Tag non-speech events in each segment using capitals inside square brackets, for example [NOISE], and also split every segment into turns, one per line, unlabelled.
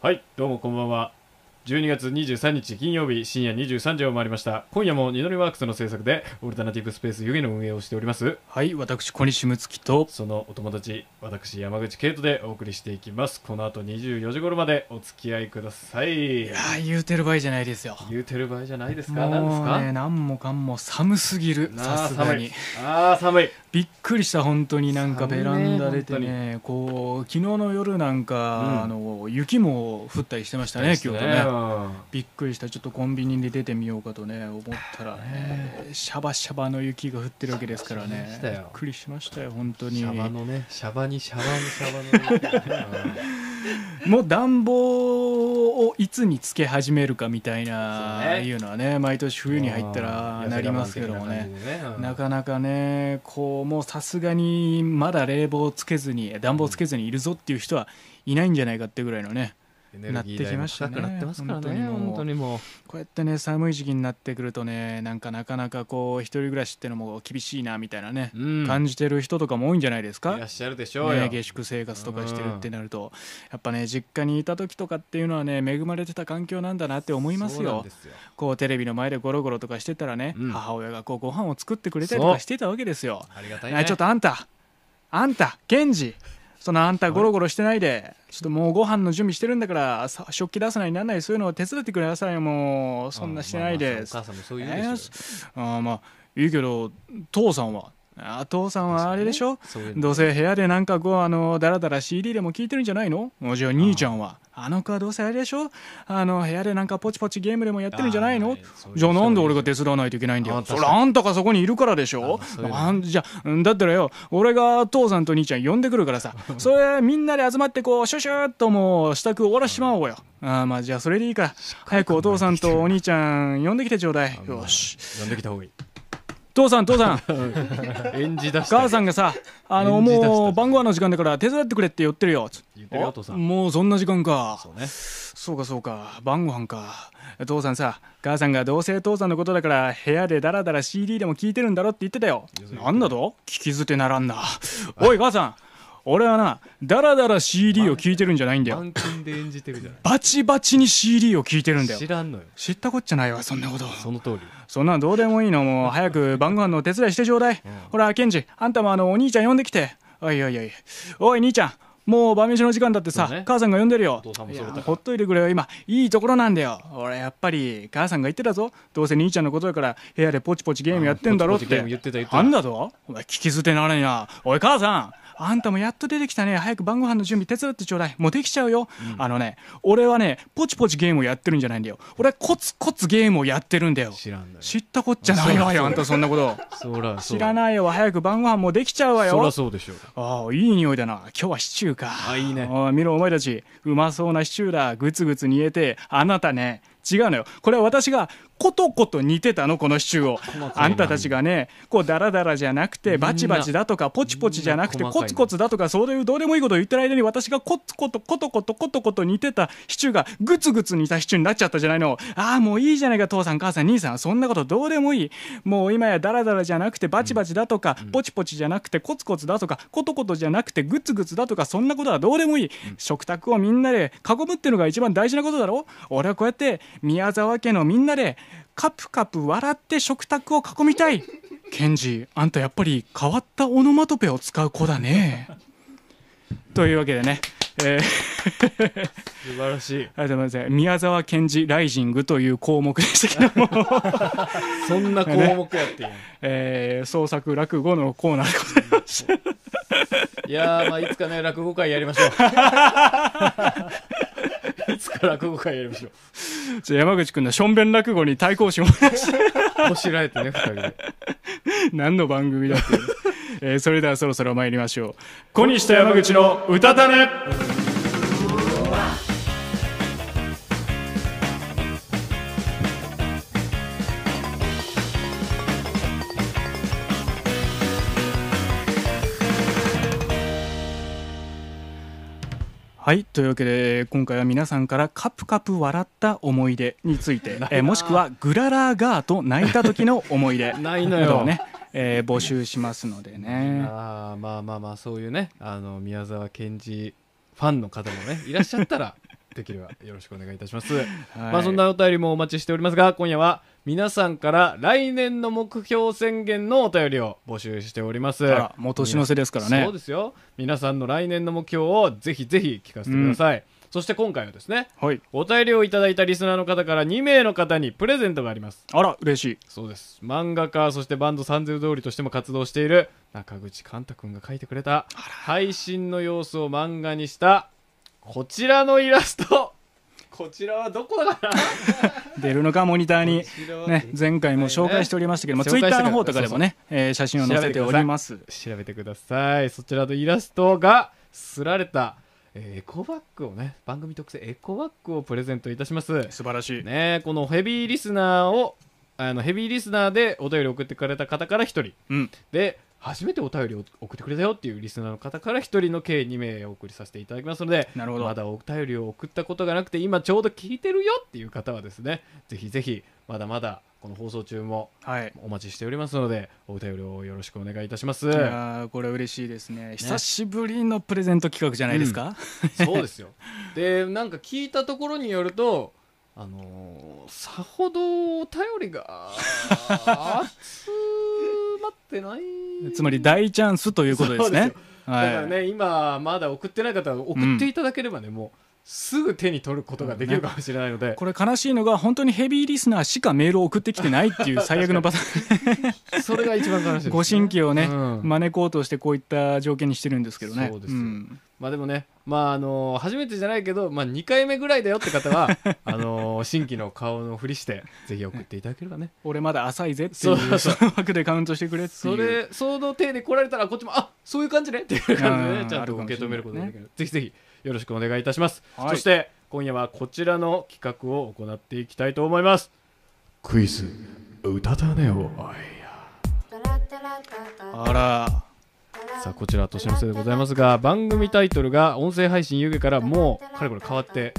はいどうもこんばんは12月23日金曜日深夜23時を回りました今夜もニノリワークスの制作でオルタナティブスペース湯気の運営をしております
はい、私、小西睦月と、
そのお友達私山口圭人でお送りしていきますこの後24時頃までお付き合いください
いやー、言うてる場合じゃないですよ。
言うてる場合じゃないですか
も
何です
う
か
ね、なんもかんも寒すぎる、
な
さ
あ
すが
寒
に
い。あー寒い
びっくりした、本当になんか
寒い
ベ
ね
ランダ出てね、こう、昨日の夜なんか、
うん
あの雪も降ったりしてましたね、今日ね。びっくりした、ちょっとコンビニに出てみようかとね、思ったらね、シャバシャバの雪が降ってるわけですから
シ
ね
ャ、バシャバで
びっ
したよ
くりしましたよ、本当
うん
に
シ。ャバのねシャバにシャバにシャバの、ね、
もう暖房をいつにつけ始めるかみたいな、
そうね
いうのはね毎年 [LAUGHS] 冬に入ったらなりますけどもねなかなかねこうもうさすがにまだ冷房つけずに暖房つけずにいるぞっていう人はいないんじゃないかってぐらいのね
エネルギー代も高くなってますからね
な
本
って
当
き
にもう
こうやってね寒い時期になってくるとねなんかなかなかこう一人暮らしってのも厳しいなみたいなね、
うん
感じてる人とかも多いんじゃないですか
いらっしゃるでしょうよ、
ね、下宿生活とかしてるってなると、やっぱね実家にいた時とかっていうのはね恵まれてた環境なんだなって思います
そうな
よ
んですよ
こうテレビの前でゴロゴロとかしてたらね、
うん
母親がこうご飯を作ってくれたりとかしてたわけですよ、
ありがたい
あ
ね
ちょっとあんたあんた源氏そのあんたゴロゴロしてないでちょっともうご飯の準備してるんだからさ食器出さないになんないそういうのを手伝ってくださいよもうそんなしてないで
あまあまあお母さんもそう言うでしょうよ
あーまあいいけど父さんはあ父さんはあれでしょ、
そういうの
どうせ部屋でなんかこうあのダラダラ CD でも聞いてるんじゃないのもうじゃあ兄ちゃんはあの子はどうせあれでしょあの部屋でなんかポチポチゲームでもやってるんじゃない
あ
の
ーそういう
じゃあなんで俺が
そういう
手伝わないといけないんだ
あ
よ
ー
そ
確
れ
かに
あんたがそこにいるからでしょ
あーそういうの
あんじゃあうんだったらよ俺が父さんと兄ちゃん呼んでくるからさそれみんなで集まってこうシュシューっともう支度終わらしちまおうよあーまあじゃあそれでいいから早くお父さんとお兄ちゃん呼んできてちょうだい
あ
よし
呼んできた方がいい
父さん父さん
演じ出した
母さんがさあの
返事出した
もう晩ご飯の時間だから手伝ってくれって言ってるよつ
言ってるよ父さん
おもうそんな時間か
そうね
そうかそうか晩ご飯か父さんさ母さんがどうせ父さんのことだから部屋でダラダラ CD でも聞いてるんだろって言ってたよ
いやそれ
なんだと聞き捨てならんなおい母さん俺はなダラダラ CD を聞いてるんじゃないんだよ
満金で演じてるじゃない
バチバチに CD を聞いてるんだよ
知らんのよ
知ったこっちゃないわそんなこと
その通り
そんなんどうでもいいのもう早く晩ご飯のお手伝いしてちょうだい、ほらケンジあんたもあのお兄ちゃん呼んできておいおいおいおい兄ちゃんもう晩飯の時間だってさ、
そうね
母さんが呼んでるよ
お父さんも
い
そう
や
だから
ほっといてくれよ今いいところなんだよ俺やっぱり母さんが言ってたぞどうせ兄ちゃんのことだから部屋でポチポチゲームやってんだろっ
ポチポチゲ
て
ーム言ってた言ってた
なんだぞお前聞き捨てならんやおい母さんあんたもやっと出てきたね早く晩ご飯の準備手伝ってちょうだいもうできちゃうよ、あのね俺はねポチポチゲームをやってるんじゃないんだよ俺はコツコツゲームをやってるんだよ
知らんのよ
知ったこっちゃないわよあんたそんなこと
そら
[LAUGHS] 知らないよ早く晩ご飯もうできちゃうわ
いそ
よ
らそうでしょう
ああいい匂いだな今日はシチューか
あいいね
お見ろお前たちうまそうなシチューだグツグツ煮えてあなたね違うのよこれは私がことこと煮てたのこのシチューを
細かいな
あんたたちがねこうダラダラじゃなくて
んな
バチバチだとかポチポチじゃなく
み
て
んな細かいな
コツコツだとかそういうどうでもいいことを言ってる間に私がコツコツコトコトコトコト煮てたシチューがグツグツ煮たシチューになっちゃったじゃないのああもういいじゃないか父さん母さん兄さんそんなことどうでもいいもう今やダラダラじゃなくてバチバチだとか、ポチポチじゃなくてコツコツだとかコトコトじゃなくてグツグツだとかそんなことはどうでもいい、食卓をみんなで囲むってのが一番大事なことだろ俺はこうやって宮沢家のみんなでカプカプ笑って食卓を囲みたいケンジあんたやっぱり変わったオノマトペを使う子だねというわけでね、えー
素晴らしい
ありがとうございます宮沢賢治ライジングという項目でしたけども、 [LAUGHS]
そんな項目やっていいの
えー創作落語のコーナーでございます
いやーまあいつかね落語会やりましょ
[LAUGHS]
ういつか落語会やりましょう
ちょ山口君のしょんべん落語に対抗心を
こしらえてね二人で
[LAUGHS] 何の番組だっていうね、 [LAUGHS] えーそれではそろそろ参りましょう小西と山口の歌たねはいというわけで今回は皆さんから「カプカプ笑った思い出」につ
[LAUGHS]
いて、えーもしくは「グララガー」と泣いた時の思い出
[LAUGHS] ないの
など
よ
をね、えー募集しますのでね。
あーまあまあまあそういうねあの宮沢賢治ファンの方もねいらっしゃったらできればよろしくお願いいたします、
はい
まあそんなお便りもお待ちしておりますが今夜は皆さんから来年の目標宣言のお便りを募集しております
あらもう年の瀬ですからね
そうですよ皆さんの来年の目標をぜひぜひ聞かせてください、そして今回はですね
はい
お便りをいただいたリスナーの方から2名の方にプレゼントがあります
あら嬉しい
そうです漫画家そしてバンドサンゼル通りとしても活動している中口寛太君が描いてくれた配信の様子を漫画にしたこちらのイラストこちらはどこだかな
出るのかモニターに
こちらは
ね前回も紹介しておりましたけども、
ね
ツイッターの方とかでもね、えー写真を載せております
調べてくださいそちらのイラストがすられた、えーエコバッグをね番組特製エコバッグをプレゼントいたします
素晴らしい、
ねこのヘビーリスナーをあのヘビーリスナーでお便り送ってくれた方から1人
うん
で初めてお便りを送ってくれたよっていうリスナーの方から1人の計2名お送りさせていただきますので
なるほど
まだお便りを送ったことがなくて今ちょうど聞いてるよっていう方はですねぜひぜひまだまだこの放送中も
はい
お待ちしておりますのでお便りをよろしくお願いいたします
いやーこれ嬉しいですね久しぶりのプレゼント企画じゃないですか、
そうですよでなんか聞いたところによるとあのーさほどお便りが集まってない
[LAUGHS] つまり大チャンスということですね
そうです
はい
だからね、今まだ送ってない方は送っていただければね、もうすぐ手に取ることができるかもしれないので、
これ悲しいのが本当にヘビーリスナーしかメールを送ってきてないっていう最悪のパター
それが一番悲しいです、
ンご新規をね、
うん
招こうとしてこういった条件にしてるんですけどね
そうですよ
ん
まあでもね、まああのー初めてじゃないけど、まあ、2回目ぐらいだよって方
[LAUGHS]
はあのー新規の顔のふりしてぜひ送っていただければね
俺まだ浅いぜっていう
そうそう
その枠でカウントしてくれってい
そ
う
れその手で来られたらこっちもあそういう感じねっていう感じで
あ
ね
ー
ちゃんと
あるかも
受
し
け止
れな
め
い
る
ね
ことができる、ぜひぜひよろしくお願いいたします、
はい
そして今夜はこちらの企画を行っていきたいと思いますクイズ歌だねおいや
あら
さあこちら年の瀬でございますが番組タイトルが音声配信湯気からもうかれこれ変わって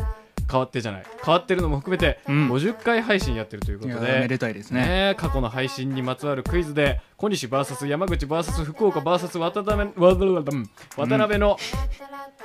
変わってじゃない変わってるのも含めて
うん
50回配信やってるというこ
いや
と
ーめ
で、
でたいですね
ねえ、過去の配信にまつわるクイズで小西 VS 山口 VS 福岡 VS 渡辺わ渡辺の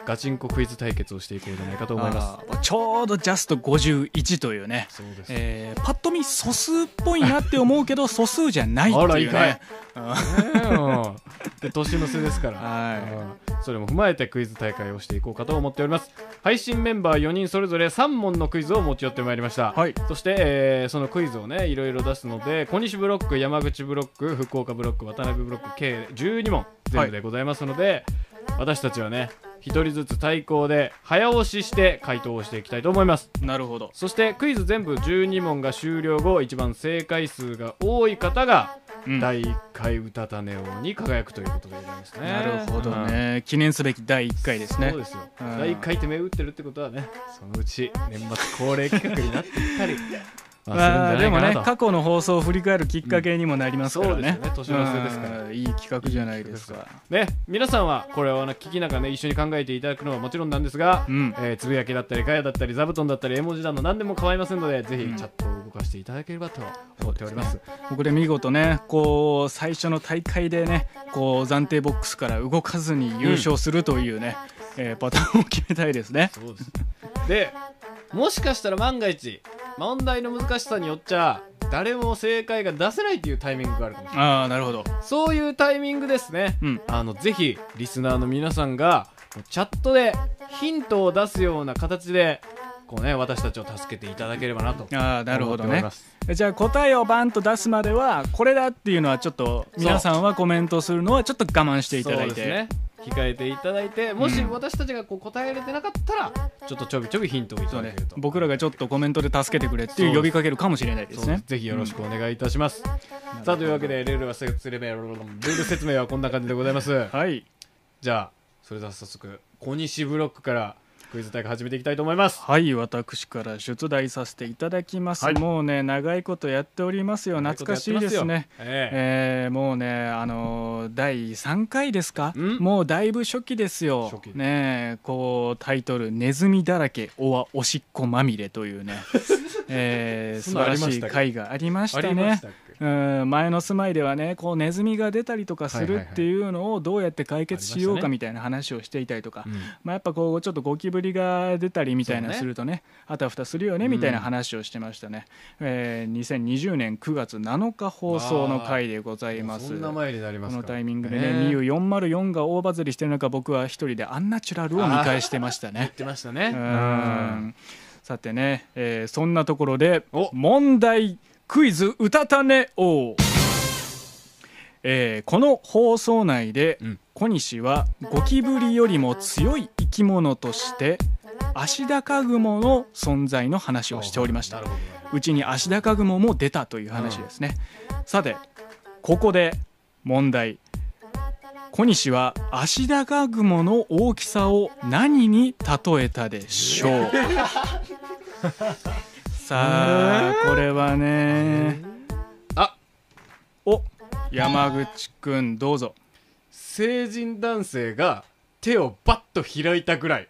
ガチンコクイズ対決をしていこうじゃないかと思います。
あーちょうどジャスト51というね
そうですね
えーパッと見素数っぽいなって思うけど素数じゃないって
あら
い
意
うね
外うん
[LAUGHS]
で年の瀬ですから、
はい
うんそれも踏まえてクイズ大会をしていこうかと思っております配信メンバー4人それぞれ3問のクイズを持ち寄ってまいりました、
はい
そして、えーそのクイズをねいろいろ出すので小西ブロック山口ブロック福岡ブロック渡辺ブロック計12問全部でございますので、私たちはね1人ずつ対抗で早押しして回答をしていきたいと思います
なるほど
そしてクイズ全部12問が終了後一番正解数が多い方が
うん
第1回歌種王に輝くということでございますね
なるほど、ね記念すべき第1回です
うん
ね
そうですよ、
うん
第1回って目打ってるってことはねそのうち年末恒例企画になっていったり
[LAUGHS] ま
ま
あ
あす
で
るんじ
も
ゃな
ね
いかなと
過去の放送を振り返るきっかけにもなりますからね、
うんそうですよね年の瀬ですから
うんいい企画じゃないですか
ね、皆さんはこれを聞きながらね一緒に考えていただくのはもちろんなんですが、
うん
えーつぶやきだったりガヤだったり座布団だったり絵文字など何でも構いませんのでぜひチャットを動かしていただければと思っております、
ここで見事ねこう最初の大会でねこう暫定ボックスから動かずに優勝するというね、えーパターンを決めたいですね
そうですでもしかしたら万が一問題の難しさによっちゃ誰も正解が出せないっていうタイミングがあるかもしれない
ああなるほど
そういうタイミングですね、
うん
あのぜひリスナーの皆さんがチャットでヒントを出すような形でこうね私たちを助けていただければなと
ああなるほど
思っており
ね
ます
じゃあ答えをバンと出すまではこれだっていうのはちょっと皆さんはコメントするのはちょっと我慢していただい
そうで
て、
すね控えていただいてもし
うん
私たちがこう答えられてなかったら、ちょっとちょびちょびヒントをい
そ
た
う
だ
ね
けると
僕らがちょっとコメントで助けてくれっていう呼びかけるかもしれないで
そう
す
で
ね
すぜひよろしくお願いいたします、さあというわけでルールは説明ルール説明はこんな感じでございます、
はい
じゃあそれでは早速小西ブロックからクイズ大会始めていきたいと思います
はい私から出題させていただきます、
はい
もうね長いことやっておりますよ懐かしいですね
え
えーもうねあのー第3回ですか
ん
もうだいぶ初期ですよ
初期
ねえこうタイトル「ネズミだらけおは
[LAUGHS]
おしっこまみれ」というね、えー
そん
素
なんあり
晴
まし
ら
たっけ
しい回がありま
え
した
ありま
ね
したっけ
うん前の住まいではねこうネズミが出たりとかす
はいは
る
いはい
っていうのをどうやって解決しよう
ありました
か
ね
みたいな話をしていたりとか、
うん
まあ、やっぱこうちょっとゴキブリが出たりみたいな
そうね
するとねあたふたするよねみたいな話をしてましたね、えー2020年9月7日放送の回でございます。
そんな前になりま
こ
す
の
か
タイミングでね、ミュ404が大バズりしてる中僕は一人でアンナチュラルを見返してました
言っ
ね。
てましたね
う
うん
んさてね、えーそんなところで
お
問題クイズうたたね王、えーこの放送内で、
うん
小西はゴキブリよりも強い生き物としてアシダカグモの存在の話をしておりました
なるほど
うちにアシダカグモも出たという話ですね、さてここで問題小西はアシダカグモの大きさを何に例えたでしょうさあこれはね
あ
お山口くんどうぞ
成人男性が手をバッと開いたぐらい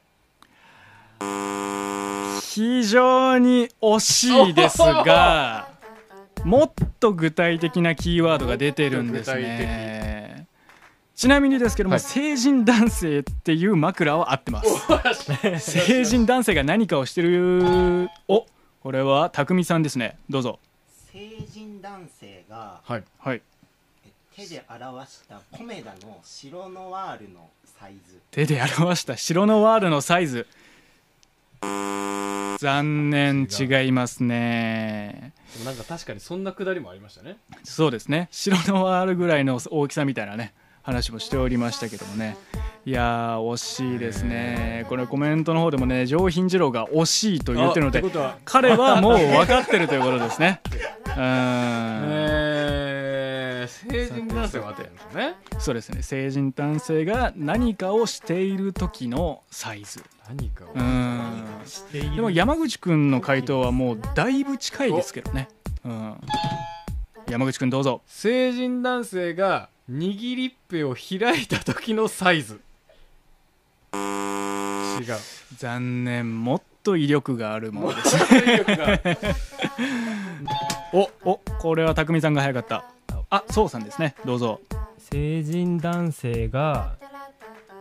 非常に惜しいですが [LAUGHS] もっと具体的なキーワードが出てるんです
もっと具
ねちなみにですけども、
はい
成人男性っていう枕は合ってます [LAUGHS] 成人男性が何かをしてるおこれは匠さんですねどうぞ
成人男性が
はい
はい
手で表したコメダの白ノワールのサイズ
手で表した白のワールのサイズ残念違いますね
でもなんか確かにそんなくだりもありましたね
そうですね白のワールぐらいの大きさみたいなね話もしておりましたけどもねいやー惜しいですねこれコメントの方でもね上品次郎が惜しいと言ってるの
あ
で
ってことは
彼はもう分かってるということです
[LAUGHS]
ねうーん
えー、成人男性は合ってるんですよね
そうですね成人男性が何かをしている時のサイズ
何かを
うーんでも山口くんの回答はもうだいぶ近いですけどねうん山口くんどうぞ
成人男性が握りっぺを開いた時のサイズ違
[LAUGHS]
う
残念もっと威力があるものですおおこれは匠さんが早かったあそうさんですねどうぞ
成人男性が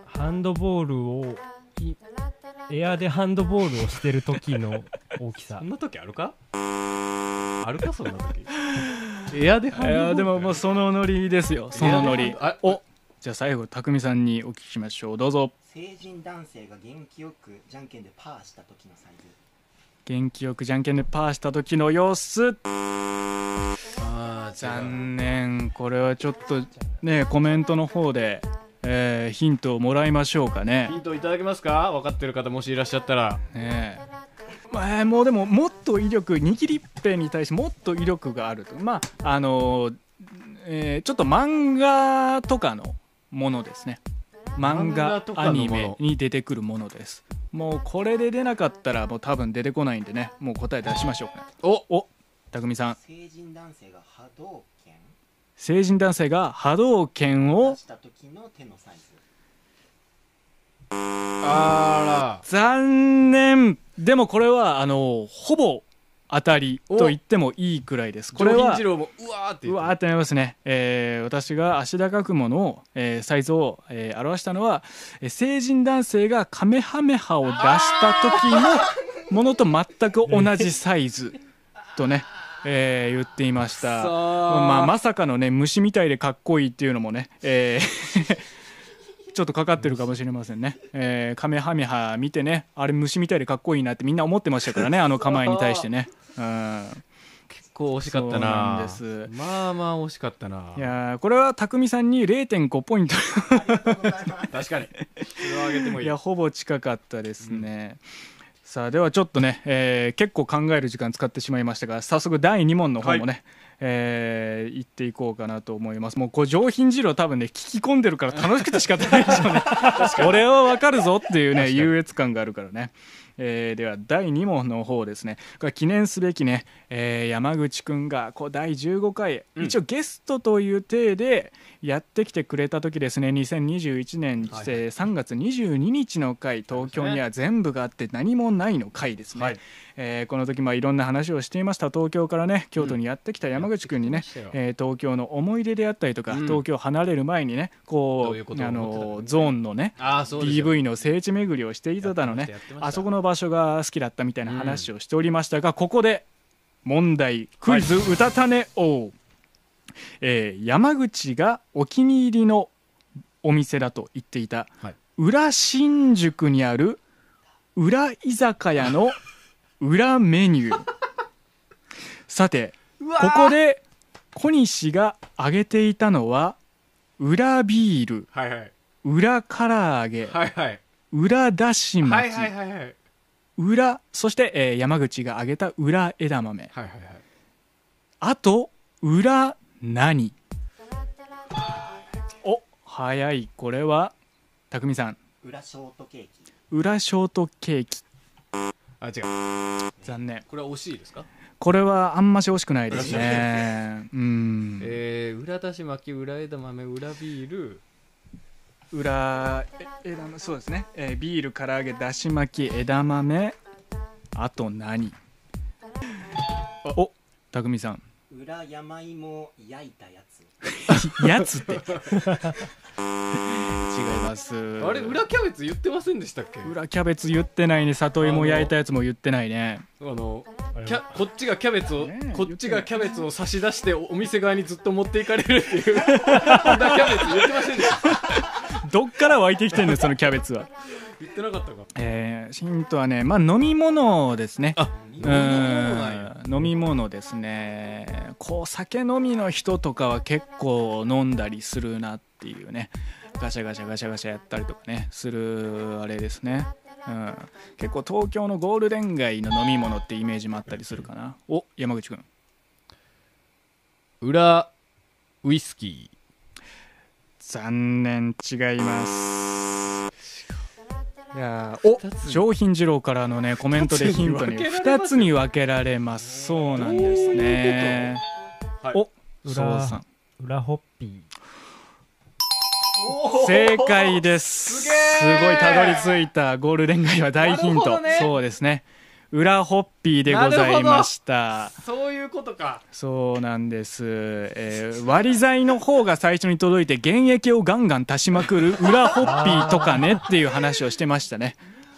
ハンドボールをいエアでハンドボールをしてる時の大きさ
あ [LAUGHS] んな時あるかあるかそんな時エアで
いやでももうそのノリですよ [LAUGHS] そのノリ
あ
おじゃあ最後匠さんにお聞きしましょうどうぞ
成人男性が元気よくじゃんけんでパーした時のサイズ
元気よくじゃんけんでパーした時の様子
あー残
残念これはちょっとねコメントの方で、えーヒントをもらいましょうかね
ヒントいただけますか分かってる方もしいらっしゃったら
ねえまあ、もうでももっと威力握りっぺに対してもっと威力があるとまああのえーちょっと漫画とかのものですね漫
漫
画
画とか
ア
のもの
ニメに出てくるものですもうこれで出なかったらもう多分出てこないんでねもう答え出しましょうか
お
お匠さん
成人男性が波動拳
成人男性が波動拳
出
を
した時の手のサイズ
あ
残念でもこれはあのほぼ当たりと言ってもいいくらいです
ら
これ
上
は
品次郎もうわーって
う
言
わー
っ
っててなりますね、えー私が足高雲の、えーサイズを、えー表したのは、えー成人男性がカメハメハを出した時のものと全く同じサイズ
[LAUGHS]
とね、えー言っていまし
さ
た
あ
まあ、まさかのね虫みたいでかっこいいっていうのもね、えー [LAUGHS] ちょっとかかってるかもしれませんね、えーカメハメハ見てねあれ虫みたいでかっこいいなってみんな思ってましたからねあの構えに対してね。うん
結構惜しかった
そ
な
うなんです
まあまあ惜しかったない
やーこれは匠さんに0.5ポイント
確かにこれは上げてもい
い
い
やほぼ近かったですね、さあではちょっとね、えー結構考える時間使ってしまいましたが早速第2問の方もね、えー行っていこうかなと思いますもうこう上品汁を多分ね聞き込んでるから楽しくて仕方ないでしょうね俺はわかるぞっていうね優越感があるからねえーでは第2問の方ですねこれは記念すべきね、えー山口くんがこう第15回、
うん
一応ゲストという体でやってきてくれた時ですね2021年、
はい
えー3月22日の回東京には全部があって何もないの回ですね、
はい
えーこの時まあいろんな話をしていました東京からね京都にやってきた山口くんにね、
やってきましたよ
えー東京の思い出であったりとか、
うん
東京を離れる前にねこ
ど
う
ういうことを
あ
思ってたかね
のゾーンのね
ああそうですよ
DV の聖地巡りをしていたの
やってました
ね
やってました
あそこの場所が好きだったみたいな話をしておりましたが、ここで問題クイズ「うたたね王」えー山口がお気に入りのお店だと言っていた、
はい
裏新宿にある裏居酒屋
[LAUGHS]
の裏メニューさてここで小西が挙げていたのは裏ビール
はいはい
裏唐揚げ、
はいはい
裏だし
は
巻
い
き、
はいはいはいはい
裏そして、えー山口が挙げた裏枝豆
はいはい
あと裏何お早いこれは匠さん
裏ショートケーキ
裏ショートケーキ
あ違う
残念
これは惜しいですか
これはあんまし惜しくないですねうん、
えー、裏だし巻き裏枝豆裏ビール
裏え枝豆そうですね、えービール唐揚げだし巻き枝豆あと何お匠さん
裏山芋焼いたやつ
やつって違います
[LAUGHS] あれ裏キャベツ言ってませんでしたっけ
裏キャベツ言ってないね里芋焼いたやつも言ってないね
あの
あれ
キャこっちがキャベツを、
ねえ
こっちがキャベツを差し出しておお店側にずっと持っていかれるっていう裏キャベツ言ってませんでした
どっから湧いてきてんのそのキャベツは
言ってなかったか
えー、ヒントはねまあ飲み物ですね
あ
う
飲み物なんや
ーん飲み物ですねこう酒飲みの人とかは結構飲んだりするなっていうねガシャガシャガシャガシャやったりとかねするあれですねうん結構東京のゴールデン街の飲み物ってイメージもあったりするかなお山口くん
裏ウイスキ
残念違いますいやーお
二つに
上品次郎からのねコメントでヒントに
二つに分けられ
2
ます
つに分けられますそうなんですね
どういう
お
こ
そうさん
裏ホッピ
正解です
すげー
ごいたどり着いたゴールデン街は大ヒ
な
ン
るほ
ト、
どね
そうですね裏ホッピーでございました
そういうことか
そうなんです、えー割り剤の方が最初に届いて原液をガンガン足しまくる裏ホッピーとかねっていう話をしてましたね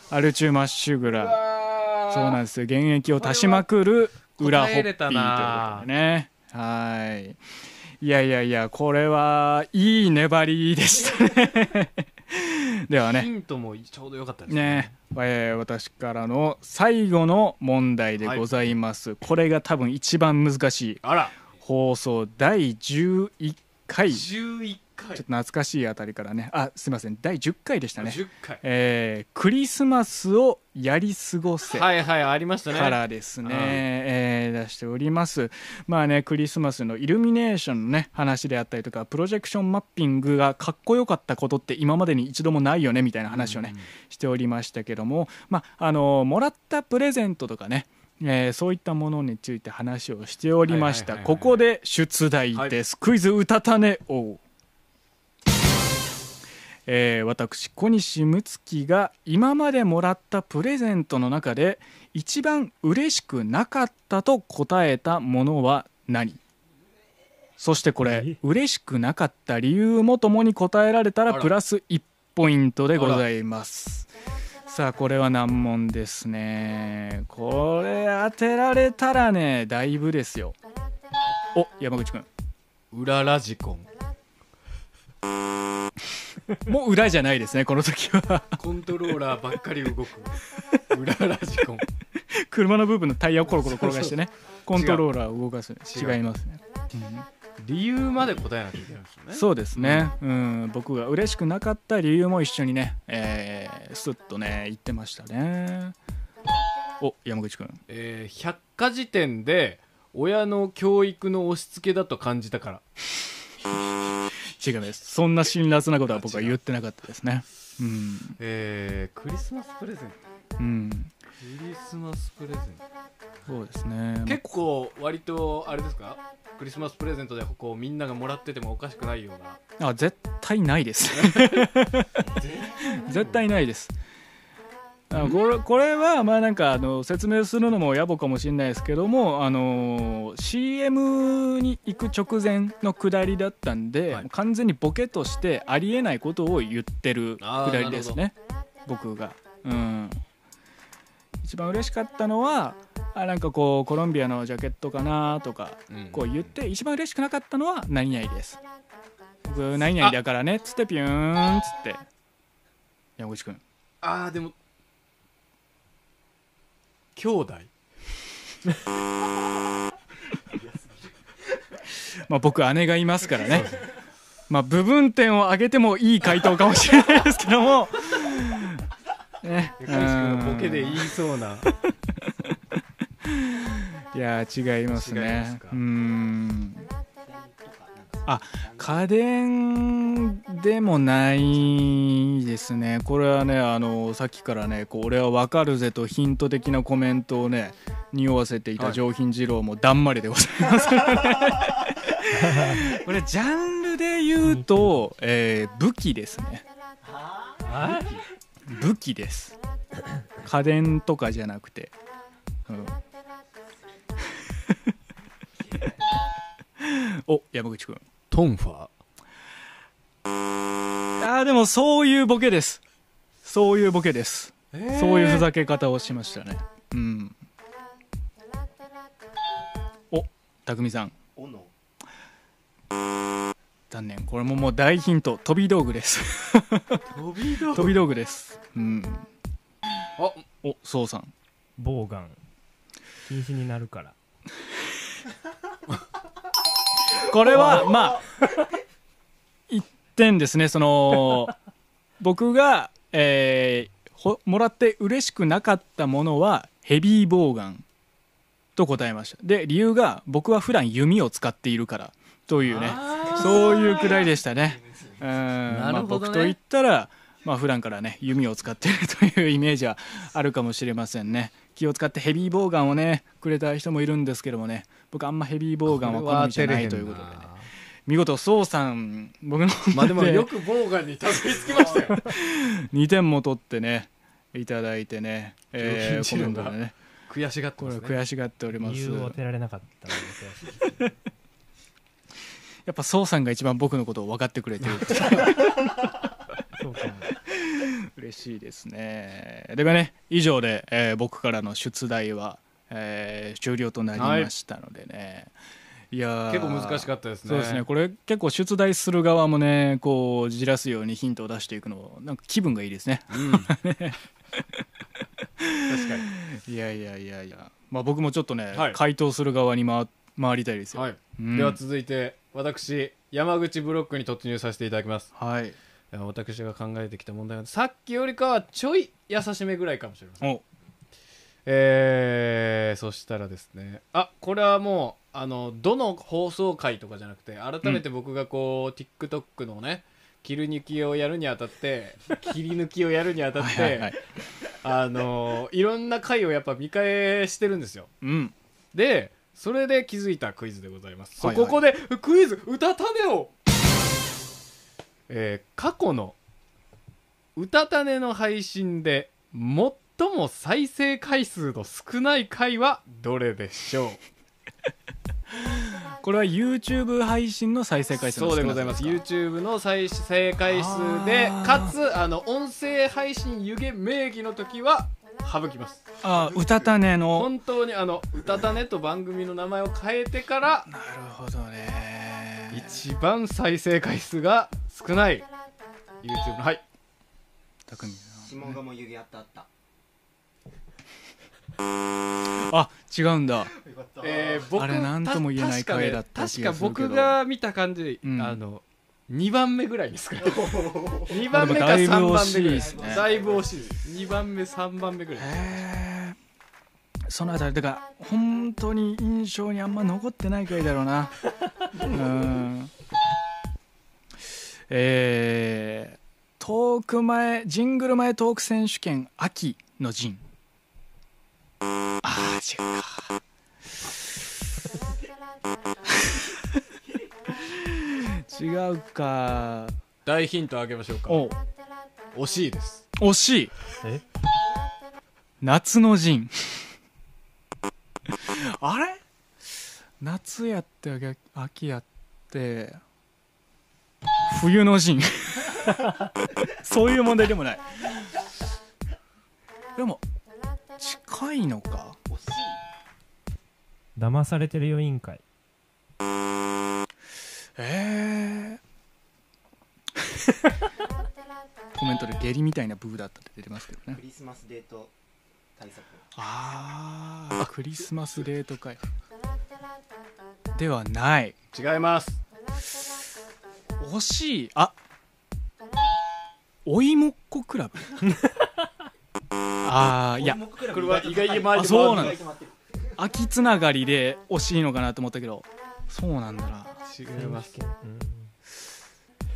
アルチューマッシュグラそうなんですよ原液を足しまくる裏ホッピーということでねはいいやいやいやこれはいい粘りでしたねではね
ヒントもちょうどよかったです
ねえー私からの最後の問題でございます、これが多分一番難しい
あら
放送第11回ちょ
11
っ
回
と懐かしいあたりからねあすいません第10回でしたね、
10回
えークリスマスをやり過ごせ」
はいはいありましたね
からですね、
うん
えー出しておりますまあねクリスマスのイルミネーションのね話であったりとかプロジェクションマッピングがかっこよかったことって今までに一度もないよねみたいな話をね、しておりましたけども、まあ、あのもらったプレゼントとかね、えーそういったものについて話をしておりました、
はいはいはいはい
ここで出題です、クイズうたたね王えー私小西睦月が今までもらったプレゼントの中で一番嬉しくなかったと答えたものは何そしてこれ
え
嬉しくなかった理由もともに答えられたら
あら
プラス1ポイントでございますさあこれは難問ですねこれ当てられたらねだいぶですよお山口くん
裏ラジコン
もう裏じゃないですねこの時は [LAUGHS]
コントローラーばっかり動く裏ラジコン
車の部分のタイヤをコロコロ転がしてねコントローラーを動かす
違う
違いますね
理由まで答えなきゃいけないんですよね
そうですね、うん、僕が嬉しくなかった理由も一緒にね、えー、スッとね言ってましたねお山口くん
えー百科事典で親の教育の押し付けだと感じたから
違いますそんな辛辣なことは僕は言ってなかったですねうん
えークリスマスプレゼント
うん
クリスマスプレゼン
そうですね
ト結構割とあれですかクリスマスプレゼントでこうみんながもらっててもおかしくないような
あ絶対ないです絶対ないですあのこれこれはまあなんかあの説明するのも野暮かもしれないですけどもあのー CM に行く直前のくだりだったんで、
はい
完全にボケとしてありえないことを言ってるく
あー
だりですね僕が。うん一番嬉しかったのはあなんかこうコロンビアのジャケットかなとかこう言って一番嬉しくなかったのは「何々です」僕「何々だからね」っつってピューンっつって山口君
ああでも兄弟
まあ僕姉がいますからねまあ部分点を上げてもいい回答かもしれないですけ
[LAUGHS]
どもね
いや彼氏君がボケで
うん
言いそうない
や違います
違います
ね
か
うん
とかなんか
あ家電でもないですねこれはねあのさっきからねこう俺はわかるぜとヒント的なコメントをね匂わせてい
は
た
い
上品二郎もだんまりでござい [LAUGHS] ます、これジャンルで言うと、えー武器ですね
あ
あ
武器です家電とかじゃなくて、うん、お山口君
トンファ
ああでもそういうボケですそういうボケです、
ー
そういうふざけ方をしましたねうんお匠さん
斧
残念これももう大ヒント飛び道具です
飛び道
飛び道具ですうん
あ
おそうさん
ボウガン禁止になるから
これはまあ一点ですねその僕が、えーほもらって嬉しくなかったものはヘビーボウガンと答えましたで理由が僕は普段弓を使っているからというねそういうくらいでしたねうんまあ、
るほどね
僕と言ったらまあ普段からね弓を使っているというイメージはあるかもしれませんね気を使ってヘビーボウガンをねくれた人もいるんですけどもね僕あんまヘビーボウガンは好みじゃないということでね見事宋さん僕の
まあでも
で
よくボーガンにたどり着きましたよ
2点も取ってねいただいてね、えー、
上品
今
中
度
が
はね
[LAUGHS] 悔しがって
こ
ま
れ
す
は
ね
悔しがっております
理由を
や
当てられなかったので悔しい
っぱ宋さんが一番僕のことを分かってくれてる
そうかも
嬉しいですねではね以上で、えー僕からの出題は、えー終了となりましたのでね、い、や
結構難し
っ
かったですね
そうですねこれ結構出題する側もねこうじらすようにヒントを出していくのなんか気分がいいですね
うん確かに
いやいやいやいや、まあ、僕もちょっとね、
はい
回答する側に回回りたいですよ。
はい
うん
では続いて私山口ブロックに突入させていただきます
はい、
いや私が考えてきた問題はさっきよりかはちょい優しめぐらいかもしれません
お
えーそしたらですねあこれはもうあのどの放送回とかじゃなくて改めて僕がこう、TikTok のね切り抜きをやるにあたって切り抜きをやるにあたって
はいはいはい
あのいろんな回をやっぱ見返してるんですよ
うん、
でそれで気づいたクイズでございます、
はいはい
そこでクイズ歌たねを、えー過去の歌たねの配信で最も再生回数の少ない回はどれでしょう
これは YouTube 配信の再生回数の
そうでございます
少なさ
YouTube の再生回数で
あー
かつあの音声配信湯気名義の時は省きます
ですかあーうたたねの
本当にあの歌たねと番組の名前を変えてから
なるほどね
一番再生回数が少ない YouTube のはい
匠
下鴨湯気あったあった
あ違うんだ
よかった
えー僕
あれなんとも言えない
た確かね
回だった気がする
確
けど
か僕が見た感じ、
うん
あの2番目ぐらいですか [LAUGHS] 2番目か
まあで
3
もだいぶ
番
惜し
目
い
ぐらい
ですね
だいぶ惜しいです2番目3番目ぐらい
へーそのあたりだから本当に印象にあんま残ってない回だろ
[LAUGHS]
うなうんえー、トーク前ジングル前トーク選手権秋の陣あー違うか違うか
大ヒントあげましょうか
お
惜しいです
惜しい
え
夏の陣 [LAUGHS] あれ夏やって秋秋やって冬の陣 [LAUGHS] そういう問題でもないでも近いのか
惜しい
騙されてるよ委員会
えー、コメントで下痢みたいなブーだったって出てますけどね
クリスマスデート対策
あークリスマスデート会ではない
違います
惜しいあおいもっこクラブ [LAUGHS] ああいや
これは意外に
あ
回って
そうな
回
ん
っ
で
て
す秋つながりで惜しいのかなと思ったけどそうなんだな
違います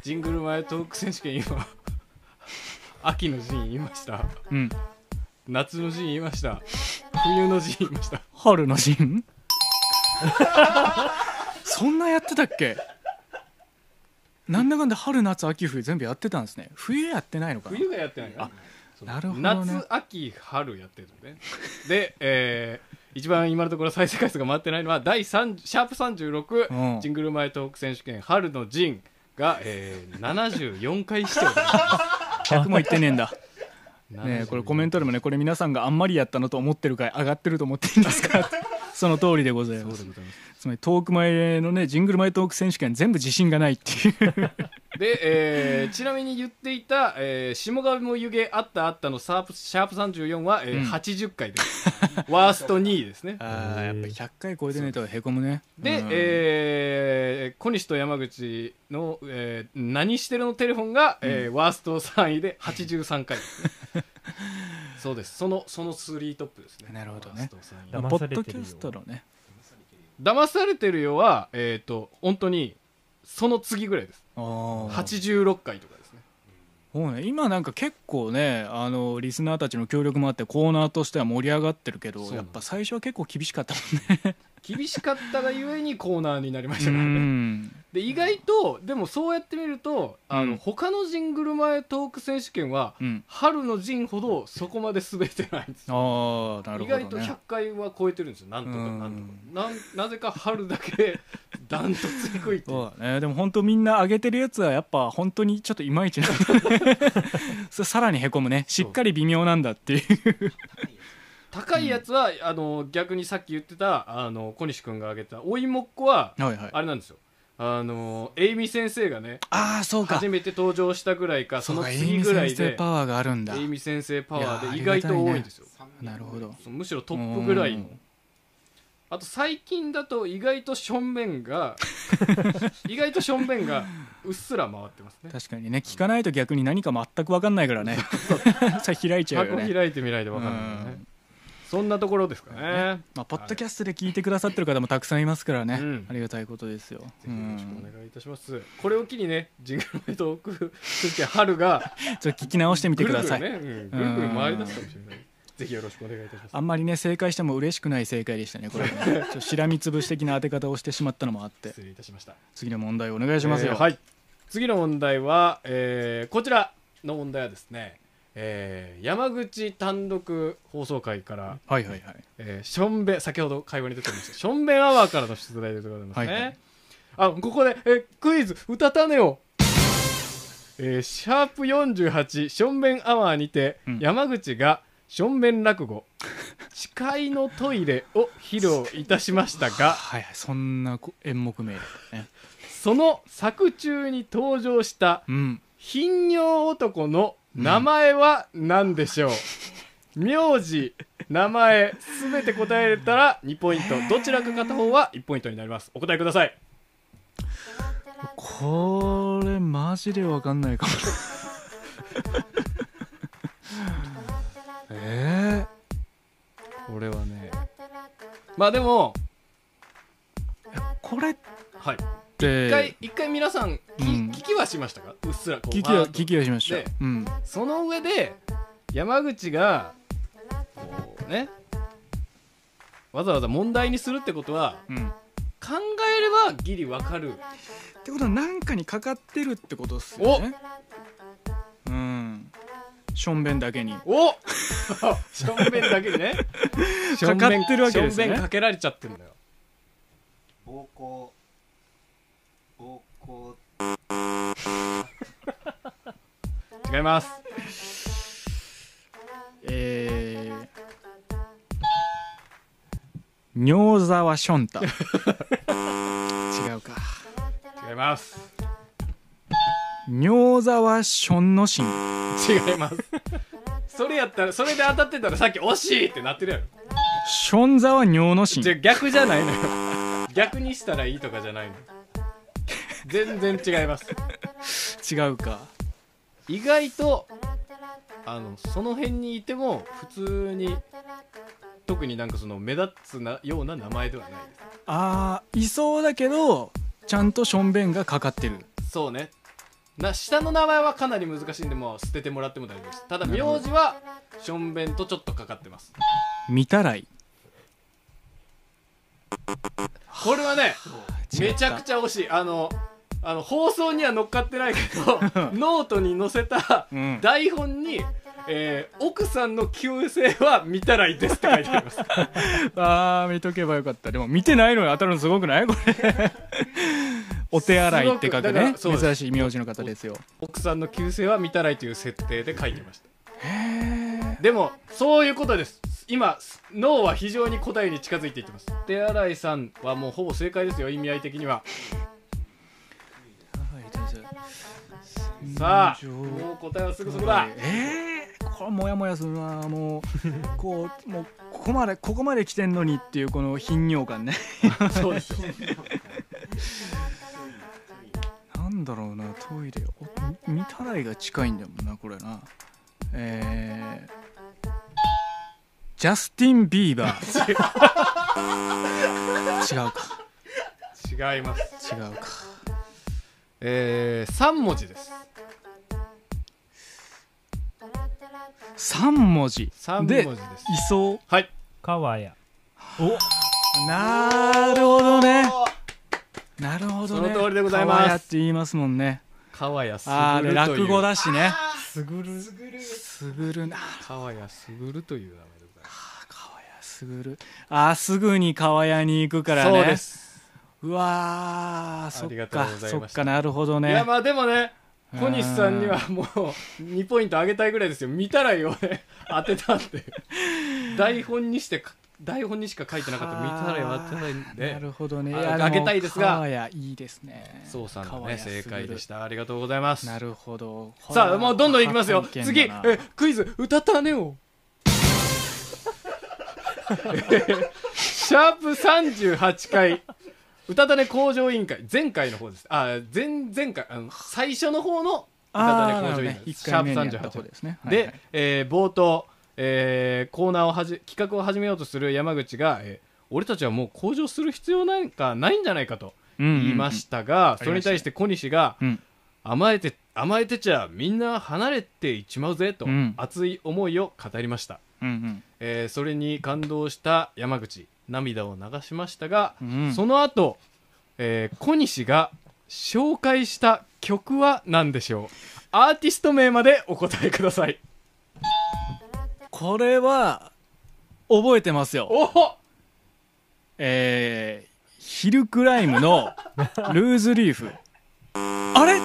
ジングル前トーク選手権今 [LAUGHS] 秋の陣言いました
うん
夏の陣言いました冬の陣言いました
春の陣 [LAUGHS] そんなやってたっけなんだかんだ春夏秋冬全部やってたんですね冬やってないのかな
冬がやってないか
なるほどね
夏秋春やってるのねで、えー、一番今のところ再生回数が回ってないのは第3シャープ36、
うん
ジングル前トーク選手権春の陣が、えー、74回視聴でございま
100も言ってねえん [LAUGHS] だ
す
[LAUGHS] ねえこれコメントでもねこれ皆さんがあんまりやったのと思ってるから上がってると思っていいんですか [LAUGHS] その通りでござい
そう
ま
ですございます
つまりトーク前のねジングル前トーク選手権全部自信がないっていう
で、えーちなみに言っていた、えー下神も湯気あったあったのサープシャープ34は、えー
うん
80回です。ワースト2位ですね。
[LAUGHS] ああやっぱ100回超えてねえとへこむね
で、
うん
えー小西と山口の、えー何してるのテレフォンが、えーワースト3位で83回 [LAUGHS] ですね、そうです。その、その3トップですね。
なるほどね
ワースト3位
騙
ポ
さ
ッ
れてるよ
ドキャストのね
騙されてるよは、えっ、と、本当に、その次ぐらいです。
ああ
86回とかですね。
そうね今なんか結構ねあのリスナーたちの協力もあってコーナーとしては盛り上がってるけど
そうなの
やっぱ最初は結構厳しかったも
厳しかったがゆえにコーナーになりましたから
ん
ね。
ね
で意外とでもそうやってみるとあの、
うん
他のジングル前トーク選手権は、
うん、うん、
春の陣ほどそこまで滑ってないんですよ
ああなる
意
ほど、
外
ね、
と100回は超えてるんですよなんとか
うん
なんとかなんなぜか春だけ [LAUGHS] ダントツに低いっていう
そうだねでも本当みんな上げてるやつはやっぱ本当にちょっといまいちなんだ
[LAUGHS]
それさらにへこむねしっかり微妙なんだっていう
高いやつは、あの逆にさっき言ってたあの小西君が挙げたおいもっこは、
はいはい
あれなんですよあのエイミ先生がね
ああそうか
初めて登場したぐらいかそ
そう
の
か
次ぐらい
エイミ先生
で
パワーがあるんだ
エイミ先生パワー
い
で
やー
意外と多いんですよ
なるほど
そうむしろトップぐらいの
うん
あと最近だと意外としょんべん
[LAUGHS]
が意外としょんべんがうっすら回ってますね
確かにね聞かないと逆に何か全く分かんないからね [LAUGHS] さ開いちゃう
箱 [LAUGHS]
よね、
開いてみないと分かんないから
う
ねそんなところですかね
まあ、ポッドキャストで聞いてくださってる方もたくさんいますからね、
うん
ありがたいことですよ
ぜひよろしく
うん
お願いいたしますこれを機にねジングルメトークそして春
[LAUGHS]
が
ちょっと聞き直してみて
ぐ
く
るぐ
ださ
る
い
ねうんぐるぐる回り出すかもしれないぜひよろしくお願いいたします
あんまりね正解しても嬉しくない正解でしたねこれ
[LAUGHS]
ねちょっとしらみつぶし的な当て方をしてしまったのもあって
失礼いたしました
次の問題お願いしますよ、
えーはい次の問題は、えーこちらの問題はですね、えー山口単独放送会から、
はいはいはい
えーしょんべん先ほど会話に出ておりましたしょんべんアワーからの出題でございますね、
はいはい
あここでえクイズ歌たねをえーシャープ48しょんべんアワーにて、
うん
山口がしょんべん落語「誓いのトイレ」を披露いたしましたが
はいはいそんなこ演目名だったね
その作中に登場した
うん
頻尿男の名前は何で [LAUGHS] しょう、名字名前すべて答えれたら2ポイントどちらか片方は1ポイントになりますお答えください
これマジでわかんないかも [LAUGHS] え
これはねまあでも
ー、これっ
はい
て
一回一回皆さんき
うん
聞きはしましたかうっすらこう
聞き
わ
は
ーっと
聞きはしまし
で
たうん
その上で山口がこうねわざわざ問題にするってことは
うん、っ
考えればギリわかる
てことは何かにかかってるってことっすよねうんしょんべんだけに
お [LAUGHS] 正面だけにね
かかってるわけですよ
正
ね
面かけられちゃってるんだよ
暴行暴行
違います
えー、尿沢しょん
[LAUGHS]
た違うか
違います
尿沢しょんのしん
違います [LAUGHS] それやったらそれで当たってたらさっき惜しいってなってるやろ
しょんざは尿のしん
じゃ逆じゃないのよ逆にしたらいいとかじゃないの全然違います
違うか
意外とあのその辺にいても普通に特になんかその目立つなような名前ではないで
あーいそうだけどちゃんとしょんべんがかかってる
すそうねな下の名前はかなり難しいんでもう捨ててもらっても大丈夫ですただ名字はしょんべんとちょっとかかってます
見たらい
これはねめちゃく
ゃ
ちゃ惜しいあのあの放送には乗っかってないけ [LAUGHS] どノートに載せた
うん
台本に、えー奥さんの旧姓は見たらいいです」って書いてあります
あー見とけばよかったでも見てないのに当たるのすごくないこれ [LAUGHS] お手洗いって書
すごく
く
だか
ね
らそうです
珍しい名字の方ですよ
奥さんの旧姓は見たらいいという設定で書いてました
へ
でもそういうことです今脳は非常に答えに近づいていってます手洗いさんはもうほぼ正解ですよ意味合い的にはさあもう答えはすぐそこだ
えー、これもやもやするなもうこうもうここまでここまで来てんのにっていうこの頻尿感ね [LAUGHS]
そうですよ
なんだろうなトイレお見たらいが近いんだもんなこれなえージャスティン・ビ
[LAUGHS]
ーバー違うか
違います
違うか
えー、3文字です
3文字
3文字
で
です
いそ
はい
川谷
うなるほどねなるほどね
その通りでございます
川谷って言いますもんね
川谷す
ああ
ぐると
落語
いう
だしね
すぐる
すぐるな
川谷すぐるという名前でございます
川谷すぐるあーすぐに川谷に行くからね
そうです
うわーそ
あり
っ
がとう
か
ございました
そっかなるほど
いや
ね
まあでもね小西さんにはもう2ポイントあげたいぐらいですよ見たらいいよね当てた
[LAUGHS]
って台本にしてか台本にしか書いてなかった見たらいいよ当てたいん
な
で
るほどね
あ
いや
あげたいですが
川谷いいですね
そうさんの
川
ね
谷
正解でしたたありがとうございます
なるほど
さあもうどんどんいきますよ
これは
次
発見だな
えクイズ歌ったね
[LAUGHS]
をシャープ38回歌たね向上委員会前回の方ですあ前前回あの最初の方の歌
あ
た
ー
ね向
なる
上
ほ
委
ど
員
ね
会です
1
シャ
回目
ー
に
プ
やった
38
方ですね
で、
はいはい
えー冒頭、えーコーナーをはじ企画を始めようとする山口が、えー俺たちはもう向上する必要なんかないんじゃないかと
うんうんうん
言いましたが、
ありました
それに対して小西が、
うん
甘えて甘えてちゃみんな離れていっちまうぜと、
うん
熱い思いを語りました、
うん
えーそれに感動した山口涙を流しましたが、
うんうん
その後、えー小西が紹介した曲は何でしょうアーティスト名までお答えください
これは覚えてますよ
おお
えー、ヒルクライムのルーズリーフあれ違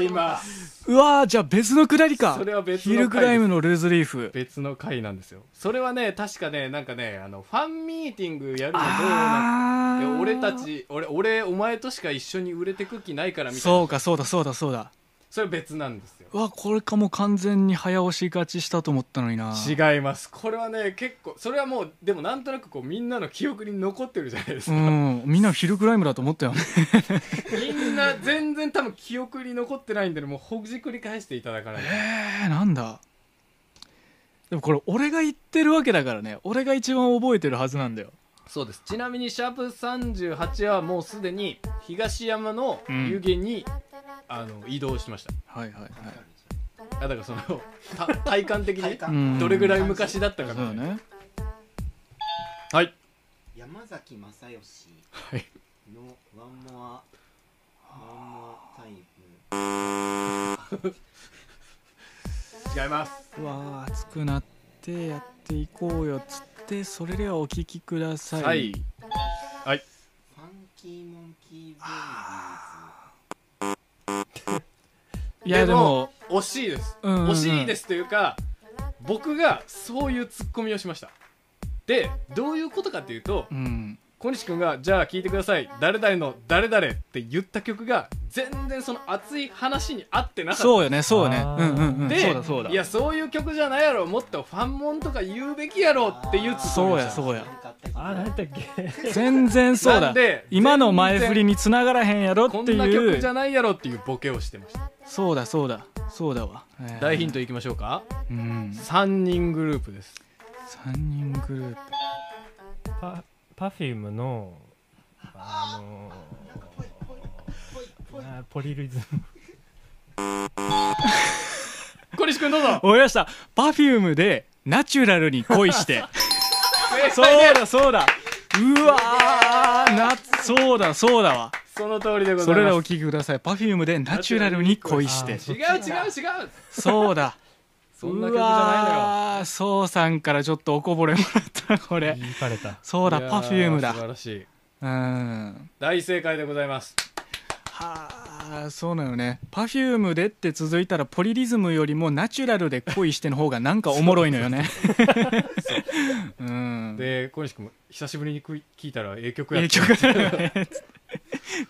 う
違います
うわーじゃあ別のくだりか
それは別の回です
ヒルクライムのルーズリーフ
別の回なんですよそれはね確かねなんかねあのファンミーティングやるのどうな
あ
い
ー
や俺たち俺俺お前としか一緒に売れてく気ないからみたいな
そうかそうだそうだそうだ
それ別なんですよ
うわこれかもう完全に早押し勝ちしたと思ったのにな
違いますこれはね結構それはもうでもなんとなくこうみんなの記憶に残ってるじゃないです
う
か、
んみんなヒルクライムだと
[LAUGHS]
思ったよね
みんな全然多分記憶に残ってないんでもうほじくり返していただかないと
えー、なんだでもこれ俺が言ってるわけだからね俺が一番覚えてるはずなんだよ
そうですちなみにシャープ38はもうすでに東山の湯気に、あの移動してました
はいはいはい
あだからその [LAUGHS] た体感的に
体
うん
感
どれぐらい昔だったかみた
そうだ
いな、
ね
はい
山崎正義
はい
の「ワンモア」「ワンモアタイム」
違います
うわー熱くなってやっていこうよっつってそれではお聞きください、
はい
「ファンキーモンキーベイビー
いやでも
惜しいです、
うんうんうん
惜しいですというか僕がそういうツッコミをしましたでどういうことかというと
うん
小西君が「じゃあ聴いてください誰々の誰々」って言った曲が全然その熱い話に合ってなかった
そう
[LAUGHS]
よねそうよね
あー
うんうんうん
で
そうだそうだ
いやそういう曲じゃないやろもっとファンモンとか言うべきやろっていうツッコミ
そう
をし
や
た
そう
ズ」
や
なんかあった気
あー
が
何だっけ [LAUGHS]
全然そう
な
だ
んで
今の前振りに繋がらへんやろ
こ
って
んな曲
い
じゃ
う
ないやろっていうボケをしてました
そうだそうだそうだわ、えー
大ヒントいきましょうか
うん
3人グループです
3人グループ
パパフュームのあのーあーポリリズム
小西君どうぞ
思いましたパフュームでナチュラルに恋して
[LAUGHS] 正
そう
解です
だそうだうわーなそうだそうだわ
その通りでござ
そ
い
れら
ま
お聞
す
きくださいパフュームでナチュラルに恋して
そ
違う違う違う
そうだ
そんな曲じゃ
うわーそうさんからちょっとおこぼれもらったこれ
言いかれた
そう
な
だ
いのよ
パフューム
いや
だ
ー素晴らしい
うん
大正解でございます
はあそうなのね「パフュームで」って続いたらポリリズムよりも「ナチュラルで恋して」の方がなんかおもろいのよねうん
で小西君も久しぶりに聞いたらええ曲や
影
った
響がないよね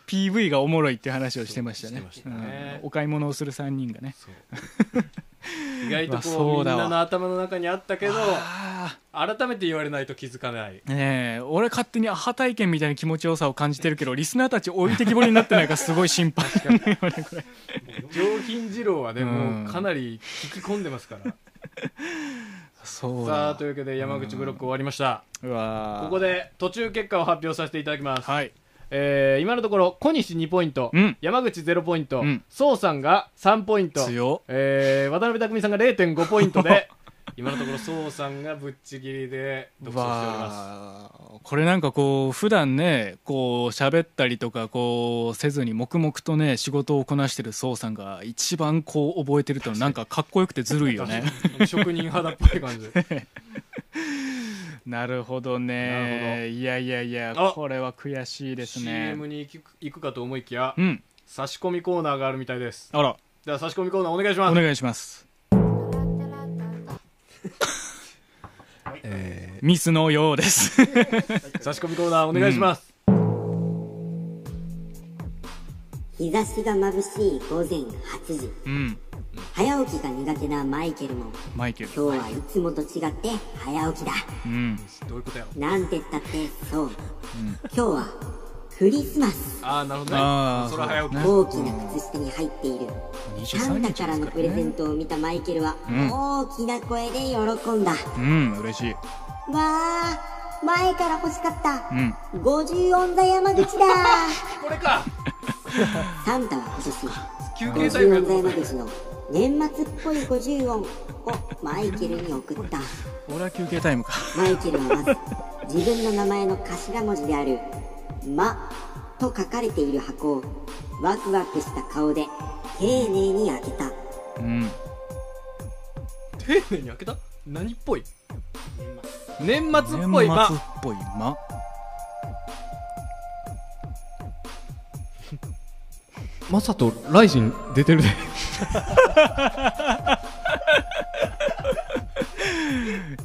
[LAUGHS] PV がおもろいっていう話をしてましたね
そうしてましたね
うんお買い物をする3人がね
そう
[LAUGHS]
意外と
うわ
こう
そ
みん
うだわ
なの頭の中にあったけど
あ
改めて言われないと気づかない
ーねえ俺勝手にアハ体験みたいな気持ちよさを感じてるけどリスナーたち置いてきぼりになってないかすごい心配
上品二郎はね、
うん
もうかなり聞き込んでますから
そう
さあ
だ
というわけで山口ブロック終わりました、
うわー
ここで途中結果を発表させていただきます、
はい
えー今のところ小西2ポイント、
うん
山口0ポイント、
うん
宋さんが3ポイント、
強
えー渡辺匠さんが0.5ポイント
[LAUGHS]
で今のところ宋さんがぶっちぎりで独走しております
わあこれなんかこう普段ねこう喋ったりとかこうせずに黙々とね仕事をこなしてる宋さんが一番こう覚えてるとなんかかっこよくてずるいよね
職人肌っぽい感じ
[LAUGHS] なるほど
なるほ
ね
ど
いやいやいや
あ
これは悔しいですね
CM に行く行くかと思いきや、
うん
差し込みコーナーがあるみたいです
あら
では差し込みコーナーお願いします
お願いしますミスのようです [LAUGHS]
差し込みコーナーお願いします、
日差しが眩しい午前8時
うん
早起きが苦手なマイケルも
マイケル
今日はいつもと違って早起きだ
うん
どういうことやろ
なんてったってそう、今日はクリスマス
ああなるほどね
あー
それは早起き
そうだね
大きな靴下に入っているサ
23
ンタ
日
からのプレゼントを見たマイケルは
ん
大きな声で喜んだ、
うん嬉しい
わあ前から欲しかった、
うん
50音座山口だ
これか
サンタは今
休憩
年
タイムや
50
と思
音座
った
山口の年末っぽい50音をマイケルに送った
俺は休憩タイムか
マイケルはまず自分の名前の頭文字である「ま」と書かれている箱をワクワクした顔で丁寧に開けた
うん
丁寧に開けた何っぽい
年末
年末っぽい
年
ま
末っぽい間
[LAUGHS] まさとライジン出てるで
[LAUGHS]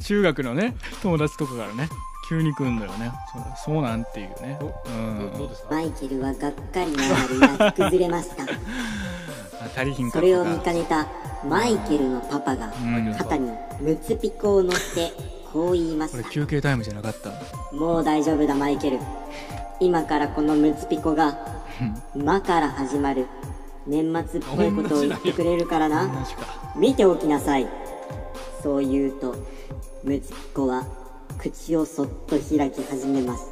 中学のね友達とかからね急に来るんだよねそそうなんっていうねうん
どうですか
マイケルはがっかりながら泣き崩れました
あ足りひんか
そ
った
れを
か
見かねたマイケルのパパが
うん
肩にムツピコを乗せてこう言いま
こ
し
れ
た
休憩タイムじゃなかった
もう大丈夫だマイケル今からこのムツピコが「ま」から始まる年末っぽいことを言ってくれるからな
マジか
見ておきなさいそう言うとムツピコは口をそっと開き始めました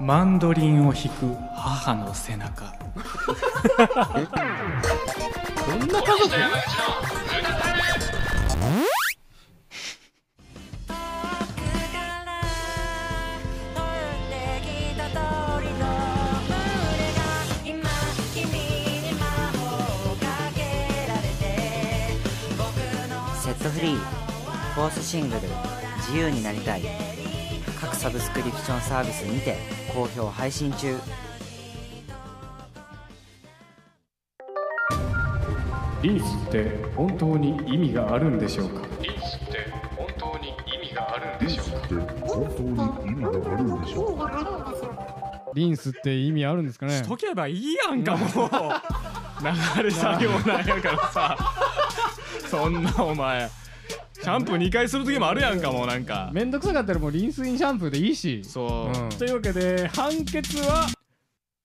マンドリンを弾く母の背中
セットフリーフォースシングル「自由になりたい」各サブスクリプションサービスにて好評配信中
リースって本当に意味があるんでしょうかリースって本当に意味があるんでしょうかリンスって意味あるんですかね
しとけばいいやんかもう流れ作業なんやからさそんなお前シャンプー2回する時もあるやんかもうなんか
めんどくさかったらもうリンスインシャンプーでいいし
そう、
うんというわけで判決は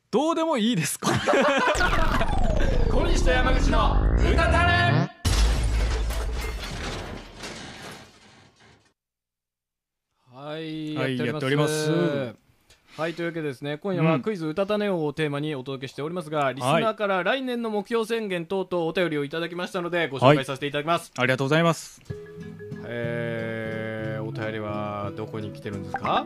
どうでもいいですか
小西と山口の歌たれはい、
はい
やっております
やっておりま
はいというわけでですね今夜
う
は
ん
クイズ歌たねをテーマにお届けしておりますが、リスナーから来年の目標宣言等々お便りをいただきましたのでご紹
は
介
い
させていただきます、
ありがとうございます
えー、お便りはどこに来てるんですか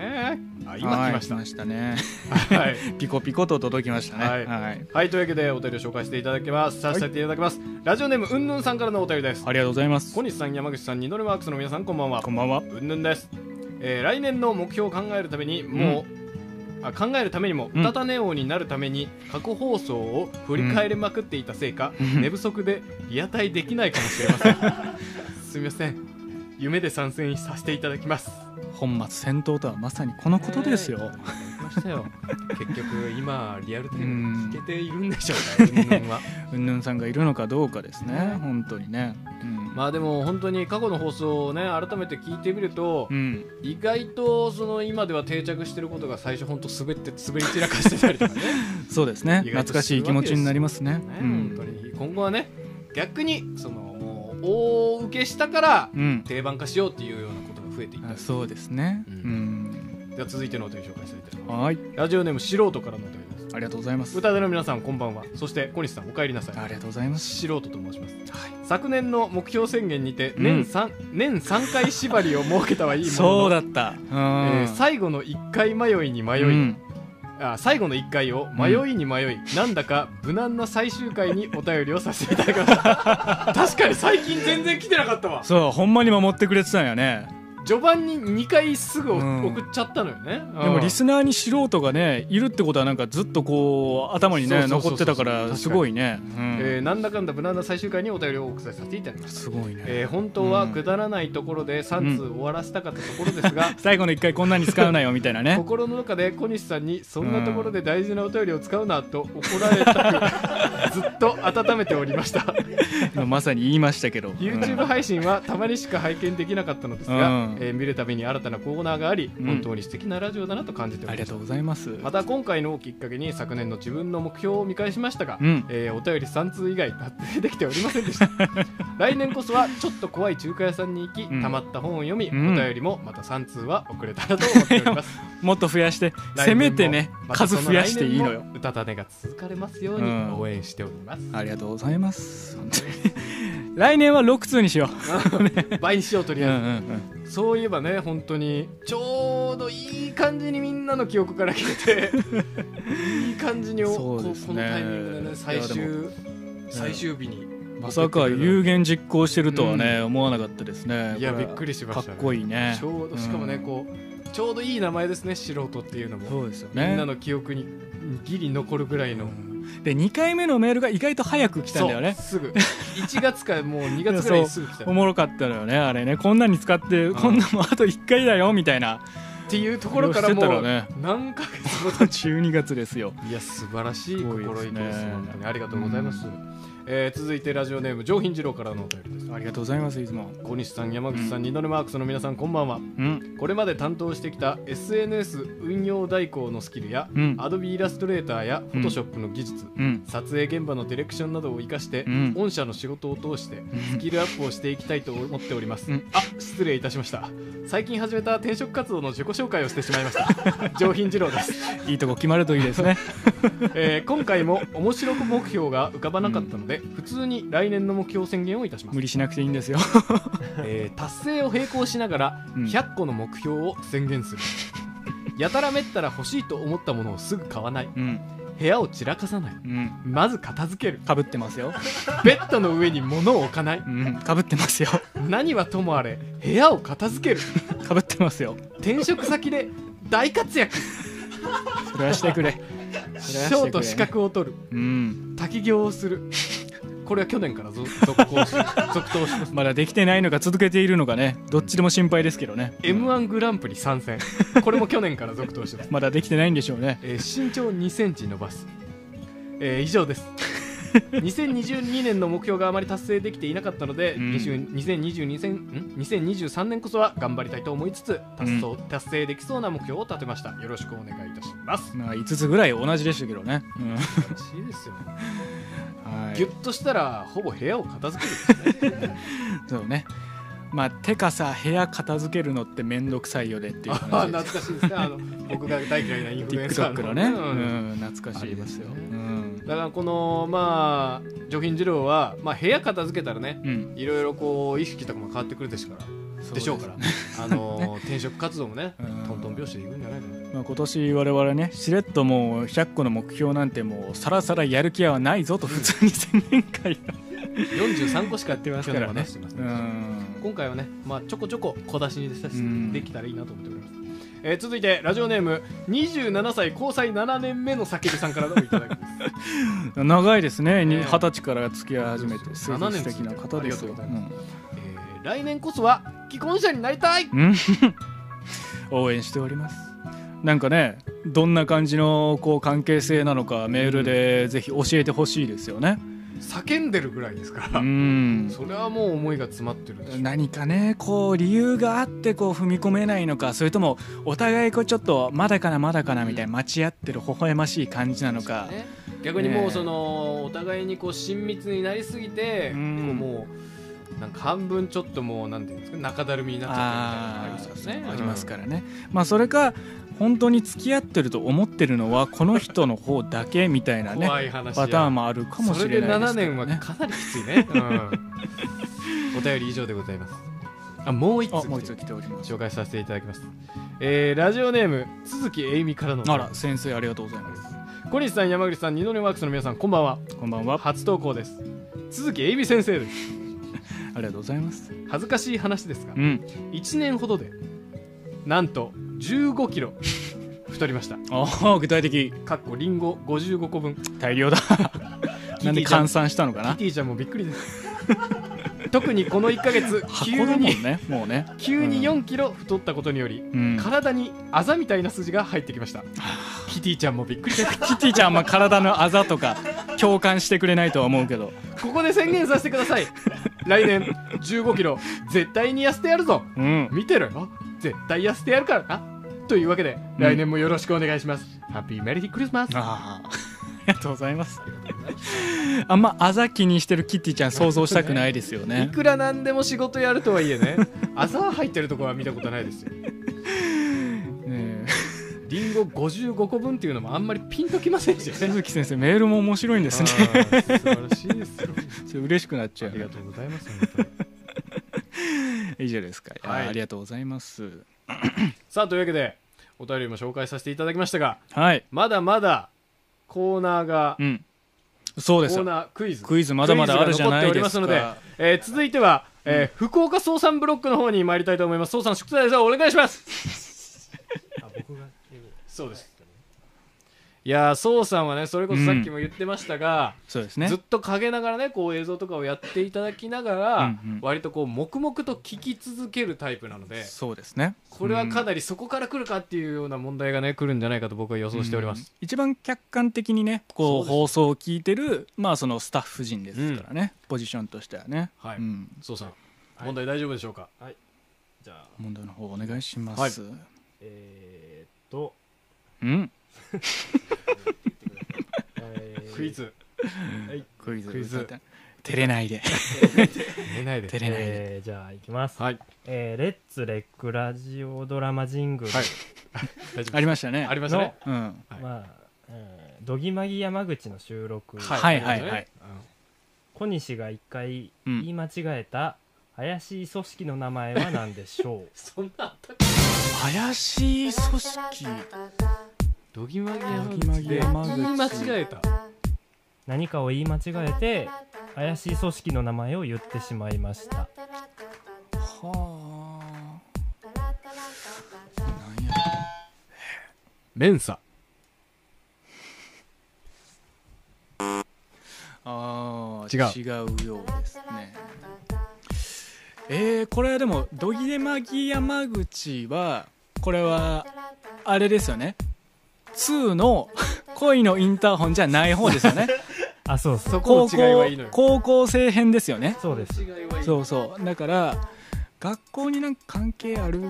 えー、あ今
はい
来ました
来ましたね
[LAUGHS] はい
ピコピコと届きましたね
はいはい、というわけでお便りを紹介していただきます。させていただきます。ラジオネームうんぬんさんからのお便りです。
ありがとうございます
小西さん、山口さん、ニノルマークスの皆さん、こんばんは
こ。んばんは
うんぬんです、えー来年の目標を考えるために、もう、あ考えるためにも、
うん
うたたね王になるために、過去放送を振り返りまくっていたせいか、
ん
寝不足でリアタイできないかもしれません。 [LAUGHS] すみません。夢で参戦させていただきます。
本末戦闘とはまさにこのことですよ、
ましたよ。結局、今、リアルタイ
ム
ム
で
で
聞
聞けているんでしょうか、うんぬんは。
うんぬんさんがいるのかどうかですね、
ね
本当にね、う
[LAUGHS]
ん
まあでも本当に過去の放送をね改めて聞いてみると、
うん
意外とその今では定着してることが最初本当滑って滑り散らかしてたりと [LAUGHS] かね
そうですね
意
懐
外
か
とす
しい
るわけですよ
気持ちになりますね
ね
う
本当
ん、
に今後はね逆にそのもう大受けしたから
うん、
定番化しようっていうようなことが増えていった
あそうですねう、
うんでは続いてのお便り紹介したいと思いま
はい
すラジオネーム素人からのお便りです
ありがとうございます
歌手の皆さんこんばんはそして小西さんお帰りなさい
ありがとうございます
素人と申します、昨年の目標宣言にて
うん
年 3,、年三回縛りを設けたはいいものの
そうだった、うん
えー最後の1回迷いに迷い、
うん
あ最後の1回を迷いに迷い、なんだか無難な最終回にお便りをさせていただきました確かに最近全然来てなかったわ
そうほんまに守ってくれてたんやね
序盤に2回すぐお
うん
送っちゃったのよね、
でもリス
ナ
ナーに素人がねいるってことはなんかずっとこう頭にね
そうそう
残
そう
っ
そ
て
う
たからすごいね、う
ー、
ん
えーなんだかんだ無難な最終回にお便りをお送りさせていただきました
すごいね、
えー本当はくだらないところで3通終わらせたかったところですが、
最後の一回こんなに使うなよみたいなね
心の中で小西さんにそんなところで大事なお便りを使うなと怒られたくずっと温めておりま
[LAUGHS]
した
今まさに言いましたけど
YouTube 配信はたまにしか拝見できなかったのですが、
うん
えー見るたびに新たなコーナーがあり、
うん
本当に素敵なラジオだなと感じて
うん
お
あり
りま
が
す、
とうございます
また今回のをきっかけに昨年の自分の目標を見返しましたが、
うん
えーお便り3通以外達成できておりませんでした
[LAUGHS]
来年こそはちょっと怖い中華屋さんに行き、
うん
たまった本を読み、
うん
お便りもまた3通は送れたらと思っております
もっと増やしてせめてね数増やしていいのよ
歌種が続かれますよう
う
に
ん
応援しております、
ありがとうございます本当に来年は6通にしよ
倍にしようと
う
りあえず、そういえばね本当にちょうどいい感じにみんなの記憶から消
[LAUGHS]
えていい感じにお
そう
こ
で
う
すね
このタイミングでね最
い
終
やで
最終日に、
まさか有言実行してるとはね、思わなかったですね
いや
これ
び
は
っくりしました、ね、
かっこいいね
ちょうどしかもね、
うん
こうちょうどいい名前ですね素人っていうのも、
そうですよ
みんな
ね
の記憶にギリ残るぐらいの、
で2回目のメールが意外と早く来たんだよね
そうすぐ1月かもう2月ぐらいにすぐ来た
お
っ
もろかったのよねあれねこんなに使って
ん
こんなもんあと1回だよみたいな
ていうところからも
してたら
う
ね
何ヶ月後
12月ですよ
[LAUGHS] いや素晴らしい
すご
心
い
意気
ですね
です本当にありがとうございます、えー続いてラジオネーム上品次郎からのお便りです
ありがとうございますいつも
小西さん山口さん、ニノルマークスの皆さんこんばんは
うん
これまで担当してきた SNS 運用代行のスキルや、
うん
Adobe イラストレーターや
うん
Photoshop の技術、
うん
撮影現場のディレクションなどを生かして、
うん
御社の仕事を通してスキルアップをしていきたいと思っております、
うん
あ失礼いたしました最近始めた転職活動の自己紹介をしてしまいました上品次郎です、
いいとこ決まるといいですね
えー今回も面白く目標が浮かばなかったので、普通に来年の目標宣言をいたします
無理しなくていいんですよ
えー達成を並行しながら
うん
100個の目標を宣言する、やたらめったら欲しいと思ったものをすぐ買わない
うん
部屋を散らかさない
うん
まず片付ける
かぶってますよ
ベッドの上に物を置かない
うんかぶってますよ
何はともあれ部屋を片付ける
かぶってますよ
転職先で大活躍
それはしてくれ [LAUGHS]
賞と資格を取る
うん
滝行をするこれは去年からぞ続行し続投します
まだできてないのか続けているのかねどっちでも心配ですけどね
m 1グランプリ参戦これも去年から続投してます
まだできてないんでしょうね
えー身長2センチ伸ばす、えー以上です2022年の目標があまり達成できていなかったので、
うん
20 2022せんん2023年こそは頑張りたいと思いつつ達そう達成できそうな目標を立てましたよろしくお願いいたします
まあ5つぐらい同じでしたけどね、うん
楽しいですよ、ね、
は
ギュ
い、
ッとしたらほぼ部屋を片付ける
そうねまあてかさ部屋片付けるのって面倒くさいよねっていう
あ
話
懐かしいですねあの僕が大嫌いなインフルエンサー
TikTok のね、
う
うんん、懐かしいですよ、
あ
う
りますよね
ん
だからこのまあ上品次郎は、まあ、部屋片付けたらね
うん、
いろいろこう意識とかも変わってくるでしょうからでしょう [LAUGHS] から、あのー転職活動もね、
うん
トントン拍子でいくんじゃないかな。
まあ、今年我々ねしれっともう100個の目標なんてもうさらさらやる気はないぞと普 [LAUGHS] 通に宣言会が
四十三個しかやってますからね。
うん
今回はね、まあちょこちょこ小出しにさせて
うん
できたらいいなと思っております。えー続いてラジオネーム27歳交際7年目の叫びさんからのいただきます [LAUGHS]
長いですね
え
に
え
二十歳から付き合い始めてす
7
ごい
年
素敵な方ですよ
ありがとうございえー来年こそは既婚者になりたい
うん [LAUGHS] 応援しておりますなんかねどんな感じのこう関係性なのかメールでぜひ教えてほしいですよ [LAUGHS] ね
叫んでるぐらいですから、
うん
それはもう思いが詰まってるでしょう
何かねこう理由があってこう踏み込めないのかそれともお互いこうちょっとまだかなまだかなみたいな待ち合ってる微笑ましい感じなのか、
ね逆にもうそのお互いにこう親密になりすぎて、
うん
でももうなんか半分ちょっともうなんていうんですか中だるみになっちゃ
あ
ってるみたいなの
ー
が
あ
あり
り
ま
ますす
か
から
ね。
らね、まあそれか本当に付き合ってると思ってるのはこの人の方だけみたいなね
怖い話や
パターンもあるかもしれないです
それで7年
から
は
ね
かなりきついね。うん、お便り以上でございます。あもう一
あ
つ
もう一つ来ております
紹介させていただきます。えーラジオネーム鈴木えいみからの
あら先生ありがとうございます
小西さん山口さん二度寝ワークスの皆さんこんばんは
こんばんはあ
初投稿です。鈴木えいみ先生です。
りがとうございます
恥ずかしい話ですが
う。ん
1年ほどでなんと1 5キロ太りました
ああ具体的
かっこりんご55個分キ
大量だ [LAUGHS] なんで換算したのかな
ティちゃんもびっくりです [LAUGHS] 特にこの1ヶ月
箱
急
だもん
に
ねもうね
急に
うん
4キロ太ったことにより、
うん
体にあざみたいな筋が入ってきましたキティちゃんもびっくりです
キティちゃんはまあ体のあざとか共感してくれないとは思うけど
ここで宣言させてください来年1 5キロ絶対に痩せてやるぞ
うん
見てろよ絶対痩せてやるからなというわけで来年もよろしくお願いします、ハッピーメリークリスマス
ああありがとうございますあんまあざ気にしてるキティちゃん想像したくないですよ
い
ね
くらなんでも仕事やるとはいえね [LAUGHS] 朝入ってるとこは見たことないですよ
ね
りんご55個分っていうのもあんまりピンときませんし
え
ね
鈴木先生メールも面白いんですね
あー素晴らしいです
[LAUGHS]
よ
ちょっと嬉しくなっちゃ
ありが
う
とうございます本当に
以上ですか、いや
はい
ありがとうございます
さあというわけでお便りも紹介させていただきましたが
はい
まだまだコーナーが、
うんそう
コ
です
ー
よ
ナークイズ
クイズまだまだあるじゃないですか
クイズが残っておりますので、えー続いては、えー福岡総さんブロックの方に参りたいと思います総さん
[LAUGHS]
宿題をお願いしますあ僕がそうです
いやーそうさんはねそれこそさっきも言ってましたが、
そうですね
ずっと陰ながらねこう映像とかをやっていただきながら、
うんうん
割とこう黙々と聞き続けるタイプなので
そうですね
これはかなりそこから来るかっていうような問題がね来るんじゃないかと僕は予想しておりま
うん
す、
一番客観的にねこう
そうです
放送を聞いてるまあそのスタッフ陣ですからね、ポジションとしてはね、
はい
うん、
そうさん問題大丈夫でしょうか、
じゃあ
問題の方お願いします、
えー、っと、
うん
えー
クイズ
クイズ
クイズ
照れないで
出ないで
照れないで、
えーじゃあいきます、
はい
えーレッツレックラジオドラマジングル
はい大丈夫
ありましたね
ありましたね
うん
はい
まあえーどぎまぎ山口の収録、
はいはいはい、
小西が一回
うん
言い間違えた怪しい組織の名前は何でしょう
そんな
怪しい組織
ドギマギ
ドギマギ
で
山口
言い間違えた
何かを言い間違えて怪しい組織の名前を言ってしまいました
はあなんや
メンサ
あ
違う
ー違うようですねえー、これはでも「どぎれまぎ山口は」これはあれですよね2の恋のインターホンじゃない方ですよ [LAUGHS] ね
あそうそう
そこ
高
の違いはいいの
校
よ
高校生編ですよね
そうです
違いはいい
そうそうだから学校になんか関係ある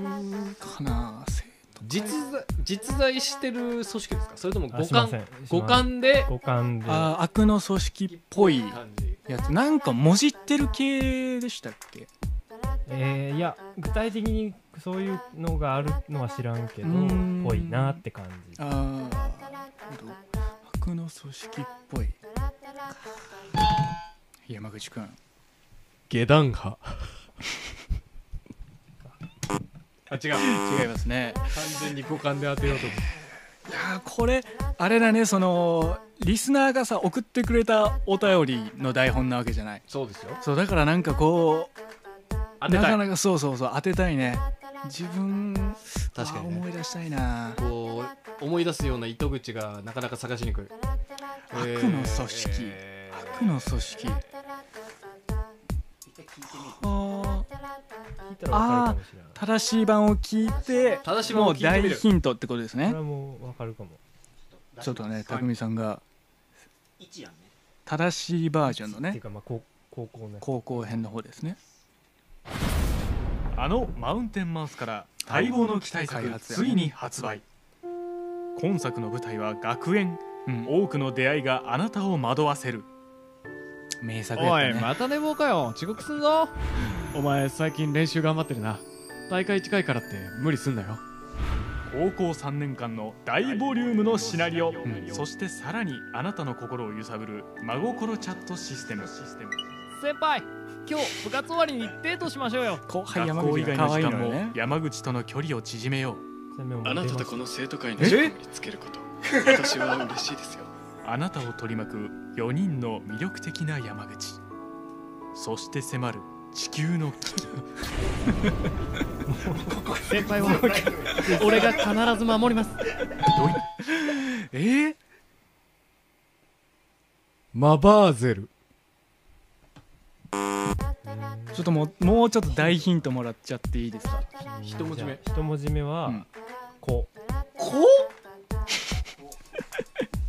かな生徒
実在実在してる組織ですかそれとも
あ
五
しませ
感
ん
五感で
五感で
あー悪の組織っぽい
感じ
やつなんかもじってる系でしたっけ
えーいや具体的にそういうのがあるのは知らんけど
うーん
ぽいなって感じ
ああ悪の組織っぽい山口くん
下段派 [LAUGHS] あ違う
違いますね
完全に五感で当てようと思っ
いやーこれあれだねそのリスナーがさ送ってくれたお便りの台本なわけじゃない
そうですよ
そうだからなんかこ
当
う
て
な
た
か
い
なかそうそうそう当てたいね自分
確かに
あー
ね
思い出したいな
こう思い出すような糸口がなかなか探しにくい
悪の組織
えー
悪の組織
一回聞いてみる
あー
聞いたらわかるかもしれない
正しい版を聞いて
正しい版
も
を
う
聞いて
大
みる
ヒントってことです
これ
ね
はもうわかるかも
ちょっとね匠さんが
一やんね
正しいバージョンの
ってい
ね
うかまあ高高校ね
高校編の方ですね
あのマウンテンマウスから待望の期待作、
開発や
つ
ね
いに発売今作の舞台は学園
うん
多くの出会いがあなたを惑わせる
名作やったね
た寝坊かよ遅刻すんぞお前最近練習頑張ってるな大会近いからって無理すんなよ
高校3年間の大ボリュームのシナリオ、
ん
そしてさらにあなたの心を揺さぶる真心チャットシステム
先輩今日部活終わりにデートしましょうよ
後輩山
学校
口
以
が
外
可
の
愛
時
い
間
のよ
も
ね
山口との距離を縮めよう
あなたと
と
こ
の
の生徒会の
え
時間を見つけること私は嬉しいですよ
あなたを取り巻く4人の魅力的な山口そして迫る地球の危機
先輩は俺が必ず守ります
どい
えー、
マバーゼル
ちょっともうもうちょっと大ヒントもらっちゃっていいですか
一文字目
一文字目
う
は
ん
「こ
[LAUGHS] こ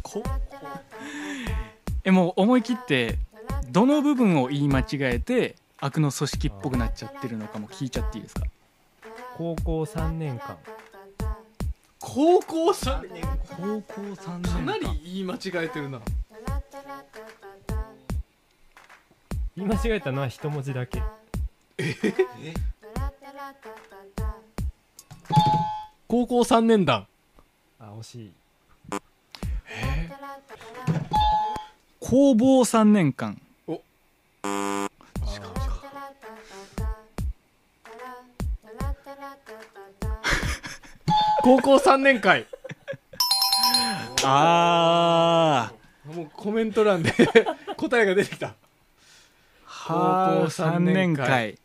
こえもう思い切ってどの部分を言い間違えて悪の組織っぽくなっちゃってるのかも聞いちゃっていいですか」
高校3年間
高校さ
三年
高校3年
かなり言い間違えてるな
言い間違えたのは一文字だけ
[LAUGHS]
え
高校3年団
あ惜しい
工房3年間
高校3年会
ああ
もうコメント欄で答えが出てきた
高校3年会
高校三年会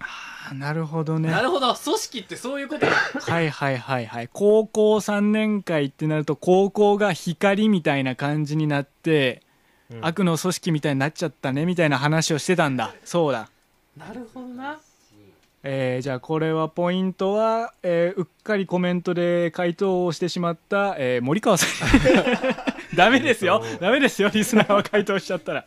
ああなるほどね
なるほど組織ってそういうことだ
はいはいはいはい高校3年会ってなると高校が光みたいな感じになって、
うん
悪の組織みたいになっちゃったねみたいな話をしてたんだそうだ
なるほどな
えーじゃあこれはポイントは、えーうっかりコメントで回答をしてしまった、えー
[LAUGHS]
森川さんダメですよダメですよリスナーは回答しちゃっ
[LAUGHS]
たらい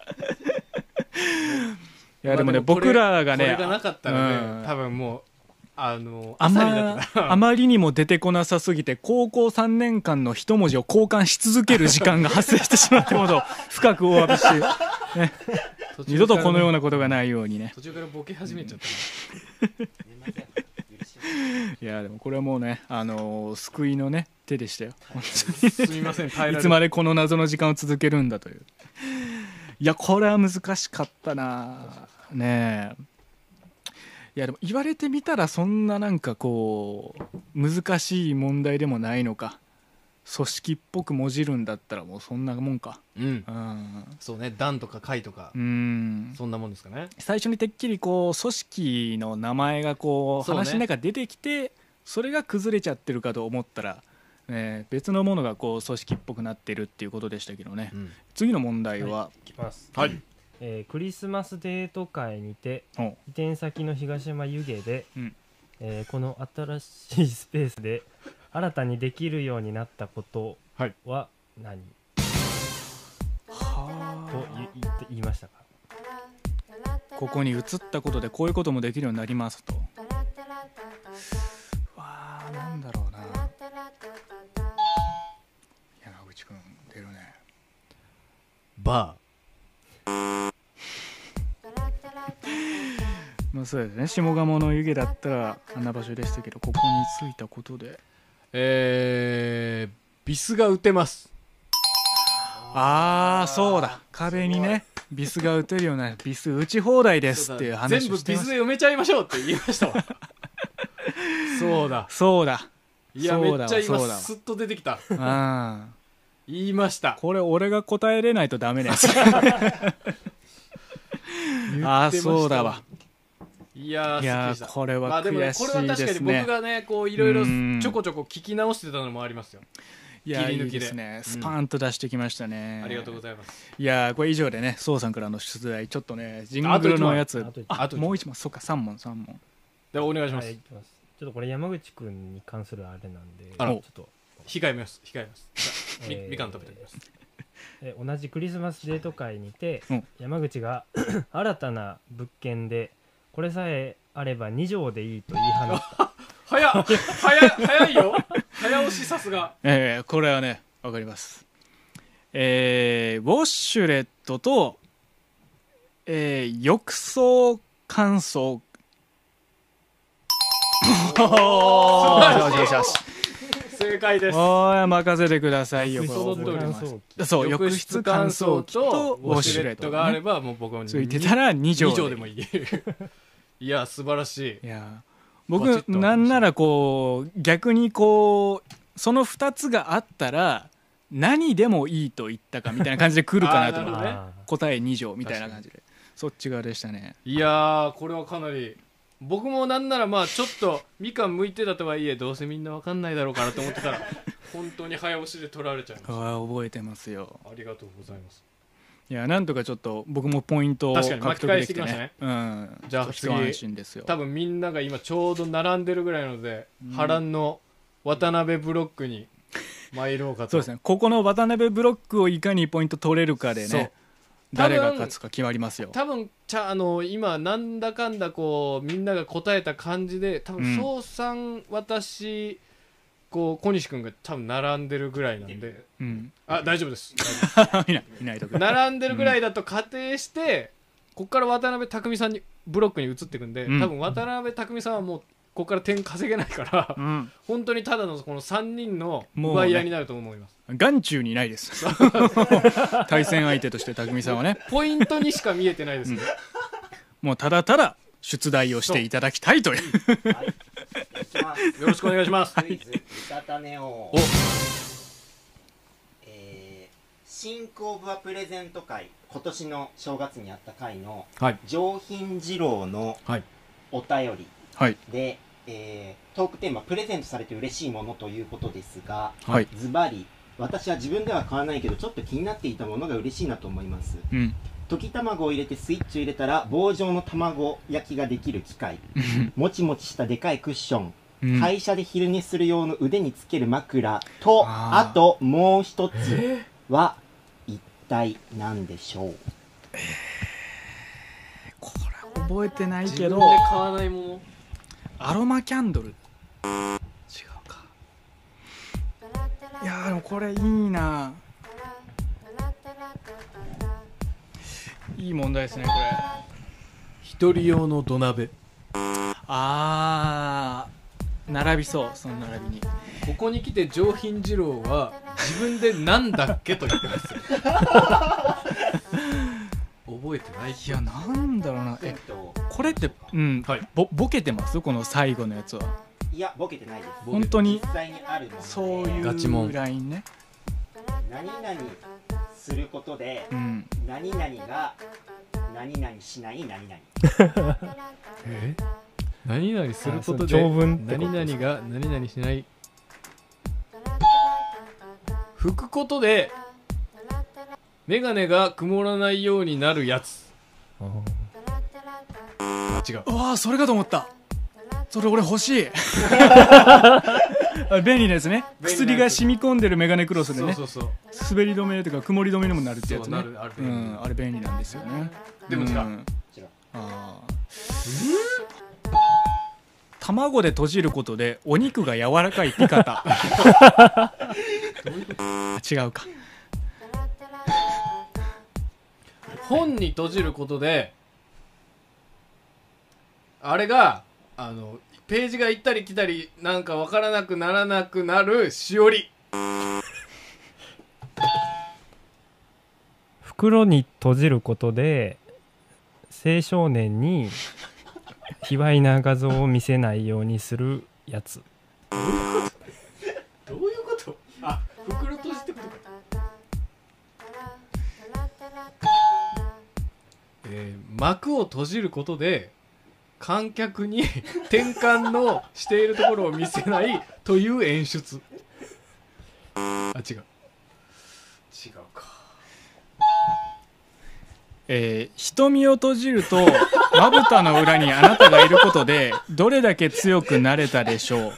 い
やでもね僕らが
こ
ね
れがなかったらね、
うん
多分もうあの
あ
朝になって
まあまりにも出てこなさすぎて高校3年間の一文字を交換し続ける時間が発生してしまったことを [LAUGHS] 深くお詫びして
た途中
二度と
から
このようなことがないようにね
途中からボケ始めちゃった
いやでもこれはもうねあのー救いのね手でしたよ
な、すみま
[LAUGHS]
せん耐えられ
い
ない
つまでこの謎の時間を続けるんだといういやこれは難しかったなねえいやでも言われてみたらそんななんかこう難しい問題でもないのか組織っぽくもじるんだったらもうそんなもんか
うん
うん
そうね段とか貝とか、
うん
そんなもんですかね
最初にてっきりこう組織の名前がこう
そうね
話の中出てきてそ,、れが崩れちゃってるかと思ったら、ね、別のものがこう組織っぽくなってるっていうことでしたけど
[LAUGHS]
ね、
うん
次の問題は、
いきます、
はい
えークリスマスデート会にて
お
移転先の東山湯気で、
うん
えーこの新しいスペースで新たにできるようになったこと
はい
は何、と言い言って言いましたか
ここに移ったことでこういうこともできるようになりますとうわーなんだろうな山口君出るね
バ
まあそうですね下鴨の湯気だったらあんな場所でしたけどここに着いたことで
ーえー、ビスが打てます
ああそうだ壁にねビスが打てるようなビス打ち放題ですっていう
全
話
部
を
ビ
し
ス
て
で
ました
埋めちゃいましょうって言いましたわそうだ
[LAUGHS] そうだ
いや
そうだ
め
わ
っちゃ今
そうだわ
すっと出てきた
うん
言いました
これ俺が答えれないとダ
[LAUGHS]
メですああそうだわ
いやー
いや
すっきり
ー
した
これ
ま
は
あでもね
悔
これは
しい
確か
で
に
す
僕
ね
がねこういろいろ
うん
ちょこちょこ聞き直してたのもありますよ
いや
切り抜
い
き
い
で
ですねスパンと出してきましたね、
ありがとうご
い
ざいます
やーこれ以上でね宋さんからの出題ちょっとねジン
あ
グ
と一
ル
問
のやつ
あと一問
あ
あと一問
もう一問そっか3問3問
ではお願いします
はい、いきますちょっとこれ山口くんに関するあれなんで
あ
ち
ら
ょっと、
控えます控えますさあみ
えー
みかん食べてお
[LAUGHS]
きます
えー同じクリスマスデート会にて、
うん
山口が [COUGHS] 新たな物件でこれさえあれば2畳でいいと言い放った
早っ早い早いよ早押しさすが
えー、これはねわかりますえー、ウォッシュレットと、えー、浴槽乾燥
[LAUGHS]
おーよしよしよし
正解です
おーい任せてくださいよ
浴
こ
槽
れ
の通りで
乾燥機
す
そう浴室乾燥機とウォッシュレット
が
が
あ
ね
ればもう僕も
ついてたら2畳
以上でもいいいや素晴らし
い
い
や
バチッ
僕
と
なんならこう逆にこうその2つがあったら何でもいいと言ったかみたいな感じで来るかなと思
[LAUGHS] あ
[LAUGHS]
ー
っ
な
て
るほどね
あ
答え2条みたいな感じでそっち側でしたね
いやーこれはかなり僕もなんならまあちょっとみかん向いてたとはいえどうせみんなわかんないだろうかなと思 [LAUGHS] ってたら本当に早押しで取られちゃいまし
ああ覚えてますよ
たありがとうございます
いやなんとかちょっと僕もポイントを
確かに
獲得で
巻き返して
きて
きました
ね
ね
うん
じゃあ
ちょっと
次
一安心ですよ
多分みんなが今ちょうど並んでるぐらいなので、波乱の渡辺ブロックに参ろうかと
そうですねここの渡辺ブロックをいかにポイント取れるかで
そう
ね誰が勝つか決まりますよ
多分ちゃあの今なんだかんだこうみんなが答えた感じで多
うん
分翔さん、私こう小西君が多分並んでるぐらいなんで
うん、 [LAUGHS]
あ大丈夫 [LAUGHS] です大丈夫です
いないいないとか
並んでるぐらいだと仮定して、ここから渡辺匠さんにブロックに移っていくんで、
うん
多分渡辺匠さんはもうここから点稼げないから、
うん
本当にただのこの3人の
もうね
奪い合いになると思い [LAUGHS] ます、
眼中にいないです対戦相手として匠さんはね
ポイントにしか見えてないですね、
もうただただ出題をしていただきたいという
いきます
よろしくお願いします
クイズ歌たねを
お
えーシンク・オブ・ア・プレゼント会今年の正月にあった会の
はい
上品二郎の
はい
お便り
はい
で、えートークテーマ「プレゼントされて嬉しいもの」ということですが
はい
ズバリ私は自分では買わないけどちょっと気になっていたものが嬉しいなと思います
うん
溶き卵を入れてスイッチを入れたら棒状の卵焼きができる機械もちもちしたでかいクッション、
うん
会社で昼寝する用の腕につける枕とあ
あー
ともう一つは一体何でしょう
これ覚えてないけ
自
ど
分で買わないもの
アロマキャンドル違うかいやーでもこれいいないい問題ですねこれ
一人用の土鍋
あー並びそうその並びに
ここに来て上品二郎は自分でなんだっけと言って [LAUGHS] ますよ覚えてない
いやなんだろうなえ
と
これってうん、
はい
ぼボケてますこの最後のやつはい
やボケてないです
本当に
実際にあるもので
そうい
ガチモ
う
ン
ラインね
何々することで
うん
何々が何々しない何々
え何々すること
あ
で
そう長文ってこと
何々が何々しない拭くことで眼鏡が曇らないようになるやつ
あー
あ違う
うわーそれかと思ったそれ俺欲しいあ便利なやつね薬が染み込んでるメガネクロスでね
そうそうそう
滑り止めとか曇り止めにもなるってやつ
そうな
ね
るあれ
う
便利
ん、あれ便利なんですよね
でも違うん
違う
あー卵で閉じることでお肉が柔らかいピカタ [LAUGHS] 違うか
本に閉じることであれがあのページが行ったり来たりなんかわからなくならなくなるしおり
袋に閉じることで青少年に卑猥な画像を見せないようにするやつ
どういうことあ袋閉じってことかえー幕を閉じることで観客に [LAUGHS] 転換のしているところを見せないという演出あ違う違うか
えー瞳を閉じるとまぶたの裏にあなたがいることでどれだけ強くなれたでしょう違うか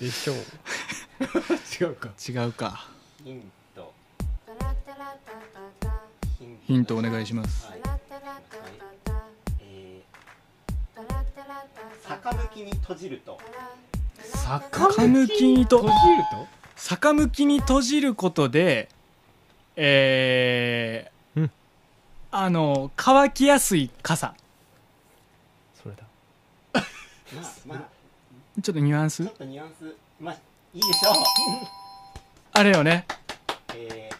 でしょう違うか
違うか
ヒント
ヒントお願いします
はいはいえー逆向きに閉じると
逆向きにと
閉じると
逆向きに閉じることでえー
うん
あの乾きやすい傘
それだ
まあまあ
ちょっとニュアン
ち
ス
ょっとニュアンスまあいいでしょう、
あれよね
えー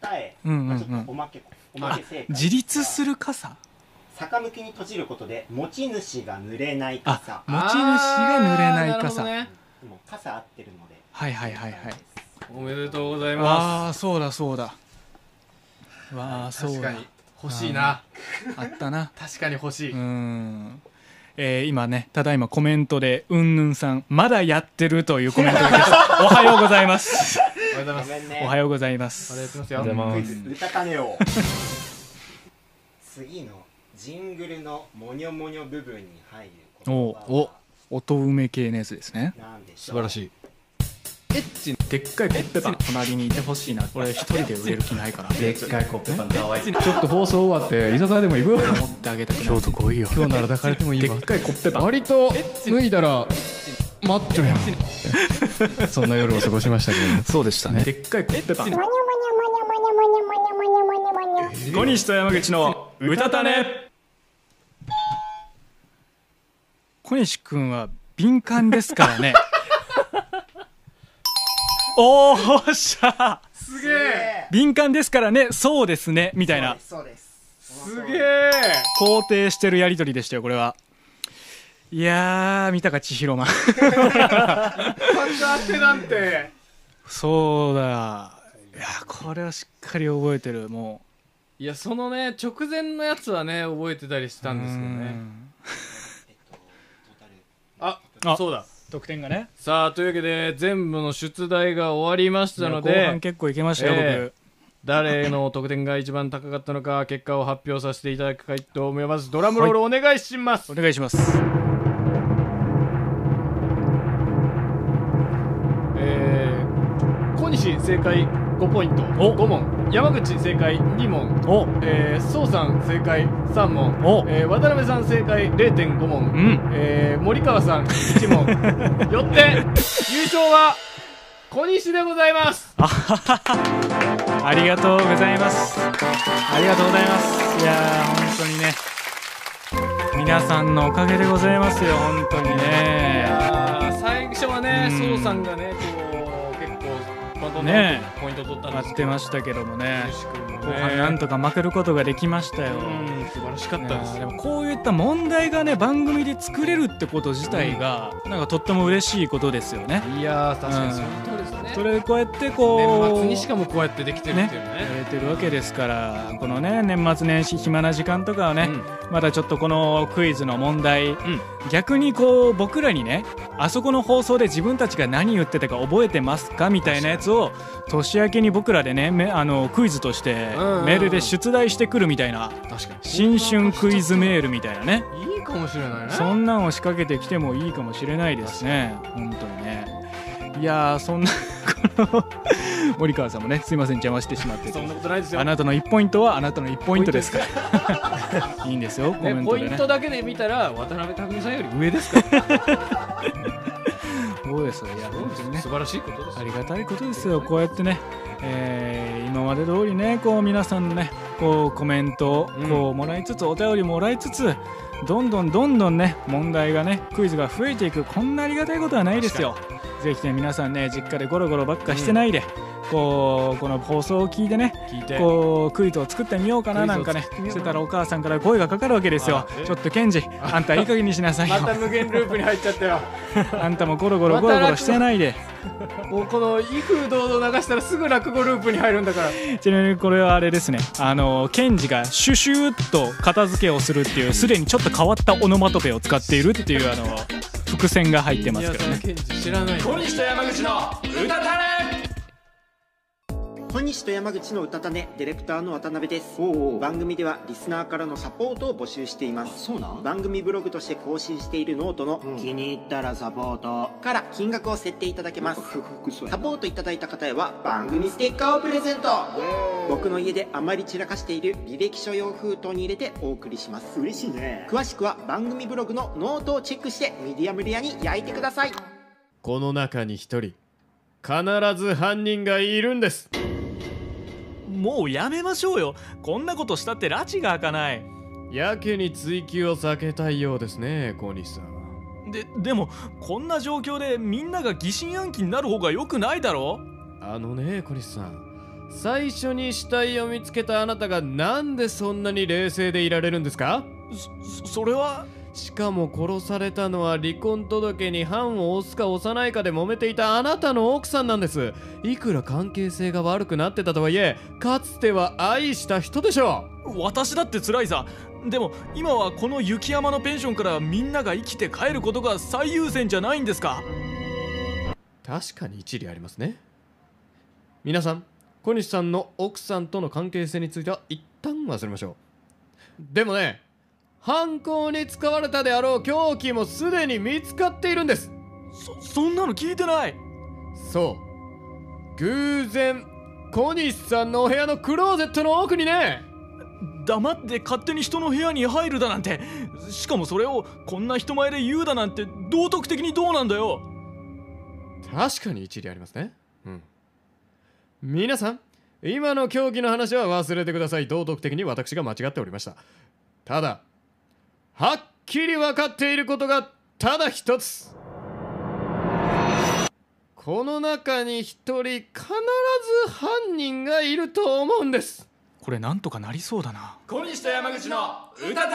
答え、
うんうんう
まあ
ん
ちょっとおまけおまけ正解
自立する傘
逆向きに閉じることで持ち主が濡れない
あ
傘
持ち主が濡れない傘
あーるほ
でも傘合ってるので
はいはいはいはい
どねおめでとうござい
わ
ま
あそうだそうだわあ
す
そう
確か
だ
に欲しいな
あったな
確かに欲しい、
うん、えー今ねただいまコメントでうんぬんさんまだやってるというコメントが来ました
[LAUGHS]
おはようございます
おはようござ
ご
います
めんね
おはようございま
あれやって
す
ますよ
おはようございます
クイズ歌かね
[LAUGHS]
よ次のジングルのモニョモニョ部分に入る言葉
おう音埋め系のやつですね
なんでし
素
ょう
晴らしい
でっかいコッペパン隣にいてほしいな俺一人で売れる気ないからでっかいコッペパンかわいい
ちょっと放送終わって居酒屋でも行くよ
持ってあげたく京都来いよ
今日なら抱かれてもいいわ
でっかいコッペパン
割と脱いだらマッチョやんそんな夜を過ごしましたけど
そうでしたねでっかいコッペパン小西と山口の歌たね小西くんは敏感ですからね [LAUGHS] おーっしゃ
すげえ
敏感ですからねそうですねみたいな
そうですそうです
すげえ
肯定してるやりとりでしたよこれはいやー見たか千 [LAUGHS] 尋マン
当てなんて
そうだいやこれはしっかり覚えてるもう
いやそのね直前のやつはね覚えてたりしたんですけど
う
ね
ん
あ
あ
そうだ
得点がね
さあというわけで全部の出題が終わりましたの
いや後
で
半結構いけましたよ、
え誰の得点が一番高かったのか結果を発表させていただきたいと思いますドラムロールお願いします、
僕お願いします
えー小西正解5ポイント5問山口正解2問
お
えー、宋さん正解3問
お、
えー、渡辺さん正解0.5問、
うん
えー、森川さん1問
[LAUGHS]
よって優勝は小西でございます
ありがとうございますありがとうございますいやー本当にね皆さんのおかげでございますよ本当に
い
ね
やー最初はね
うん
宋さんがねこう結構バトン
ね
のポイント取ったんで
や
す
っ
け
て
ど
ましたけどもね
西君も
後半なんとか負けることができましたよ
うん素晴らしかっ
い
た
や
で
ー
す
で
よ
もこういった問題がね番組で作れるってこと自体がなんかとっても嬉しいことですよね
いやー確か
う
に
ん
その通りですね
それでこうやってこう
年末にしかもこうやってできてるっていう
や
ね
れてるわけですからこのね年末年始暇な時間とかはね、
うん
まだちょっとこのクイズの問題、
ん
逆にこう僕らにねあそこの放送で自分たちが何言ってたか覚えてますかみたいなやつを年明けに僕らでねめあのクイズとして
うんうん
メールで出題してくるみたいな
確かに
新春クイズメールみたいなね
いいかもしれないね
そんなんを仕掛けてきてもいいかもしれないですね本当にねいやーそんなこの森川さんもねすいません邪魔してしまってて
そんなことないですよ
あなたの1ポイントはあなたの1ポイントですからいいんですよコメ
ね、
ン
ポ
ト
イ
で
ン
ね
トだけで見たら渡辺匠さんより上ですから
どうですい [LAUGHS] や本当にね
素晴らしいことです
ありがたいことですよこうやってね、えー今まで通りねこう皆さんのねこうコメントを
うん
こうもらいつつ、お便りもらいつつどんどんどんどんね問題がねクイズが増えていくこんなありがたいことはないですよぜひね皆さんね実家でゴロゴロばっかしてないで、こうこの放送を聞いてね
聞いて
こうクイズを作ってみようかななんかね
クイズを作ってみよう
してたらお母さんから声がかかるわけですよ
あえ
ちょっとケンジあんたいい加減にしなさいよ
[LAUGHS] また無限ループに入っちゃったよ
あんたもゴロゴロゴロゴロしてないで
もうこの「威風堂々」流したらすぐ落語ループに入るんだから
ちなみにこれはあれですねあのケンジがシュシューッと片付けをするっていうすでにちょっと変わったオノマトペを使っているっていうあの伏線が入ってますけどね
賢治知らない小西と山口の歌たれ
小西と山口の歌種ディレクターの渡辺です
おうおう
番組ではリスナーからのサポートを募集しています
そうなん
番組ブログとして更新しているノートの、
うん
気に入ったらサポートから金額を設定いただけますサポートいただいた方へは番組ステッカーをプレゼント僕の家であまり散らかしている履歴書用封筒に入れてお送りします
嬉しいね
詳しくは番組ブログのノートをチェックしてミディアムレアに焼いてください
この中に一人必ず犯人がいるんです
もうやめましょうよこんなことしたって拉致が開かない
やけに追及を避けたいようですね小西さん
ででもこんな状況でみんなが疑心暗鬼になる方がよくないだろ
あのね小西さん最初に死体を見つけたあなたがなんでそんなに冷静でいられるんですか
そそれは
しかも殺されたのは離婚届に判を押すか押さないかで揉めていたあなたの奥さんなんですいくら関係性が悪くなってたとはいえかつては愛した人でしょ
私だって辛いさでも今はこの雪山のペンションからみんなが生きて帰ることが最優先じゃないんですか
う確かに一理ありますね皆さん小西さんの奥さんとの関係性については一旦忘れましょうでもね犯行に使われたであろう凶器もすでに見つかっているんです
そそんなの聞いてない
そう偶然小西さんのお部屋のクローゼットの奥にね
黙って勝手に人の部屋に入るだなんてしかもそれをこんな人前で言うだなんて道徳的にどうなんだよ
確かに一理ありますねうん皆さん今の競技の話は忘れてください道徳的に私が間違っておりましたただはっきり分かっていることがただ一つこの中に一人必ず犯人がいると思うんです
これなんとかなりそうだな
小西と山口の歌たれ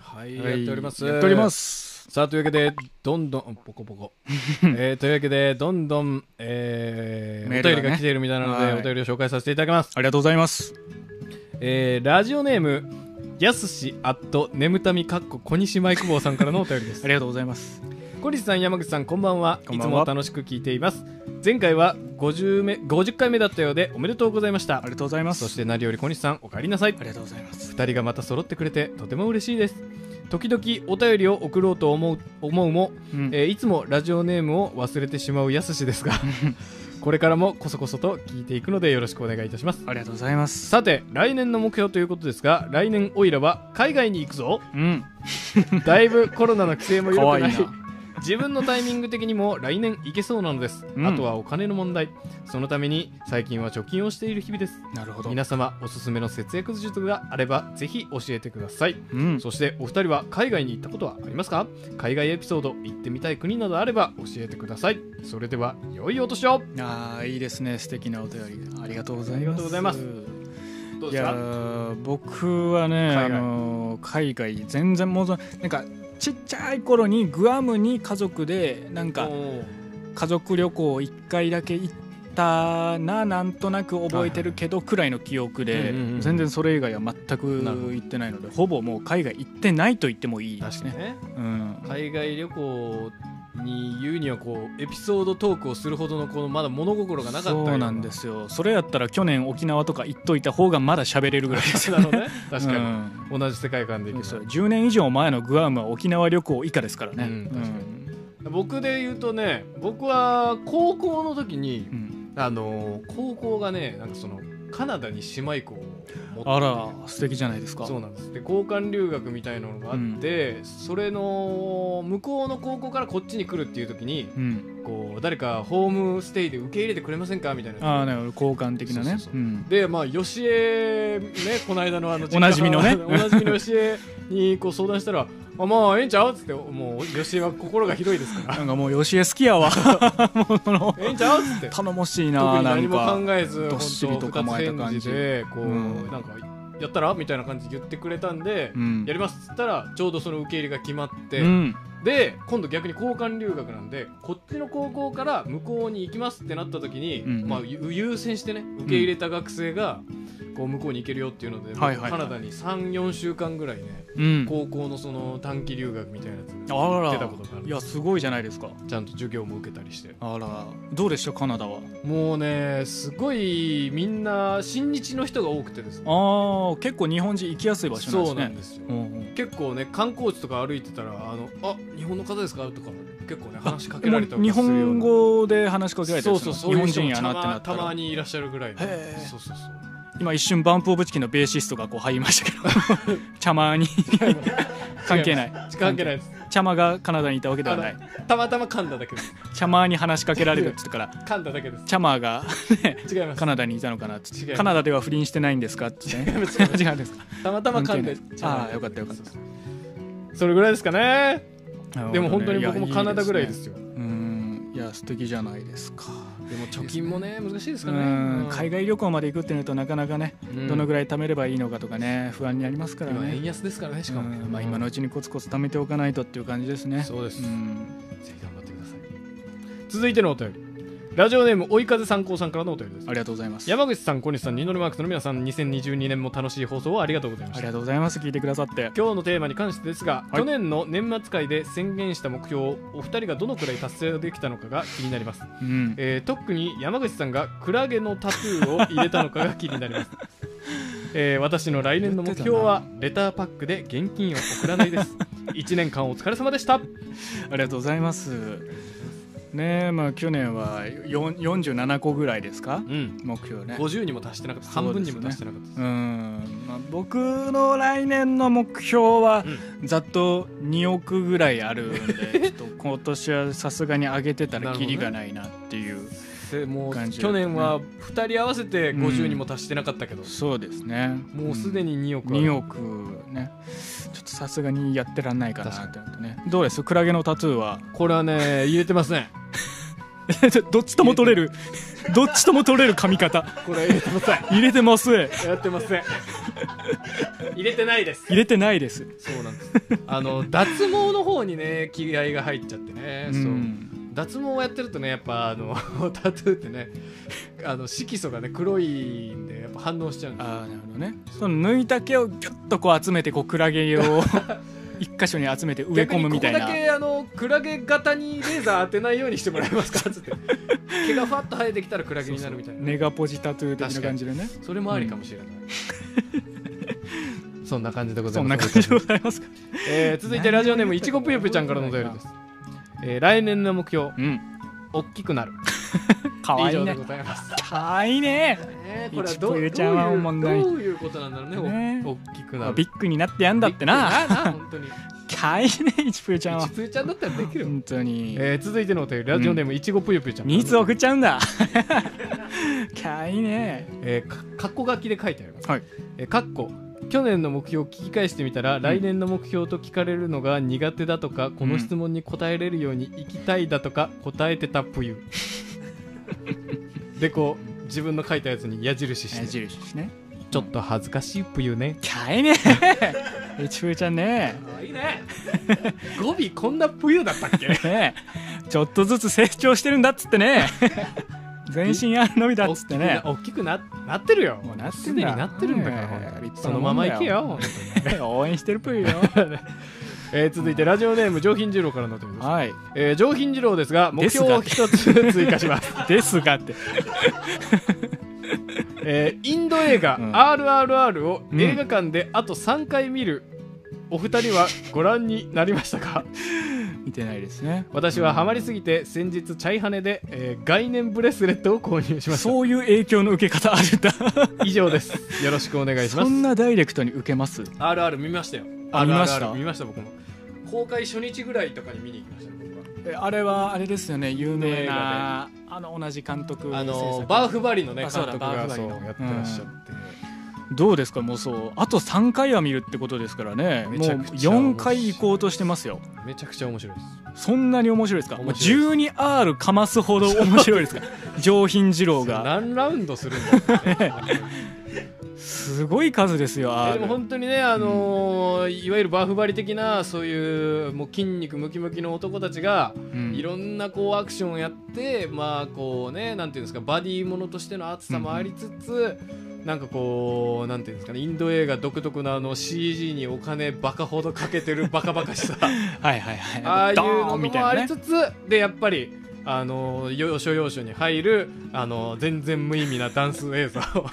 はい、やっております
やっております
さあというわけでどんどんポコポ [LAUGHS] コ、えーというわけでどんどん、えー
メー
お
ルがね
便りが来ているみたいなので、
はい
お便りを紹介させていただきます、
ありがとうございます
えーラジオネームやすしあっと眠たみかっこ小西舞久保さんからのお便りです
ありがとうございます
小西さん山口さんこんばんは
こんばん
い
は
つも楽しく聞いています前回は 50, 目50回目だったようでおめでとうございまし
あ
た
りがとうございます
そして何より小西さんお帰りなさい
ありがとうございます
2人がまた揃ってくれてとても嬉しいです時々お便りを送ろうと思う思うも、
うん
えーいつもラジオネームを忘れてしまうやすし
[LAUGHS]
ですがこれからもこそこそと聞いていくのでよろしくお願いいたします
ありがとうございます
さて来年の目標ということですが来年おいらは海外に行くぞ
[LAUGHS] うん
だいぶコロナの規制も緩くな
怖
い
いな
自分のタイミング的にも来年行けそうなのです、
うん
あとはお金の問題そのために最近は貯金をしている日々です
なるほど
皆様おすすめの節約術があればぜひ教えてください
うん
そしてお二人は海外に行ったことはありますか海外エピソード行ってみたい国などあれば教えてくださいそれでは良いお年を
あーいいですね素敵なお便りありがとうござ
あ
います
りがとうございますどう
い
です
や
か
ー僕はね
海外
海外,、あのー海外全然もうそなんかちっちゃい頃にグアムに家族でなんか
おー
家族旅行1回だけ行ったななんとなく覚えてるけどくらいの記憶で、
うんうんうん
全然それ以外は全く
なるほど
行ってないのでほぼもう海外行ってないと言ってもいいで
確
す
かに
ね。
ね
うん
海外旅行に言うにはこうエピソードトークをするほどのこのまだ物心がなかったよ
そうなんですよそれやったら去年沖縄とか行っといた方がまだ喋れるぐらい
[LAUGHS]
です
なるほどね確かに、
うん
同じ世界観でいけ
そ
そう
10年以上前のグアムは沖縄旅行以下ですからね、
うん確かに
うん
僕で言うとね [LAUGHS] 僕は高校の時に
うん
あのー高校がねなんかそのカナダに姉妹校を持って
あら素敵じゃないですか
そうなんですで交換留学みたいなのがあって、それの向こうの高校からこっちに来るっていう時に
うん、
こう誰かホームステイで受け入れてくれませんかみたいな
ああなるほど交換的な
そう
ね
そうそう
うん
でまあ吉江ねこの間のあの
[LAUGHS] おなじみのね
おなじみの [LAUGHS] 吉江にこう相談したら「あまあええんちゃう?」っつってもう吉江は心がひどいですか
[LAUGHS] なんかもう吉江好きやわもうその
ら「ええんちゃう?」っつって
頼もしい
特
な
に
な
何
ん
も
か
考えず
どっしりと
本当
構えた
二つ返
感
事
じ
でこう、
うん
なんか「やったら?」みたいな感じで言ってくれたんで、
うん
やりますっつったらちょうどその受け入れが決まって、
うん
で今度逆に交換留学なんでこっちの高校から向こうに行きますってなった時に、
うん
まあ、ゆ優先してね受け入れた学生がこう向こうに行けるよっていうので、
はいはいはい
カナダに34週間ぐらいね
うん
高校のその短期留学みたいなやつ
あ
行っ
ら
てたことがある
いやすごいじゃないですか
ちゃんと授業も受けたりして
あらどうでしたカナダは
もうねすごいみんな親日の人が多くてですね
ああ結構日本人行きやすい場所なんで
そ
す
う
ね
なんですよ、
うんうん
結構ね観光地とか歩いてたら「あのあ日本の方ですか?」とか結構ね話しかけられた
もう
り
日
とかするよう
本
な
語で話しかけられた
そ
り
う
す
そ
る
う
の
そう
日
いう人
本人
も
や
た
なってな
ま
ったら
たまにいらっしゃるぐらいの
へえ
そうそうそう
今一瞬バンプオブチキンのベーシストがこう入りました
[LAUGHS]
けど茶間に関係ない
関係ないです
茶間がカナダにいたわけではない
たまたま噛んだだけです
茶間に話しかけられるって言ったから
噛んだだけです
茶間がね
違います
カナダにいたのかなって言っ
違います
てカナダでは不倫してないんですかって言ってね違うんですか
たまたま噛んで
関係ないあーよかったよかった
そうそうそれぐらいですかねでも本当に
な
僕も
るほどね
カナダぐらいですよ
いやいいですねうんいや素敵じゃないですか
でも貯金もね難しいです
う
からね
ん海外旅行まで行くってなるとなかなかねどのぐ
らい
らい貯めればいいのかとかね不安になりますから
今円
ね
安ですからねしかも
うんまあ今のうちにコツコツ貯めておかないとっていう感じですね
そうです
ん
ぜひ頑張ってください続いてのお便りラジオネーム追い風参考さんからのお便りです
ありがとうございます。
山口さん小西さんニノルマークスの皆さん2022年も楽しい放送をありがとうございま
あ
し
り
た
がとうございます。聞いてくださって。
今日のテーマに関してですが、
はい
去年の年末会で宣言した目標をお二人がどのくらい達成できたのかが気になります、
うん。
えー特に山口さんがクラゲのタトゥーを入れたのかが気になり [LAUGHS] ますえー私の来年の目標はレターパックで現金を送らないです [LAUGHS] 1年間お疲れ様でした
ありがとうございます。ねえ、まあ去年は4 47個ぐらいですか
うん
目標ね。
50にも達してなかった
そ
半
うですね
分にも達してなかったです
うんまあ、僕の来年の目標はざっと2億ぐらいあるん
[LAUGHS]
でちょっと今年はさすがに上げてたらキリがないなっていう、
でもう
感じだ
去
ったね
年は2人合わせて50にも達してなかったけど、
そうですね
もうすでに2億ある
2億ねちょっとさすがにやってらんないかな
確
ってなってねどうですクラゲのタトゥーは
これはね入れてますね
[LAUGHS] どっちとも取れるどっちとも取れる髪型
[LAUGHS] これ入れてません
入れてま
[LAUGHS]
す
やってません入れてないです
入れてないです
そうなんですあの脱毛の方にね気合が入っちゃってね、
う
そうん脱毛をやってるとねやっぱあの [LAUGHS] タトゥーってね [LAUGHS] あの色素がね黒いんでやっぱ反応しちゃうんで
ああなるほどねその抜いた毛をギュッとこう集めてこうクラゲを
[LAUGHS]
一箇所に集めて植え込むみたいな
逆にここだけあのクラゲ型にレーザー当てないようにしてもらえます
[LAUGHS]
かつって毛がファッと生えてきたらクラゲになるみたいなそ
ネガポジタトゥー的な感じでね
れもありかもしれ
[LAUGHS]
ない、そんな感じでござ
そ
い
ん
ま
な
す
感じでございますか
えー続いてラジオネームいちごぷよぷよちゃんからのお便りです、えー来年の目標
うん
大きくなる
かわい
以
い
上で
ね
ございます
かわいいね
ね
これはどういちぷゆちゃんはおもんない
どういうことなんだろうねお
ね
大きくなる
ビッグになってやんだってな
びっくりだ本
[LAUGHS]
当に
かわいいねいちぷよちゃん
い
は
ちぷよちゃんだったらできるよ
本当に
えー続いてのお便りラジオネームいちごぷよぷよちゃん
ニーズ送っちゃう
[LAUGHS]
んだかわいいね
えーかかっこ書きで書いてあります、
はい
えーかっこ去年の目標を聞き返してみたら、来年の目標と聞かれるのが苦手だとかこの質問に答えれるように行きたいだとか答えてたぷ
[LAUGHS]
ゆでこう自分の書いたやつに矢印して
矢印ですね
ちょっと恥ずかしいぷゆね
かわいいねいちぷよちゃんね
いいね語尾こんなぷゆだったっけ
ねえちょっとずつ成長してるんだっつってね全身あるのみだっつってね
大きくな大きくななってるよ
もうなってんだ
すでになってるんだから、
ねえ
ほら
立
そ
派な
の
も
ま
んだ
ま
よ
いけよ、
応援してるぷよ
[LAUGHS] えー続いてラジオネーム上品二郎からのという
はい
えー、上品二郎ですが目標を一つ追加し [LAUGHS] ます、
ですがって
えーインド映画「
うん
RRR」を
うん
映画館であと3回見るお二人はご覧になりましたか
見てないですね
私はハマりすぎて先日チャイハネで、えー概念ブレスレットを購入しまし
そういう影響の受け方あるんだ
た以上ですよろしくお願いしま
そ
す
んなダイレクトに受けます
RR 見ましたよ
あ
RRR
見ました
見ました僕も公開初日ぐらいとかに見に行きましたね僕は
えあれはあれですよね有名
映画
なあの同じ監督
あ
制
の
作
バーフバリのね監
あそうだ
督
バー
が
フバ
そ
リ
う
の
やってらっしゃって、
どうですかもうそうあと3回は見るってことですからねも
め
う
ちゃくちゃ
4回行こうとしてますよ
めちゃくちゃ面白いです
そんなに面白いですかもう
面白い
12R かますほど面白いですか
[LAUGHS]
上品二郎が
何ラウンドするんだろうね
すごい数ですよ
いや
R
でも本当にね、あのーいわゆるバーフバリ的なそういうもう筋肉ムキムキの男たちが
うん
いろんなこうアクションをやってまあこうねなんていうんですかバディものとしての熱さもありつつ、なんかこうなんていうんですかねインド映画独特のあの CG にお金バカほどかけてるバカバカ
[LAUGHS]
しさ
はいはいはい
ああいう
ド
の
ーンみ
もあ
たい
り
なね
つつ、でやっぱりあのー要所要所に入るあのー全然無意味なダンス映
[LAUGHS]
像
あ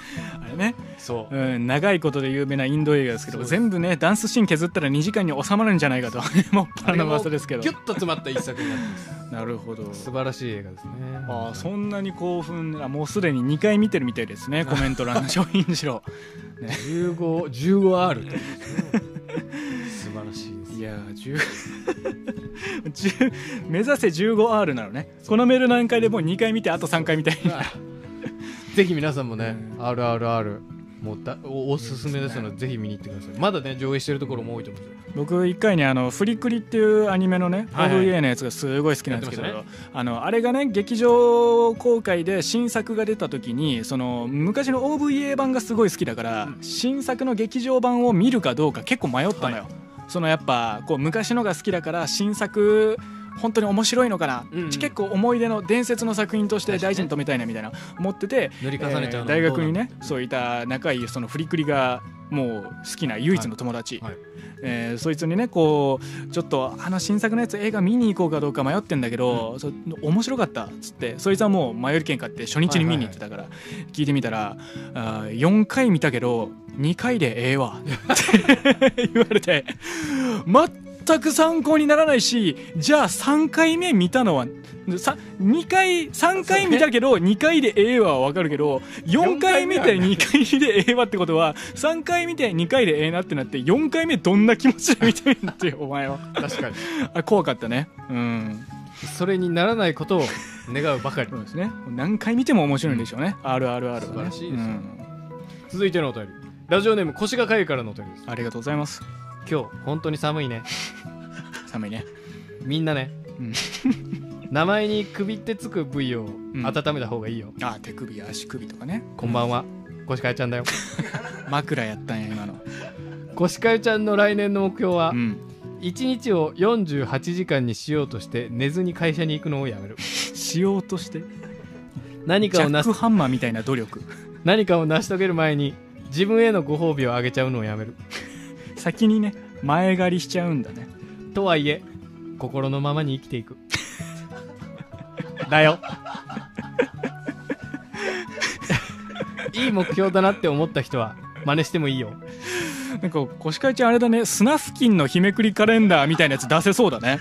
れね、
そう
うん、長いことで有名なインド映画ですけ
そう
ど
です
全部ねダンスシーン削ったら2時間に収まるんじゃないかともっぱらの噂ですけど
ギュッと詰まった一作になってます
なるほど
素晴らしい映画ですね
ああそんなに興奮あもうすでに2回見てるみたいですねコメント欄の上品
[LAUGHS]
二郎
15 15R という
[LAUGHS]
素晴らしいです
いやー10 10目指せ 15R なのねこのメール何回でもう2回見てあと3回みたいな
ぜひ皆さんもね
う
RRR もうだおおすすめですのでぜひ見に行ってくださいまだね上映してるところも多いと思うんですよ
僕一回ねあの「フリクリ」っていうアニメのね
はいはい
OVA のやつがすごい好きなんですけど、
やってま
あのあれがね劇場公開で新作が出た時にその昔の OVA 版がすごい好きだから、新作の劇場版を見るかどうか結構迷ったのよ。そのやっぱこう昔のが好きだから新作本当に面白いのかな、
うんうん
結構思い出の伝説の作品として大事に止めたいなみたいな思ってて、
塗り重ねちゃうのもどうなの
えー大学にねそういた仲いいそのフリクリがもう好きな唯一の友達、
はいはい
えーそいつにねこうちょっとあの新作のやつ映画見に行こうかどうか迷ってんだけど、そ面白かったっつってそいつはもう前より券買って初日に見に行ってたから、聞いてみたらあー4回見たけど2回でええわって [LAUGHS] 言われて全く参考にならないしじゃあ3回目見たのはさ2回3回見たけど2回でええわは分かるけど4回見て2回でええわってことは3回見て2回でええなってなって4回目どんな気持ちで見てるんだってよお前は
確かに
あ怖かったねうん
それにならないことを願うば
[LAUGHS]
かり
そうですね何回見ても面白いんでしょうね、RRR は、ね、
素晴らしいですよ
うん
続いてのお便りラジオネーム腰がかゆいからのお便りです
ありがとうございます
今日本当に寒いね
寒いね
みんなね、
うん
名前に首ってつく部位を
ん
温めた方がいいよ、
あ手首や足首とかね
こんばんは腰かえちゃんだよ
枕やったんや今の
腰かえちゃんの来年の目標は
うん
1日を48時間にしようとして寝ずに会社に行くのをやめる
しようとして
何
ジ
か
ャ
をな
ッ
す
クハンマーみたいな努力
何かを成し遂げる前に自分へのご褒美をあげちゃうのをやめる
先にね前借りしちゃうんだね
とはいえ心のままに生きていくだよいい目標だなって思った人は真似してもいいよ
なんか腰かえちゃんあれだねスナフキンの日めくりカレンダーみたいなやつ出せそうだね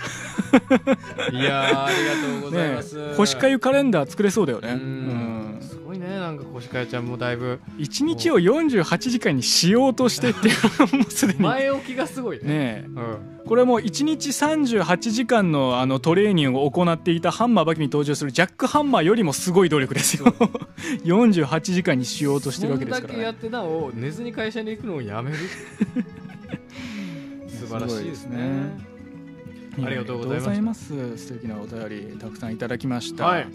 いやーありがとうござい
ね
ます、
腰かゆカレンダー作れそうだよね
う
うんん
すごいねなんか腰かえちゃんもだいぶ
一日を48時間にしようとしてっていうのもうすでにね
前置きがすごいね
え
うん、
これはもう1日38時間のあのトレーニングを行っていたハンマーバキに登場するジャックハンマーよりもすごい努力ですよ [LAUGHS] 48時間にしようとしてるわけですから
そんだけや
ね
ってなお寝ずに会社に行くのをやめる [LAUGHS] 素晴らしいですね
や
ありがとうございました
ありがとうございます素敵なお便りたくさんいただきました
はい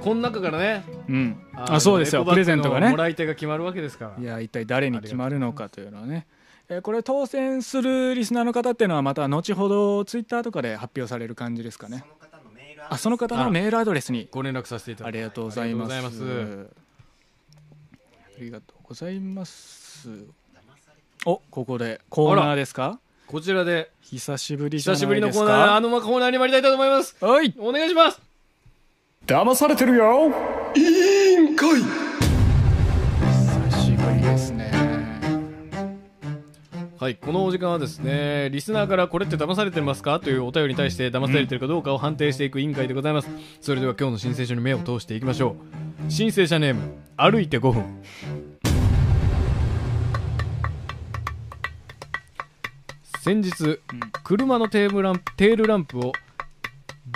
この中からね
うん
あの
あそうですよ
エコバ
プ
ッグ
レゼントがね
のもらい手が決まるわけですから
いや一体誰に決まるのかというのはね、えーこれ当選するリスナーの方っていうのはまた後ほどツイッターとかで発表される感じですかねあその方のメールアドレスに
ご連絡させていただ
あ
き
りがとうございます
ありがとうございま
ありがとうございますおここでコーナーですか
こちらで
久しぶりじゃ
久
な
しぶり
い
の
です
コーナーあ
か
のコーナーに参りたいと思います
はい
お願いします
騙されてるよ
久しぶりですね
はいこのお時間はですねリスナーからこれって騙されてますかというお便りに対して騙されてるかどうかを判定していく委員会でございますそれでは今日の申請書に目を通していきましょう申請者ネーム歩いて5分先日車のテーブルランプテールランプを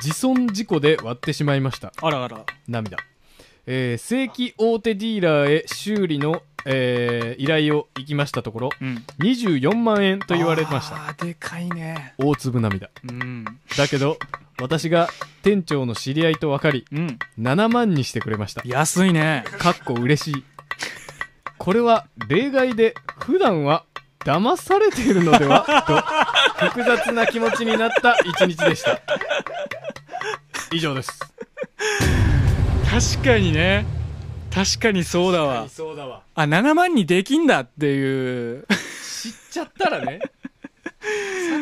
自損事故で割ってしまいました
あらあら
涙、えー正規大手ディーラーへ修理の、えー依頼を行きましたところ
うん
24万円と言われました
あーでかいね
大粒涙
うん
だけど私が店長の知り合いと分かり
うん
7万にしてくれました
安いね
かっこ嬉しいこれは例外で普段は騙されているのではと複雑な気持ちになった一日でした以上です
確かにね確かにそうだわ
そうだわ
あ7万にできんだっていう
知っちゃったらねさ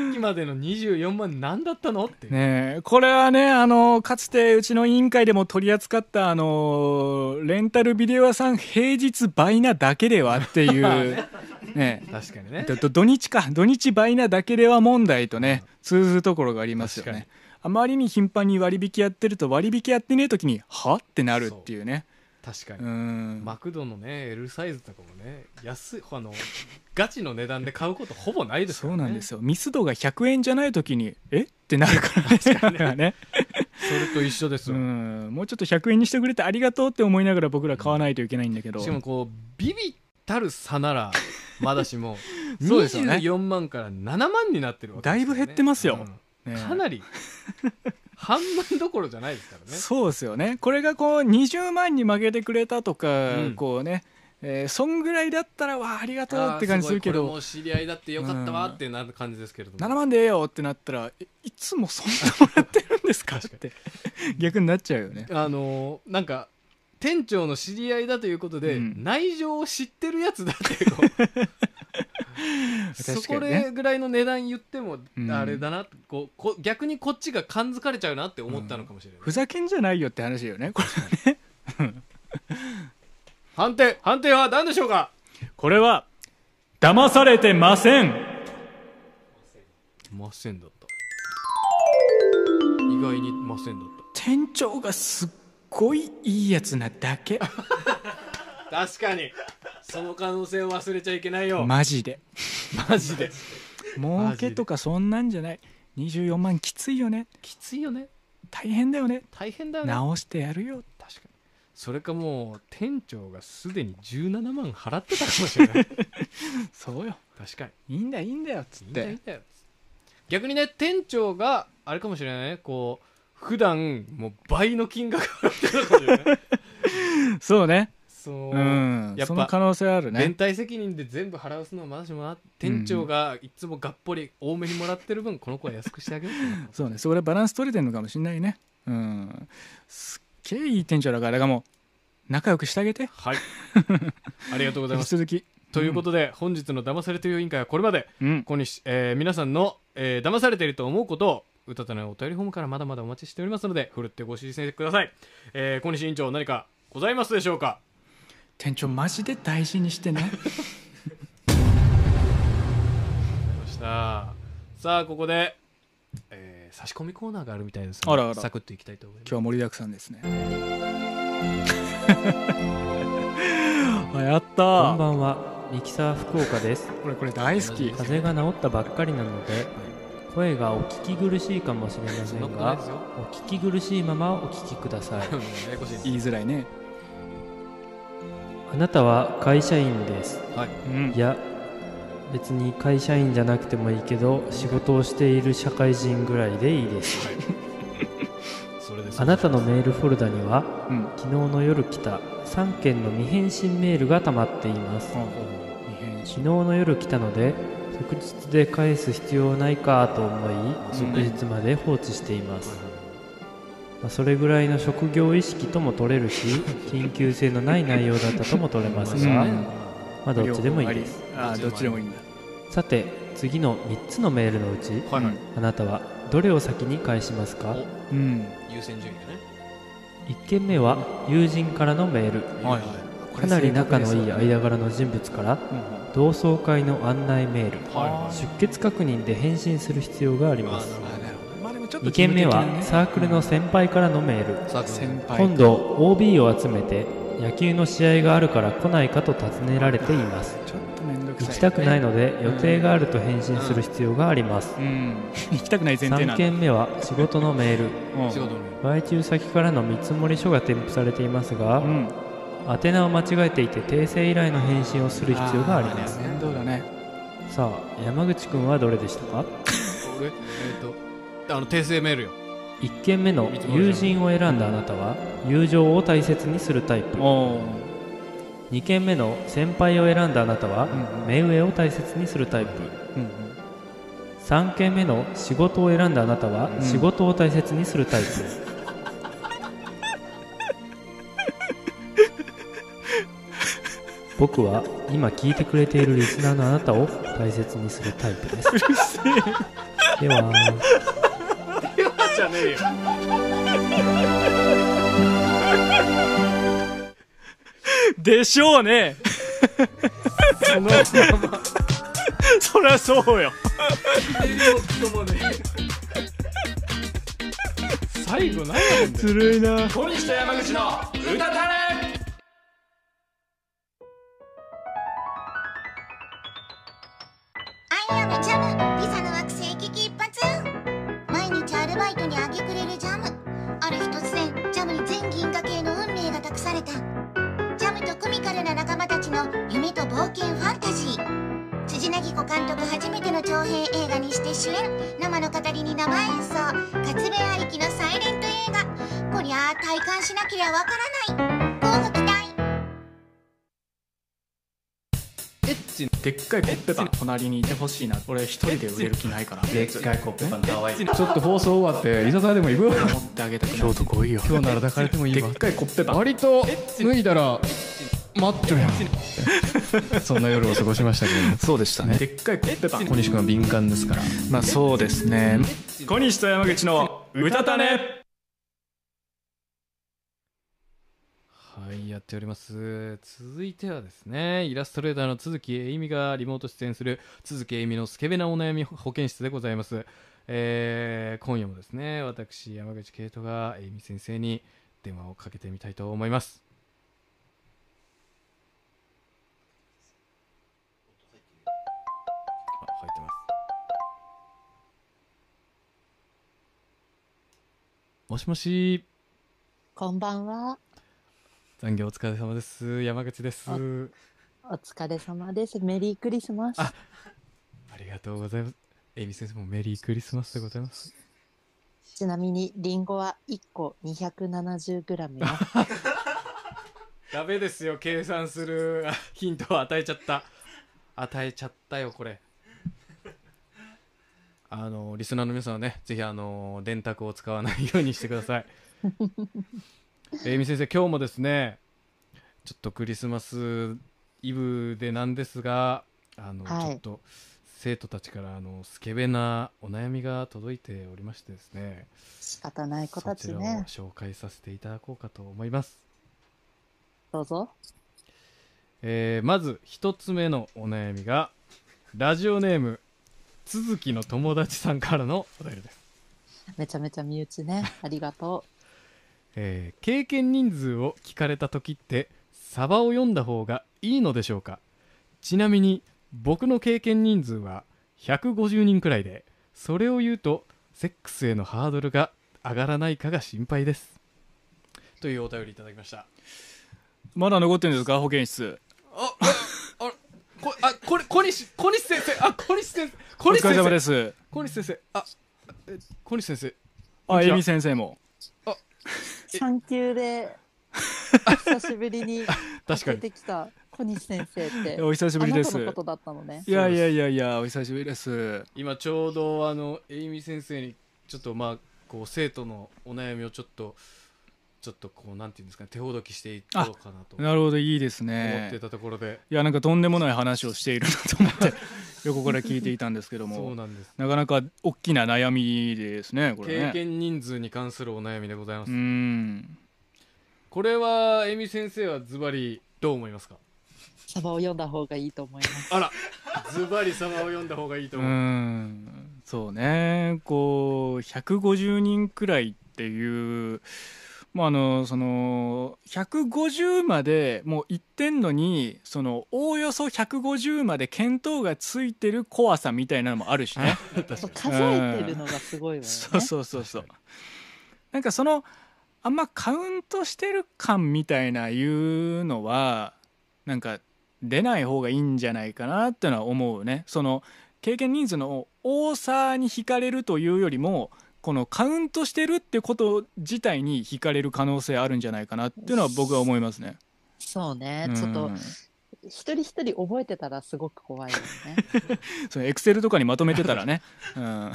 っきまでの24万何だったのって
ねえこれはねあのかつてうちの委員会でも取り扱ったあのレンタルビデオ屋さん平日倍なだけで [LAUGHS] はっていうね
確かに
え
ね
とと土日か土日倍なだけでは問題とね通ずるところがありますよ
確か
ねあまりに頻繁に割引やってると割引やってねえ時にはってなるっていうね
確か
う
に、
ん
マクドのね L サイズとかもね安いあのガチの値段で買うことほぼないですか
そ
ら
う
ね
なんですよミス度が100円じゃない時にえってなるからねだからね
[LAUGHS] それと一緒です
う
よ、
んもうちょっと100円にしてくれてありがとうって思いながら僕ら買わないといけないんだけど、
しかもこうビビたる差ならまだしも
[LAUGHS] そうですよね
24万から7万になってるわけ
だいぶ減ってますよね
かなり半分どころじゃないですからね
そうですよねこれがこう20万に負けてくれたとか、
うん
こうね、えーそんぐらいだったらわあありがとうって感じするけ
あーごいこれ
ど
も知り合いだってよかったわってなる感じですけれども
7万でええよってなったらえいつもそんなもらってるんですかって [LAUGHS] 逆になっちゃうよね
あのーなんか店長の知り合いだということで、
うん
内情を知ってるやつだってこ [LAUGHS] うそこ
確かにね
れぐらいの値段言っても
うん
あれだな、こうこ逆にこっちが感づかれちゃうなって思ったのかもしれない、
ふざけんじゃないよって話よねこれ
判定判定は何でしょうか
これは騙されてません
ませんだった意外にませんだっ
店長がすっごいいいやつなだけ
た確かにその可能性を忘れちゃいけないよ、
マジで
マジで
儲けとかそんなんじゃない24万きついよね
きついよね
大変だよね
大変だよね
直してやるよ
確かにそれかもう店長がすでに17万払ってたかもしれない
[LAUGHS] そうよ
確かに
いいんだいいんだよっつっ
いいんだよいい
て
んだよ逆にね店長があれかもしれないねこう普段もう倍の金額払ってるかもしれない
[LAUGHS] そうね
そうの
ん
やっ
その
ぱ
可能性ある
連
ね
帯責任で全部払わすのはまだしもな店長がいつもがっぽり多めにもらってる分この子は安くしてあげようか
[LAUGHS]
な
そうねそこでバランス取れてるのかもしんないねうんすっげえいい店長だからだからもう仲良くしてあげて
はいありがとうござい
引
ま
き
す
続き
ということで本日の騙されてる委員会はこれまで
うん
小西、えー皆さんの、えー騙されていると思うことを歌たないお便りフォームからまだまだお待ちしておりますのでふるってご指示ください、えー小西委員長何かございますでしょうか
店長マジで大事にして [LAUGHS] ね
わかりましたさあここで、えー差し込みコーナーがあるみたいですの
あ
で
らあら
サクッといきたいと思います
今日は盛りだくさんですね [LAUGHS]
こん
あやっ
ば
た
んはミキサー福岡です
これこれ大好き
風邪が治ったばっかりなので声がお聞き苦しいかもしれませ
そんなこ
ん
とないで
が
すよ
お聞き苦しいままお聞きください
ややこしいです
言いづらいね
あなたは会社員です
うん
いや別に会社員じゃなくてもいいけど仕事をしている社会人ぐらいでいいです
それです
あなたのメールフォルダには
うん
昨日の夜来た3件の未返信メールが溜まっています
うん
昨日の夜来たので即日で返す必要ないかと思い
ん
翌日まで放置しています、まあ、それぐらいの職業意識とも取れるし
[LAUGHS]
緊急性のない内容だったとも取れますが、
うん
まあ、どっちでもいいです
ああどっちでもいいんだ
さて次の3つのメールのうち
はいはい
あなたはどれを先に返しますか
うん
優先順位がね
1件目は友人からのメール
はいはい
かなり仲のいい間柄の人物から
うん
同窓会の案内メール
はいは
出欠確認で返信する必要があります
あなるほどまあでもちょっと
2件目
義務
は
的
サークルの先輩からのメール
なね先輩
今度 OB を集めて野球の試合があるから来ないかと尋ねられています
ちょっと面倒く
行
さい
きたくないので予定があると返信する必要があります
うん [LAUGHS] 行きたくない前提な
3
んだ
件目は仕事のメール
うん
仕事の
外注先からの見積書が添付されていますが
うん
宛名を間違えていて訂正依頼の返信をする必要があります
ー面倒だね
さあ山口君はどれでしたか
俺えっ、とあの訂正メールよ
1件目の友人を選んだあなたは友情を大切にするタイプ
お
2件目の先輩を選んだあなたは
うん
目上を大切にするタイプ3件目の仕事を選んだあなたは
うん
仕事を大切にするタイプ僕は今聞いてくれているリスナーのあなたを大切にするタイプですでは
じゃねえよ
でしょうね
そのまま
そりゃそうよ
最後何やねんだよ
ずるいな
小西と山口の歌たれ
アイアムジャムピザの惑星危機一発毎日アルバイトにあげくれるジャムある日突然ジャムに全銀河系の運命が託されたジャムとコミカルな仲間たちの夢と冒険ファンタジー辻凪子監督初めての長編映画にして主演生の語りに生演奏勝部ありきのサイレント映画こりゃあ体感しなきゃわからない乞うご期待
でっかいコッペパン隣にいてほしいな俺一人で売れる気ないからでっかいコッペパン可愛い
ちょっと放送終わって居酒屋でも行く
持ってあげたく京都来いよ
今日なら抱かれてもいいわ
でっかいコッペパン
割と脱いだらマッチョやん [LAUGHS] そんな夜を過ごしましたけど [LAUGHS]
そうでしたねでっかいコッペパン
小西君は敏感ですから
まあそうですね小西と山口の歌たね
はいやっております続いてはですねイラストレーターの都築えいみがリモート出演する都築えいみのスケベなお悩み保健室でございます、えー今夜もですね私山口圭人がえいみ先生に電話をかけてみたいと思いますあ入ってますもしもし
こんばんは。
残業お疲れ様です山口です
あお疲れ様です。メリークリスマス。
ありがとうございます。エイミ先生もメリークリスマスでございます。
ちなみにリンゴは1個 270g よ。
ダメですよ計算する [LAUGHS] ヒントを与えちゃった与えちゃったよこれあのリスナーの皆さんはねぜひあの電卓を使わないようにしてください [LAUGHS] えーみ先生今日もですねちょっとクリスマスイブでなんですがあの、
はい
ちょっと生徒たちからあのスケベなお悩みが届いておりましてですね
仕方ない子
そ
た
ち
ち
らを
ね。
紹介させていただこうかと思います
どうぞ。
えーまず一つ目のお悩みがラジオネーム続きの友達さんからのお便りです、
めちゃめちゃ身内
[LAUGHS]
ね。ありがと
えー経験人数を聞かれた時ってサバを読んだ方がいいのでしょうかちなみに僕の経験人数は150人くらいでそれを言うとセックスへのハードルが上がらないかが心配ですというお便りいただきました
まだ残ってるんですか保健室
こあこれ小西小西先生あ小西先生小
お
西
疲
先
れ様
生
です
小西先生あえ小西先生
あえみ
生
先生も
う。産
[LAUGHS]
休で久しぶりに
確かに
出てきた小西先生って。
お久しぶりです
あの子のことだったのね。
いやいやいやいやお久しぶりです
今ちょうどあのえいみ先生にちょっとまあこう生徒のお悩みをちょっとちょっとこうなんていうんですかね手ほどきしていこうかなと
なるほどいいです
思っ
ね
てたところで
いやなんかとんでもない話をしているなと思って [LAUGHS] 横から聞いていたんですけども
[LAUGHS] そうなんです
なかなか大きな悩みですねこれ
経
ね
験人数に関するお悩みでございます、
うん
これはえいみ先生はズバリどう思いますか
サバを読んだ方がいいと思います。
あらズバリ様を読んだ方がいいと
う
思う、
んそうねこう150人くらいっていうまああのその150までもういってんのにそのおおよそ150まで見当がついてる怖さみたいなのもあるしね
そう数えてるのがすごいわよね。
そうそうそうそうなんかそのあんまカウントしてる感みたいないうのはなんか出ない方がいいんじゃないかなってのは思うねその経験人数の多さに惹かれるというよりもこのカウントしてるってこと自体に惹かれる可能性あるんじゃないかなっていうのは僕は思いますね。
そうね。ちょっ
う
と
ん
一人一人覚えてたらすごく怖いよね。
そのエクセルとかにまとめてたらね。
[LAUGHS]
うん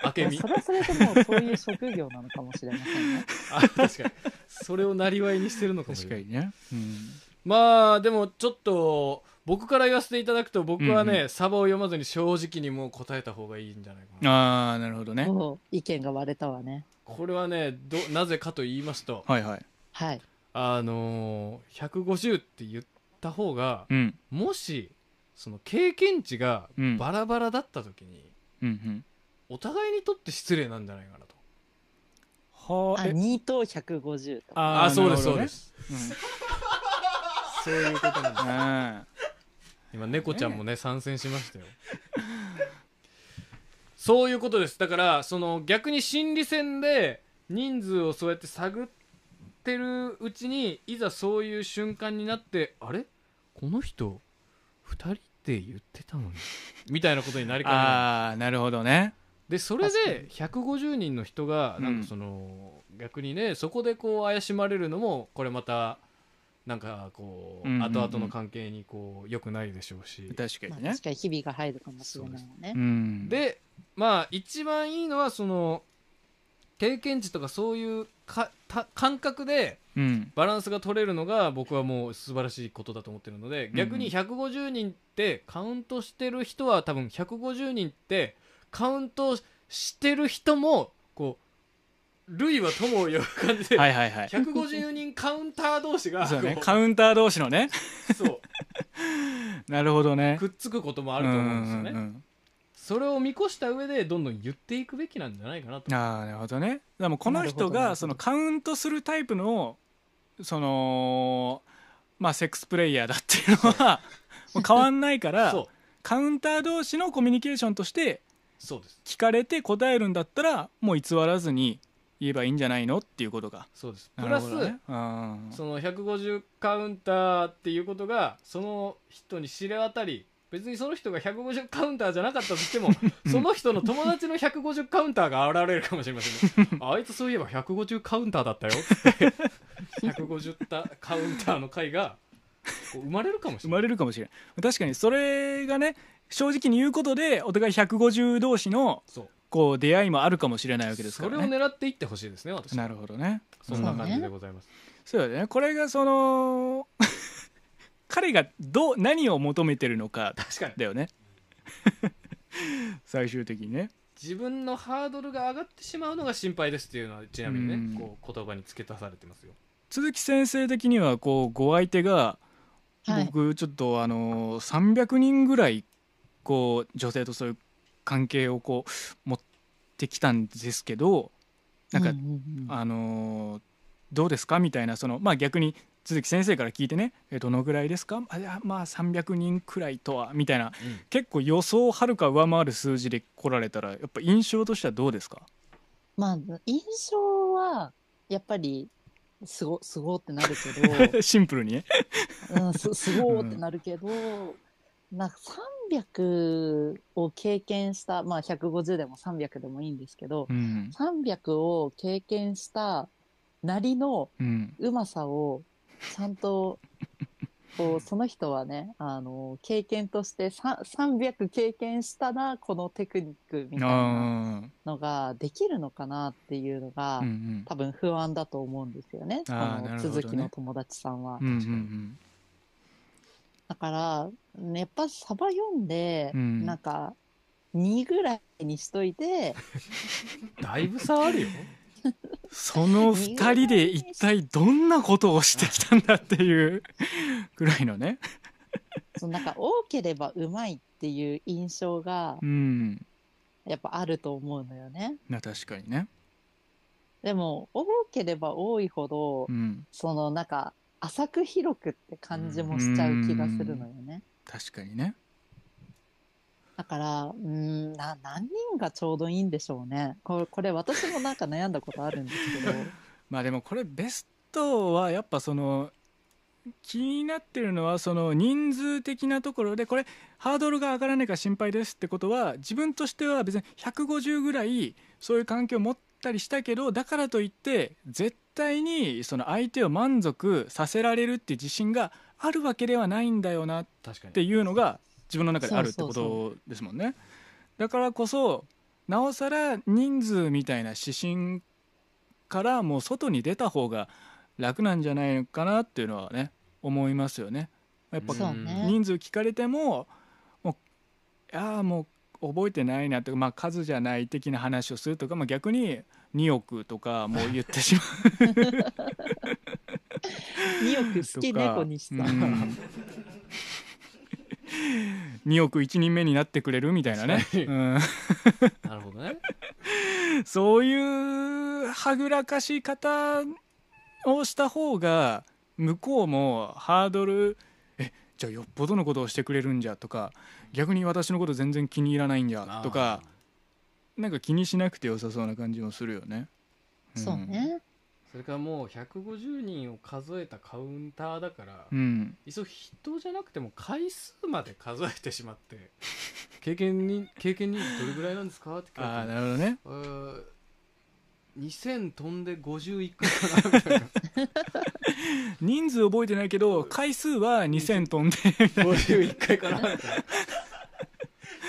あけみ
それはそれでもうそういう職業なのかもしれませんね。
あ確かにそれをなりわいにしてるのかもしれ
確
な
かに
い
ね。うん
まあでもちょっと僕から言わせていただくと僕はね、
うんう
サバを読まずに正直にもう答えた方がいいんじゃないかな
ああなるほどね。
[LAUGHS] もう意見が割れたわね。
これはねどなぜかと言いますと
はいはい。
はい。
あのー150って言った方が
うん
もしその経験値が
うん
バラバラだった時に、
うんうん。
お互いにとって失礼なんじゃないかなと
は
あ、2等150と。
ああそうですそうで。す、
そういうことなんだ。
今猫ちゃんもね参戦しましたよそういうことですだからその逆に心理戦で人数をそうやって探ってるうちにいざそういう瞬間になってあれこの人2人って言ってたのにみたいなことになりかねない
ああ、なるほどね。
でそれで150人の人がなんかその、逆にねそこでこう怪しまれるのもこれまたなんかこう、
うんうんうん
後々の関係にこう良くないでしょうし
確か
ま
にね
あ、確。かに日々が入るかもしれないわね
う。ん。、
でまあ一番いいのはその経験値とかそういうかた感覚で
うん。
バランスが取れるのが僕はもう素晴らしいことだと思ってるので
ん
逆に150人ってカウントしてる人は多分150人ってカウントしてる人もこう類は友を呼ぶ感じで、
はいはいはい。
150人カウンター同士が
そうね。
こう
カウンター同士のね。
そう
なるほどね。
くっつくこともあると思うんですよね。
んん
それを見越した上でどんどん言っていくべきなんじゃないかなと
うん。ああ、なるほどね。でもこの人
なるほどなるほ
が
ど
そのカウントするタイプのそのまあセックスプレイヤーだっていうのはもう変わんないか
そう
ら、カウンター同士のコミュニケーションとして
そうです
聞かれて答えるんだったらもう偽らずに言えばいいんじゃないのっていうことが
そうですプラス、
なるほどねうん
その150カウンターっていうことがその人に知れ渡り別にその人が150カウンターじゃなかったとして
[LAUGHS]
もその人の友達の150カウンターが現れるかもしれませ
[LAUGHS]
ん、ね、あいつそういえば150カウンターだったよっつって150たカウンターの回がこう生まれるかもし
生まれるかもしれない確かにそれがね正直に言うことでお互い150同士の
そう
こう出会いもあるかもしれないわけ
れな
で
い
すか
それ
ら
を
ね
狙っていってほしいですね私
なるほどね
そんな感じでございます、
そうだねこれがその [LAUGHS] 彼がどう何を求めてるのか
確かに
だよね [LAUGHS] 最終的にね
自分のハードルが上がってしまうのが心配ですっていうのはちなみにね、
うん
こう言葉に付け足されてますよ
鈴木先生的にはこうご相手が、僕ちょっとあのー300人ぐらいこう女性とそういう関係をこう持ってきたんですけどなんか、あのーどうですかみたいなそのまあ逆に鈴木先生から聞いてねえどのぐらいですかあいやまあ300人くらいとはみたいな、結構予想をはるか上回る数字で来られたらやっぱ印象としてはどうです
[LAUGHS]
か
まあ、印象は、やっぱり、すご、すごってなるけ
シンプルにね。 [LAUGHS]
ど、うん、す、すごーってなるけど、なんか300を経験した、まあ150でも300でもいいんですけど、
うん
300を経験したなりの
うん
うまさを、ちゃんと、こう、その人はね、あの、経験としてさ300経験したな、このテクニックみたいな。
あー
のができるのかなっていうのが、
うんうん
多分不安だと思うんですよねそ
あーな
の
るほどね
続きの友達さんは。
うんうん
だから、ね、やっぱサバ読んで、
うん
なんか2ぐらいにしといて
だいぶ差あるよ
その2人で一体どんなことをしてきたんだっていうぐらいのね。
そのなんか多ければうまいっていう印象が
うん。
やっぱあると思うのよね。
な確かにね。
でも多ければ多いほど、
うん。
そのなんか浅く広くって感じもしちゃう気がするのよね。
確かにね。
だから、うーん、な、何人がちょうどいいんでしょうね。これ、これ私もなんか悩んだことあるんですけど。
まあでもこれベストはやっぱその気になってるのはその人数的なところでこれハードルが上がらないか心配ですってことは自分としては別に150ぐらいそういう環境を持ったりしたけどだからといって絶対にその相手を満足させられるっていう自信があるわけではないんだよなっ
[LAUGHS] 確かに
ていうのが自分の中であるってこ
そうそう
とですもんね。だからこそなおさら人数みたいな指針からもう外に出た方が楽なんじゃないのかなっていうのはね思いますよね。やっぱ
そうね
人数聞かれてももうああもう覚えてないなとか、まあ、数じゃない的な話をするとか、まあ、逆に2億とかもう言ってしま
2億好きね
とか、
小西さん。
うんう2億1人目になってくれるみたいなね。うん
なるほどね
そういうはぐらかし方をした方が向こうもハードルえじゃあよっぽどのことをしてくれるんじゃとか逆に私のこと全然気に入らないんじゃとかなんか気にしなくて良さそうな感じもするよね。
そうね。
それからもう150人を数えたカウンターだから、
うん
いっそ人じゃなくても回数まで数えてしまって経験に [LAUGHS] 経験にどれぐらいなんですかって聞
ああー
いて
なるほどね。
えー2000飛んで51回かなみたいな
人数覚えてないけど回数は2,000飛んでみたいな
51
[LAUGHS]
回かなみたいな。ね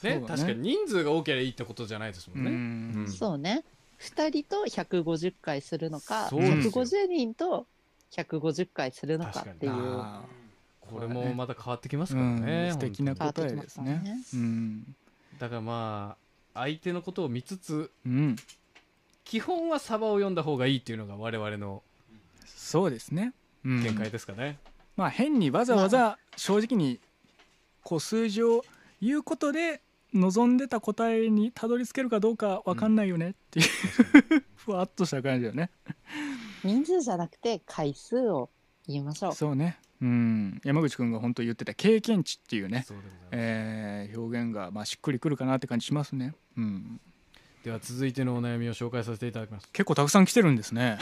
そうだね
確かに人数が多ければいいってことじゃないですもんね。うん
そうね。2人と150回するのか、
そうですよ
150人と150回するのかっていう。
あ
ーこれもまた変わってきますからね、
うん素敵な
本当に
答えですね変わってきますからねうん
だからまあ相手のことを見つつ、
うん
基本はサバを読んだ方がいいっていうのが我々の
そうですね。うん
見解ですかね、
まあ変にわざわざ正直にこう数字を言うことで望んでた答えにたどり着けるかどうかわかんないよねっていう、 [LAUGHS] ふわっとした感じだよね。
人数じゃなくて回数を言いましょう。
そうね。うん、山口君が本当言ってた経験値っていうねえー表現がまあしっくりくるかなって感じしますね。うん、
では続いてのお悩みを紹介させていただきます
結構たくさん来てるんですね。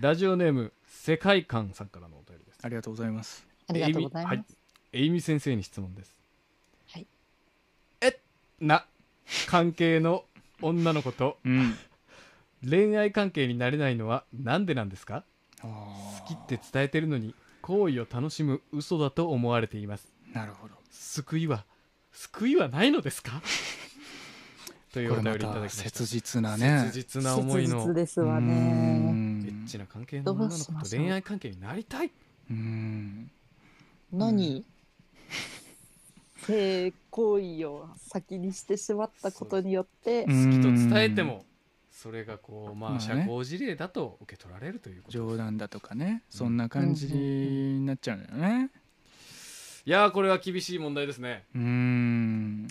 ラジオネーム世界観さんからのお便りです
ありがとうございます
ありがとうございま
え
す
びはい
えいみ先生に質問です
はい
えな関係の女の子と、恋愛関係になれないのはなんでなんですか好きって伝えてるのに行為を楽しむ嘘だと思われています
なるほど
救いは救いはないのです
[LAUGHS]
かというお
これ
便り
ま
いただきま
た
した
切実なね
切実な思いの
切実ですわね
うーんエッチな関係の女の
どうし
子
ま
と
しょう
恋愛関係になりたい
うん
何、性行為を先にしてしまったことによって
好きと伝えてもそれがこうま
まあ
あ
ね
社交辞令だと受け取られるということ
冗談だとかねそんな感じになっちゃうんだよね
いやーこれは厳しい問題ですね
うん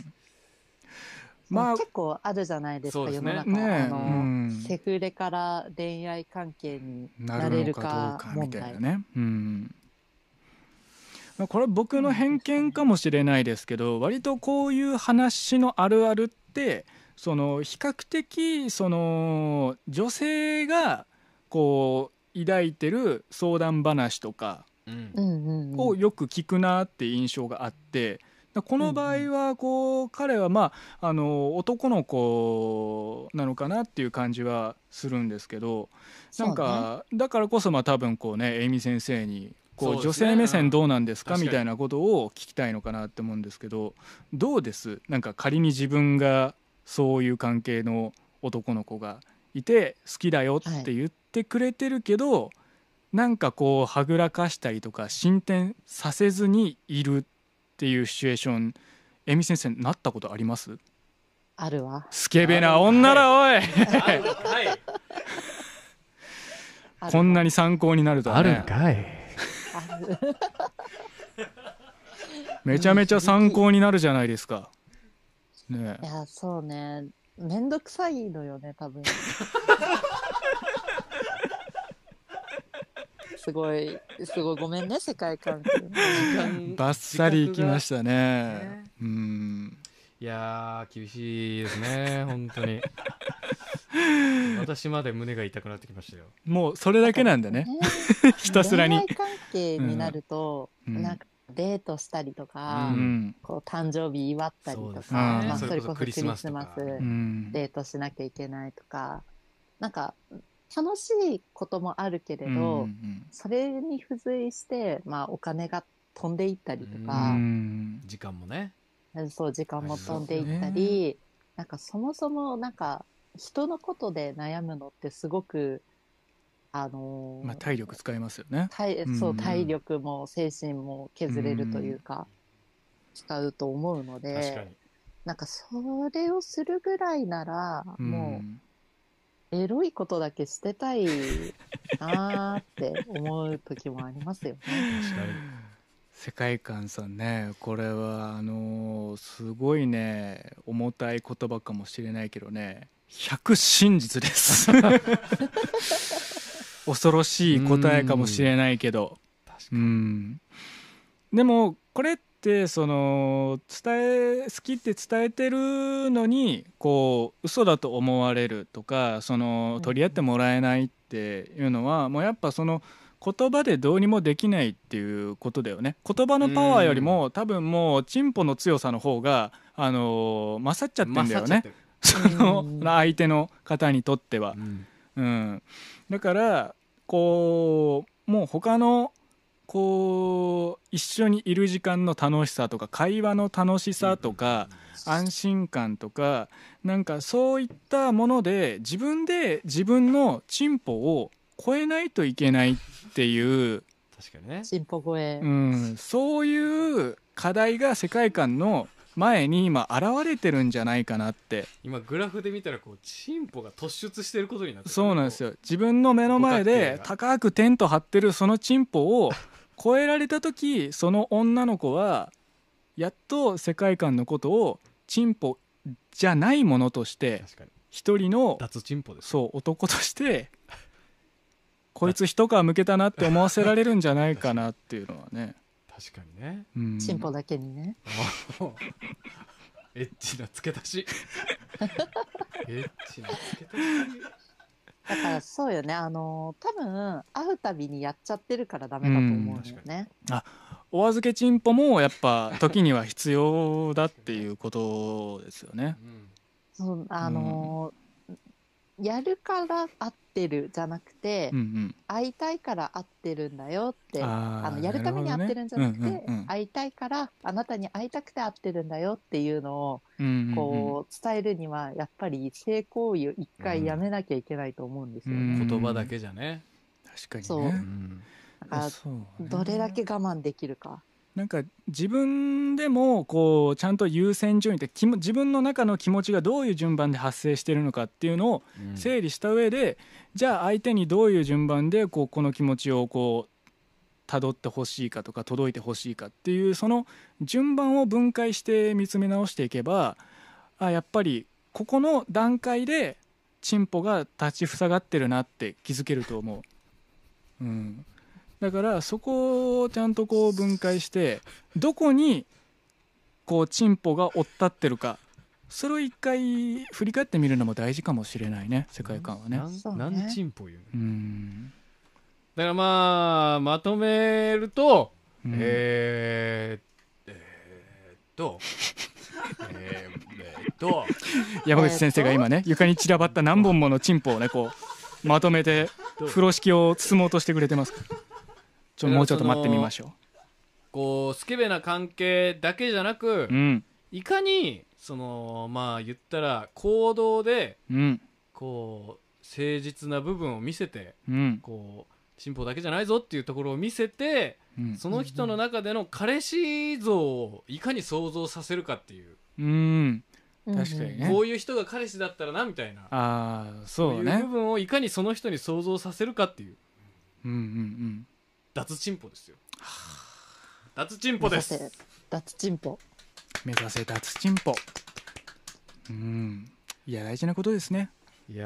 まあ
結構あるじゃないです
そう
か
です
世
ね
の中、
ねえ
あの
うん
セフレから恋愛関係に
な
な
る
れ
の
る
かどう
か
かみ
問
たい
題
なねうんまあこれは僕の偏見かもしれないですけど割とこういう話のあるあるってその比較的その女性がこう抱いてる相談話とか
うん
うんうんうん
をよく聞くなって印象があってだこの場合はこう彼はまああの男の子なのかなっていう感じはするんですけどなんかだからこそまあ多分こうねエイミ先生にこ
そう
う
で
女
すね
性目線どうなんですか
うん
みたいなことを聞きたいのかなって思うんですけどどうですなんか仮に自分がそういう関係の男の子がいて好きだよって言ってくれてるけど、なんかこうはぐらかしたりとか進展させずにいるっていうシチュエーションえみ先生なったことあります
あるわ
スケベな
[LAUGHS]
女らおい
はい
こんなに参考になるとは、ね、
かい
めちゃめちゃ参考になるじゃないですかね
いやそうねめんどくさいのよね多分すごいすごいごめんね世界観
えバッサリいきましたねうん
いやー厳しいです [LAUGHS] ね本当に私まで胸が痛くなってきましたよ
もうそれだけなんだねひたすらに
恋愛関係になると、
うん
なんかデートしたりとか、
うん
こう誕生日祝ったりと
そう
か
ですね
まあ、
そ
そ
れこ
れ
そ
こそクリスマス
クリスマスとか
うん
デートしなきゃいけないとかなんか楽しいこともあるけれど、
うん
それに付随して、まあ、お金が飛んでいったりと
う
か、
ん
時間もね
そう時間も飛んでいったり、なんかそもそもなんか人のことで悩むのってすごくあのー
まあ体力使いますよね
体
うん
そう体力も精神も削れるというか、使うと思うの
確か
で
に
なんかそれをするぐらいなら、もうエロいことだけしてたいなーって思う時もありますよ
[LAUGHS]
ね。
確かに
世界観さんねこれはあのーすごいね重たい言葉かもしれないけどね100真実です [LAUGHS] 恐ろしい答えかもしれないけど
確
う
か
ん
に
でもこれってその伝え好きって伝えてるのにこう嘘だと思われるとかその取り合ってもらえないっていうのはもうやっぱその言葉でどうにもできないっていうことだよね言葉のパワーよりも多分もうチンポの強さの方があの勝っちゃってんだよ
勝っちゃっ
ね
てる
その相手の方にとっては。うん、だからこうもう他のこう一緒にいる時間の楽しさとか会話の楽しさとか安心感とかなんかそういったもので自分で自分のチンポを超えないといけないっていう、
確かにね
進歩越え、
うん、そういう課題が世界観の前に今現れてるんじゃないかなって
今グラフで見たらこうチンポが突出してることになってる
そうなんですよ自分の目の前で
五角形が
高くテント張ってるそのチンポを超えられた時その女の子はやっと世界観のことをチンポじゃないものとして
確かに
一人の
脱チンポです
そう男としてこいつ一皮むけたなって思わせられるんじゃないかなっていうのはね。
確かにね
うん
進歩だけにね。
もうエッチな付け足しエッチな付け足し
だからそうよねあのー多分会うたびにやっちゃってるからダメだと思うのよね。
お預けチンポもやっぱ時には必要だっていうことですよね。
そうあのーやるから会ってるじゃなくて、
うんうん
会いたいから会ってるんだよって
あー
あのやるために
なるほどね
会ってるんじゃなくて
うんうんうん
会いたいからあなたに会いたくて会ってるんだよっていうのを
うんうんうん
こう伝えるにはやっぱり性行為を一回やめなきゃいけないと思うんですよね。
言葉だけじゃね
確かにね
そうだから
そう
どれだけ我慢できるか。
なんか自分でもこうちゃんと優先順位って気も自分の中の気持ちがどういう順番で発生してるのかっていうのを
うん
整理した上で、じゃあ相手にどういう順番でこうこの気持ちをこう辿ってほしいかとか届いてほしいかっていうその順番を分解して見つめ直していけばあやっぱりここの段階でチンポが立ちふさがってるなって気づけると思う。うんだからそこをちゃんとこう分解してどこにこうチンポが追ったってるかそれを一回振り返ってみるのも大事かもしれないね世界観はね。
なんなんちんぽ言うの
うん
だからまあまとめると、えー、えーっとえーえーっと
山口先生が今ね床に散らばった何本ものチンポをねこうまとめて風呂敷を包もうとしてくれてますちょもうちょっと待ってみましょ
こうスケベな関係だけじゃなく、
う。うん
いかにそのまあ言ったら行動で
うん
こう誠実な部分を見せて
うん
こう進歩だけじゃないぞっていうところを見せて、
うん
その人の中での彼氏像をいかに想像させるかっていう、
うん確かにね。
こういう人が彼氏だったらなみたいな
ああそう
いう部
ね。
分をいかにその人に想像させるかっていう
うんうんうん。
脱チンポですよ脱チンポです
目指せ脱チンポ。
目指せ脱チンポうんいや大事なことですね
いや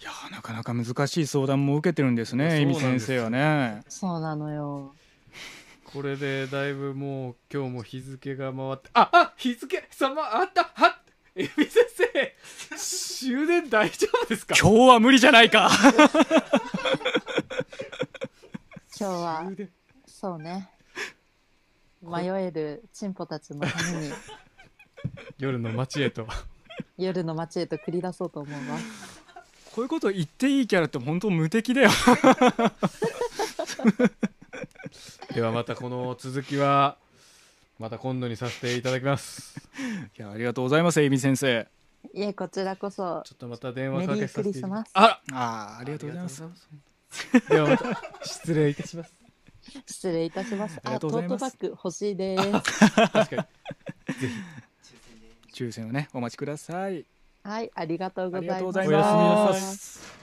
いやなかなか難しい相談も受けてるんですね
そ
エ
うなん
ミ
です
先生はね
そうなのよ。
これでだいぶもう今日も日付が回ってああ日付様あったはっえみ先生終電大丈夫ですか
今日は無理じゃないか
今日はそうね [LAUGHS] 迷えるチンポたちのために
夜の街へと
夜の街へと繰り出そうと思う [LAUGHS] わ
こういうこと言っていいキャラって本当無敵だよ
ではまたこの続きはまた今度にさせていただきます
いやありがとうございますエミ先生
いえこちらこそ
ちょっとまた電話かけさせて
メリークリスマス
あ
あーありがとうございます
らではまた失礼いたし [LAUGHS] ます
失礼いたします
あ
あ
りがと
ト
うござい
ート
ます
バッグ欲しいです
確か
抽選をねお待ちください
はいありがとうご
ありが
ざ
とう
い
ご
ま
ざい
す
ます
に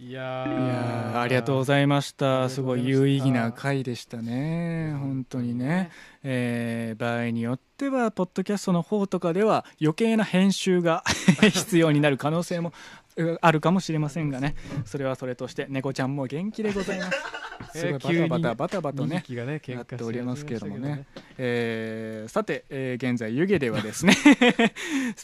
いや
い
ー
やーありがとうございましたすごい有意義な回でしたね本当にね、えー場合によってはポッドキャストの方とかでは余計な編集が [LAUGHS] 必要になる可能性もうあるかもしれませんがねそれはそれとして猫ちゃんも元気でございます [LAUGHS] すごいバタバタバタバタと
2
ね
匹がね喧
なっ
嘩して始
お
め
り
ま
ま
し
す
た
けれども
けど
ね、えーさて、えー現在湯気ではで
[LAUGHS]
すねス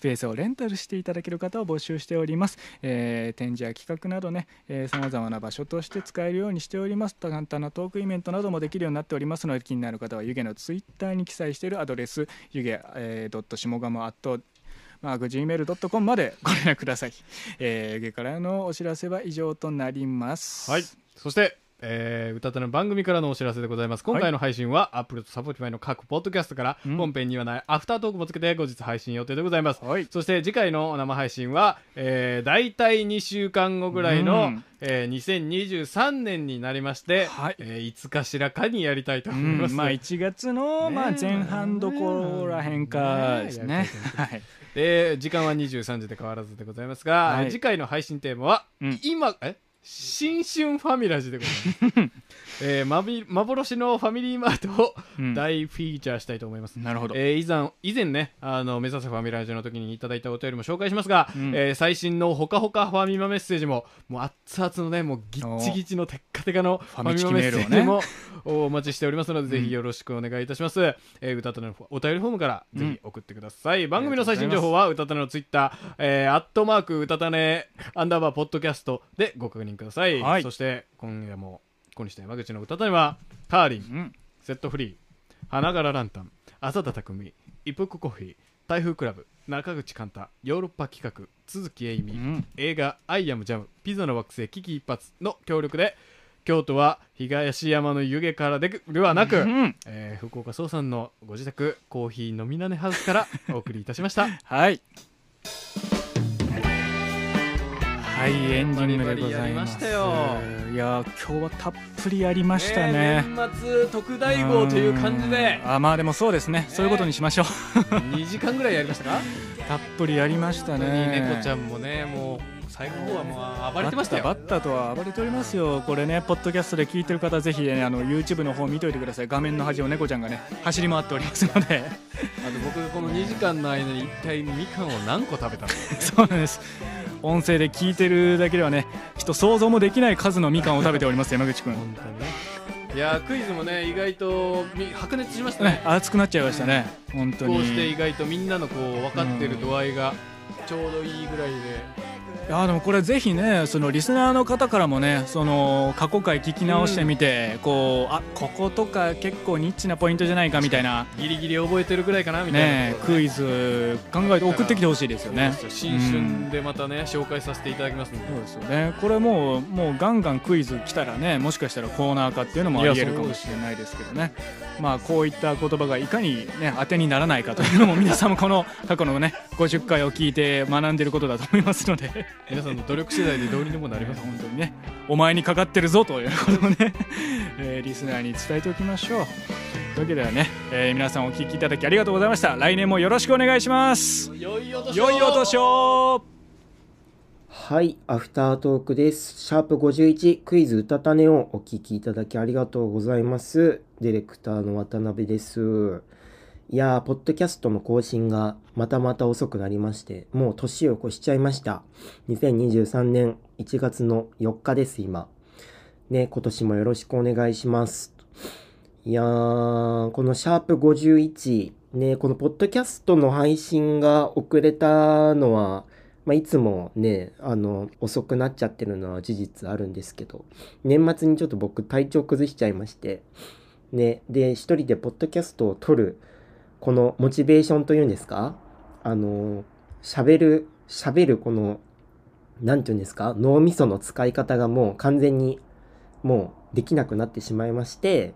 ペースをレンタルしていただける方を募集しております、えー展示や企画などねさまざまな場所として使えるようにしております簡単なトークイベントなどもできるようになっておりますので気になる方は湯気のツイッターに記載しているアドレス湯気、えー、.下鴨 at マーク gmail.com までご連絡ください、えー、湯気からのお知らせは以上となります
はいそしてえー、歌たの番組からのお知らせでございます今回の配信は、アップルとサポティファイの各ポッドキャストから、
うん
本編にはないアフタートークもつけて後日配信予定でございます、
はい
そして次回の生配信は、えー、大体2週間後ぐらいうの
ん、
えー、2023年になりまして、
はい
えーいつかしらかにやりたいと
う
思います、
ん、まあ1月の、まあ、前半どこらへんかですね。はい、
で時間は23時で変わらずでございますが、
はい
次回の配信テーマは、
うん
今え新春ファミラジでござい
[LAUGHS]
ます、えーまび幻のファミリーマートを
うん
大フィーチャーしたいと思います、
なるほど。
えー以前以前ねあの目指せファミラージュの時にいただいたお便りも紹介しますが、
うん
えー最新のほかほかファミマメッセージももう熱々のねもうギッチギチのテッカテカのフ
フ
ァ
ァ
ミ
ミチ
マ
キ
メ
メ
ッ
ー
セ
ルをね
ージもお待ちしておりますので、ぜひよろしくお願いいたします、えー、歌とのお便りフォームからぜひ送ってください、番組の最新情報は歌たねのツイッター、えー、アットマーク歌たねアンダーバーポッドキャストでご確認ください、
はい
そして今夜も小西と山口の歌とはカーリン、セットフリー花柄ランタン浅田匠イプココフィー台風クラブ中口寛太ヨーロッパ企画都築恵美、映画「アイアムジャムピザの惑星危機一発」の協力で京都は東山の湯気からでくではなく、えー福岡総さんのご自宅コーヒー飲みなねハウスからお送りいたしました
[LAUGHS] はいはいエンディングでございます
バリバリやりま
いやー今日はたっぷりやりましたね、
年末特大号という感じで
あまあでもそうですね、そういうことにしましょう
2時間ぐらいやりましたか
たっぷりやりました
本当に
ね
猫ちゃんもねもう最後の方はもう暴れてましたよ
バッタバッタとは暴れておりますよこれねポッドキャストで聞いてる方ぜひ、ね、あの YouTube の方見ておいてください画面の端を猫ちゃんがね走り回っておりますの
あ
で
と僕この2時間の間に一体みかんを何個食べたの
そうなんです音声で聞いてるだけではねきっと想像もできない数のみかんを食べております山口くん
いやークイズもね意外とみ白熱しました
ね
ね
熱くなっちゃいましたね本当に
こうして意外とみんなのこう分かってる度合いがちょうどいいぐらいで
いやでもこれぜひねそのリスナーの方からもねその過去回聞き直してみて、こうあこことか結構ニッチなポイントじゃないかみたいな
ギリギリ覚えてるぐらいかなみたいな、
ねクイズ考えて送ってきてほしいですよね。
新春でまたね、紹介させていただきますのでそう
ですよねこれもうもうガンガンクイズ来たらねもしかしたらコーナー化っていうのもありえるかもしれないですけどねまあこういった言葉がいかに、ね、当てにならないかというのも皆さんもこの過去のね50回を聞いて学んでることだと思いますので
皆さんの努力次第でどうにでもなります
本当にねお前にかかってるぞということをね、 [LAUGHS] えーリスナーに伝えておきましょうというわけではね、えー皆さんお聞きいただきありがとうございました来年もよろしくお願いします
良いお
良いお年を
はい、アフタートークです。シャープ51クイズ歌種をお聞きいただきありがとうございます。ディレクターの渡辺です。いやー、ポッドキャストの更新がまたまた遅くなりまして、もう年を越しちゃいました。2023年1月の4日です、今。ね、今年もよろしくお願いします。いやー、このシャープ51、ね、このポッドキャストの配信が遅れたのは、まあ、いつもね、あの、遅くなっちゃってるのは事実あるんですけど、年末にちょっと僕体調崩しちゃいまして、ね、で、一人でポッドキャストを撮る、このモチベーションというんですかあの、喋る、喋るこの、なんていうんですか脳みその使い方がもう完全にもうできなくなってしまいまして、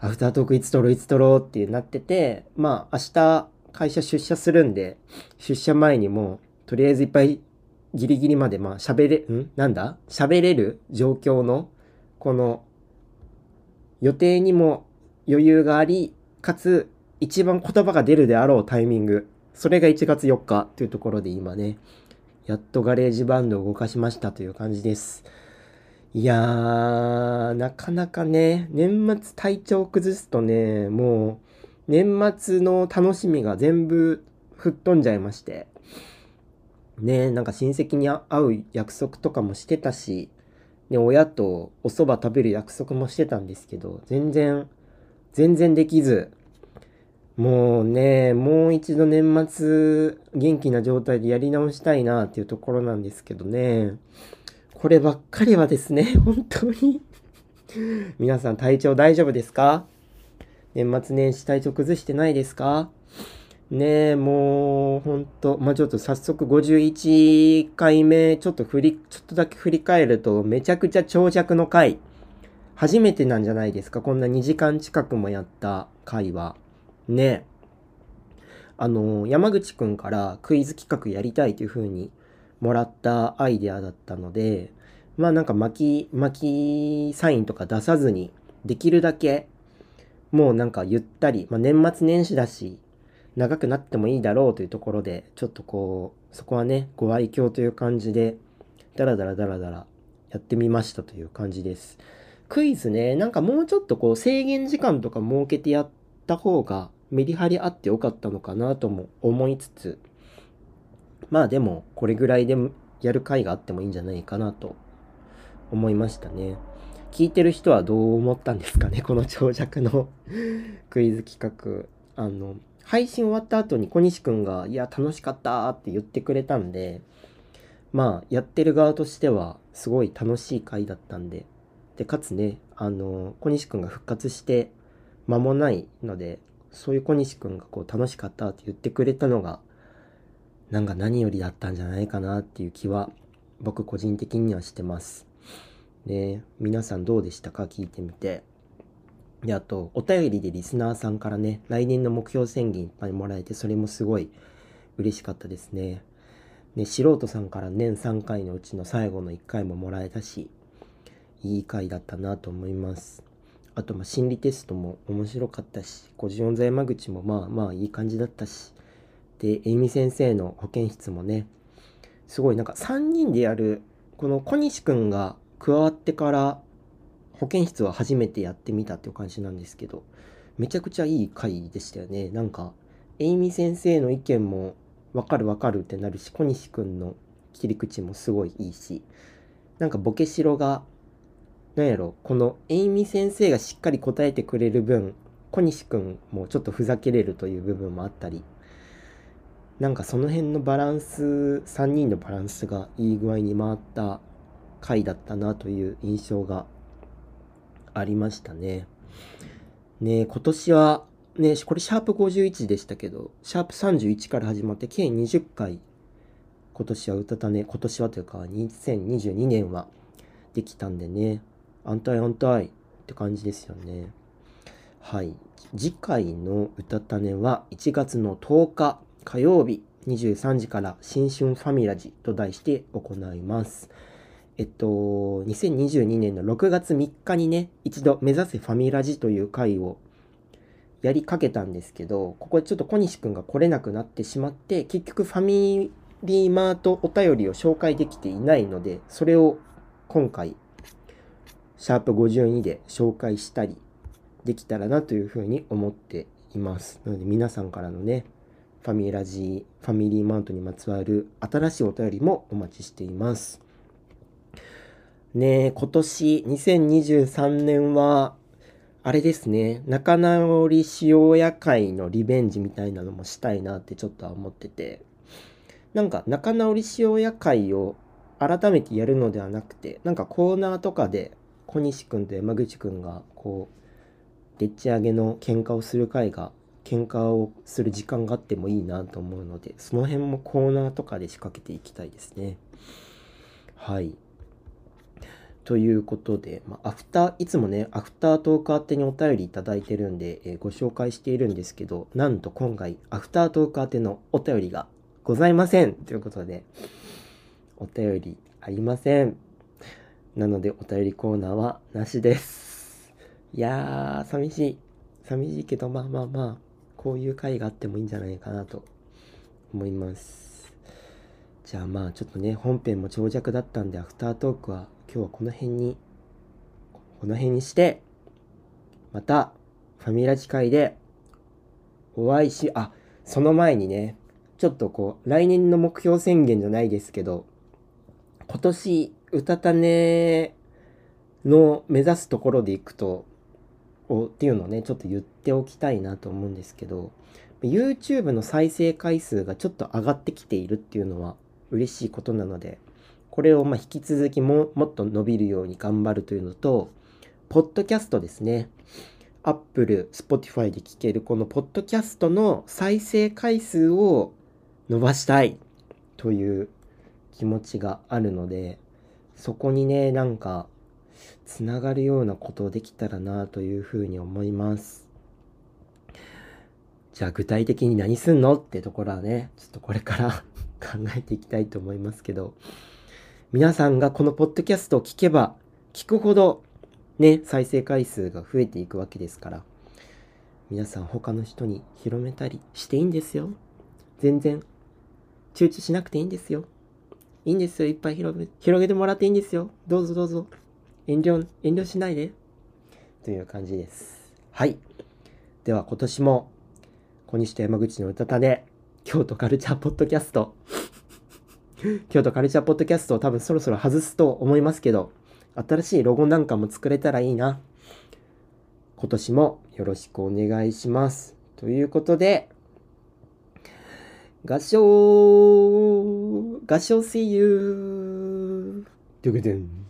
アフタートークいつ撮ろういつ撮ろうってなってて、まあ明日会社出社するんで、出社前にもうとりあえずいっぱいギリギリまでまあ喋れ、んなんだ喋れる状況の、この予定にも余裕があり、かつ一番言葉が出るであろうタイミング。それが1月4日というところで今ね、やっとガレージバンドを動かしましたという感じです。いやー、なかなかね、年末体調崩すとね、もう、年末の楽しみが全部吹っ飛んじゃいまして。ね、なんか親戚に会う約束とかもしてたし、ね、親とお蕎麦食べる約束もしてたんですけど、全然、全然できず、もうね、もう一度年末元気な状態でやり直したいなっていうところなんですけどね。こればっかりはですね、 [LAUGHS] 本当に。皆さん体調大丈夫ですか年末年始体調崩してないですかねえ、もう、ほんと。まあ、ちょっと早速51回目、ちょっと振り、ちょっとだけ振り返ると、めちゃくちゃ長尺の回。初めてなんじゃないですかこんな2時間近くもやった回は。ねあの山口くんからクイズ企画やりたいというふうにもらったアイデアだったのでまあなんか巻き巻きサインとか出さずにできるだけもうなんかゆったり、まあ、年末年始だし長くなってもいいだろうというところでちょっとこうそこはねご愛嬌という感じでダラダラダラダラやってみましたという感じです。クイズね、なんかもうちょっとこう制限時間とか設けてやった方がメリハリあってよかったのかなとも思いつつ、まあでもこれぐらいでやる回があってもいいんじゃないかなと思いましたね。聞いてる人はどう思ったんですかね、 [LAUGHS] この長尺の [LAUGHS] クイズ企画。あの、配信終わった後に小西くんが、いや、楽しかったって言ってくれたんで、まあ、やってる側としては、すごい楽しい回だったんで、でかつねあの小西君が復活して間もないのでそういう小西君がこう楽しかったって言ってくれたのがなんか何よりだったんじゃないかなっていう気は僕個人的にはしてます。ね皆さんどうでしたか聞いてみて。であとお便りでリスナーさんからね来年の目標宣言いっぱいもらえてそれもすごい嬉しかったですね。ね素人さんから年3回のうちの最後の1回ももらえたしいい回だったなと思います。あとまあ心理テストも面白かったし54座山口もまあまあいい感じだったしでえみ先生の保健室もねすごいなんか3人でやるこの小西くんが加わってから保健室は初めてやってみたっていう感じなんですけどめちゃくちゃいい回でしたよねなんかえいみ先生の意見もわかるわかるってなるし小西くんの切り口もすごいいいしなんかボケしろがなんやろこのえいみ先生がしっかり答えてくれる分小西くんもちょっとふざけれるという部分もあったりなんかその辺のバランス3人のバランスがいい具合に回った回だったなという印象がありましたね。ねえ今年はねこれシャープ51でしたけどシャープ31から始まって計20回今年は歌たね今年はというか2022年はできたんでね安泰安泰って感じですよね。はい次回の「うたた寝」は1月の10日火曜日23時から「新春ファミラジ」と題して行います。えっと、2022年の6月3日にね、一度目指せファミラジという回をやりかけたんですけど、ここでちょっと小西くんが来れなくなってしまって、結局ファミリーマートお便りを紹介できていないので、それを今回、シャープ52で紹介したりできたらなというふうに思っています。なので皆さんからのね、ファミラジ、ファミリーマートにまつわる新しいお便りもお待ちしています。ねえ、今年2023年は、あれですね、仲直りしようや会のリベンジみたいなのもしたいなってちょっとは思ってて、なんか仲直りしようや会を改めてやるのではなくて、なんかコーナーとかで小西くんと山口くんがこう、でっち上げの喧嘩をする会が、喧嘩をする時間があってもいいなと思うので、その辺もコーナーとかで仕掛けていきたいですね。はい。ということで、まあ、アフター、いつもね、アフタートーク宛てにお便りいただいてるんで、えーご紹介しているんですけど、なんと今回、アフタートーク宛てのお便りがございませんということで、お便りありません。なので、お便りコーナーはなしです。いやー、寂しい。寂しいけど、まあまあまあ、こういう回があってもいいんじゃないかなと思います。じゃあまあちょっとね本編も長尺だったんでアフタートークは今日はこの辺にこの辺にしてまたファミラ次会でお会いしあその前にねちょっとこう来年の目標宣言じゃないですけど今年うたた寝の目指すところでいくとをっていうのをねちょっと言っておきたいなと思うんですけど YouTube の再生回数がちょっと上がってきているっていうのは嬉しいことなのでこれをまあ引き続きももっと伸びるように頑張るというのとポッドキャストですね Apple、Spotify で聞けるこのポッドキャストの再生回数を伸ばしたいという気持ちがあるのでそこにねなんかつながるようなことできたらなというふうに思います。じゃあ具体的に何すんのってところはね、ちょっとこれから [LAUGHS] 考えていきたいと思いますけど、皆さんがこのポッドキャストを聞けば、聞くほどね、再生回数が増えていくわけですから、皆さん他の人に広めたりしていいんですよ。全然、躊躇しなくていいんですよ。いいんですよ。いっぱい広げ広げてもらっていいんですよ。どうぞどうぞ。遠慮、遠慮しないで。という感じです。はい。では今年も小西と山口の歌たね、京都カルチャーポッドキャスト。 [LAUGHS] 京都カルチャーポッドキャストを多分そろそろ外すと思いますけど、新しいロゴなんかも作れたらいいな。今年もよろしくお願いします。ということで、合唱合唱 See you! ドゥグドゥン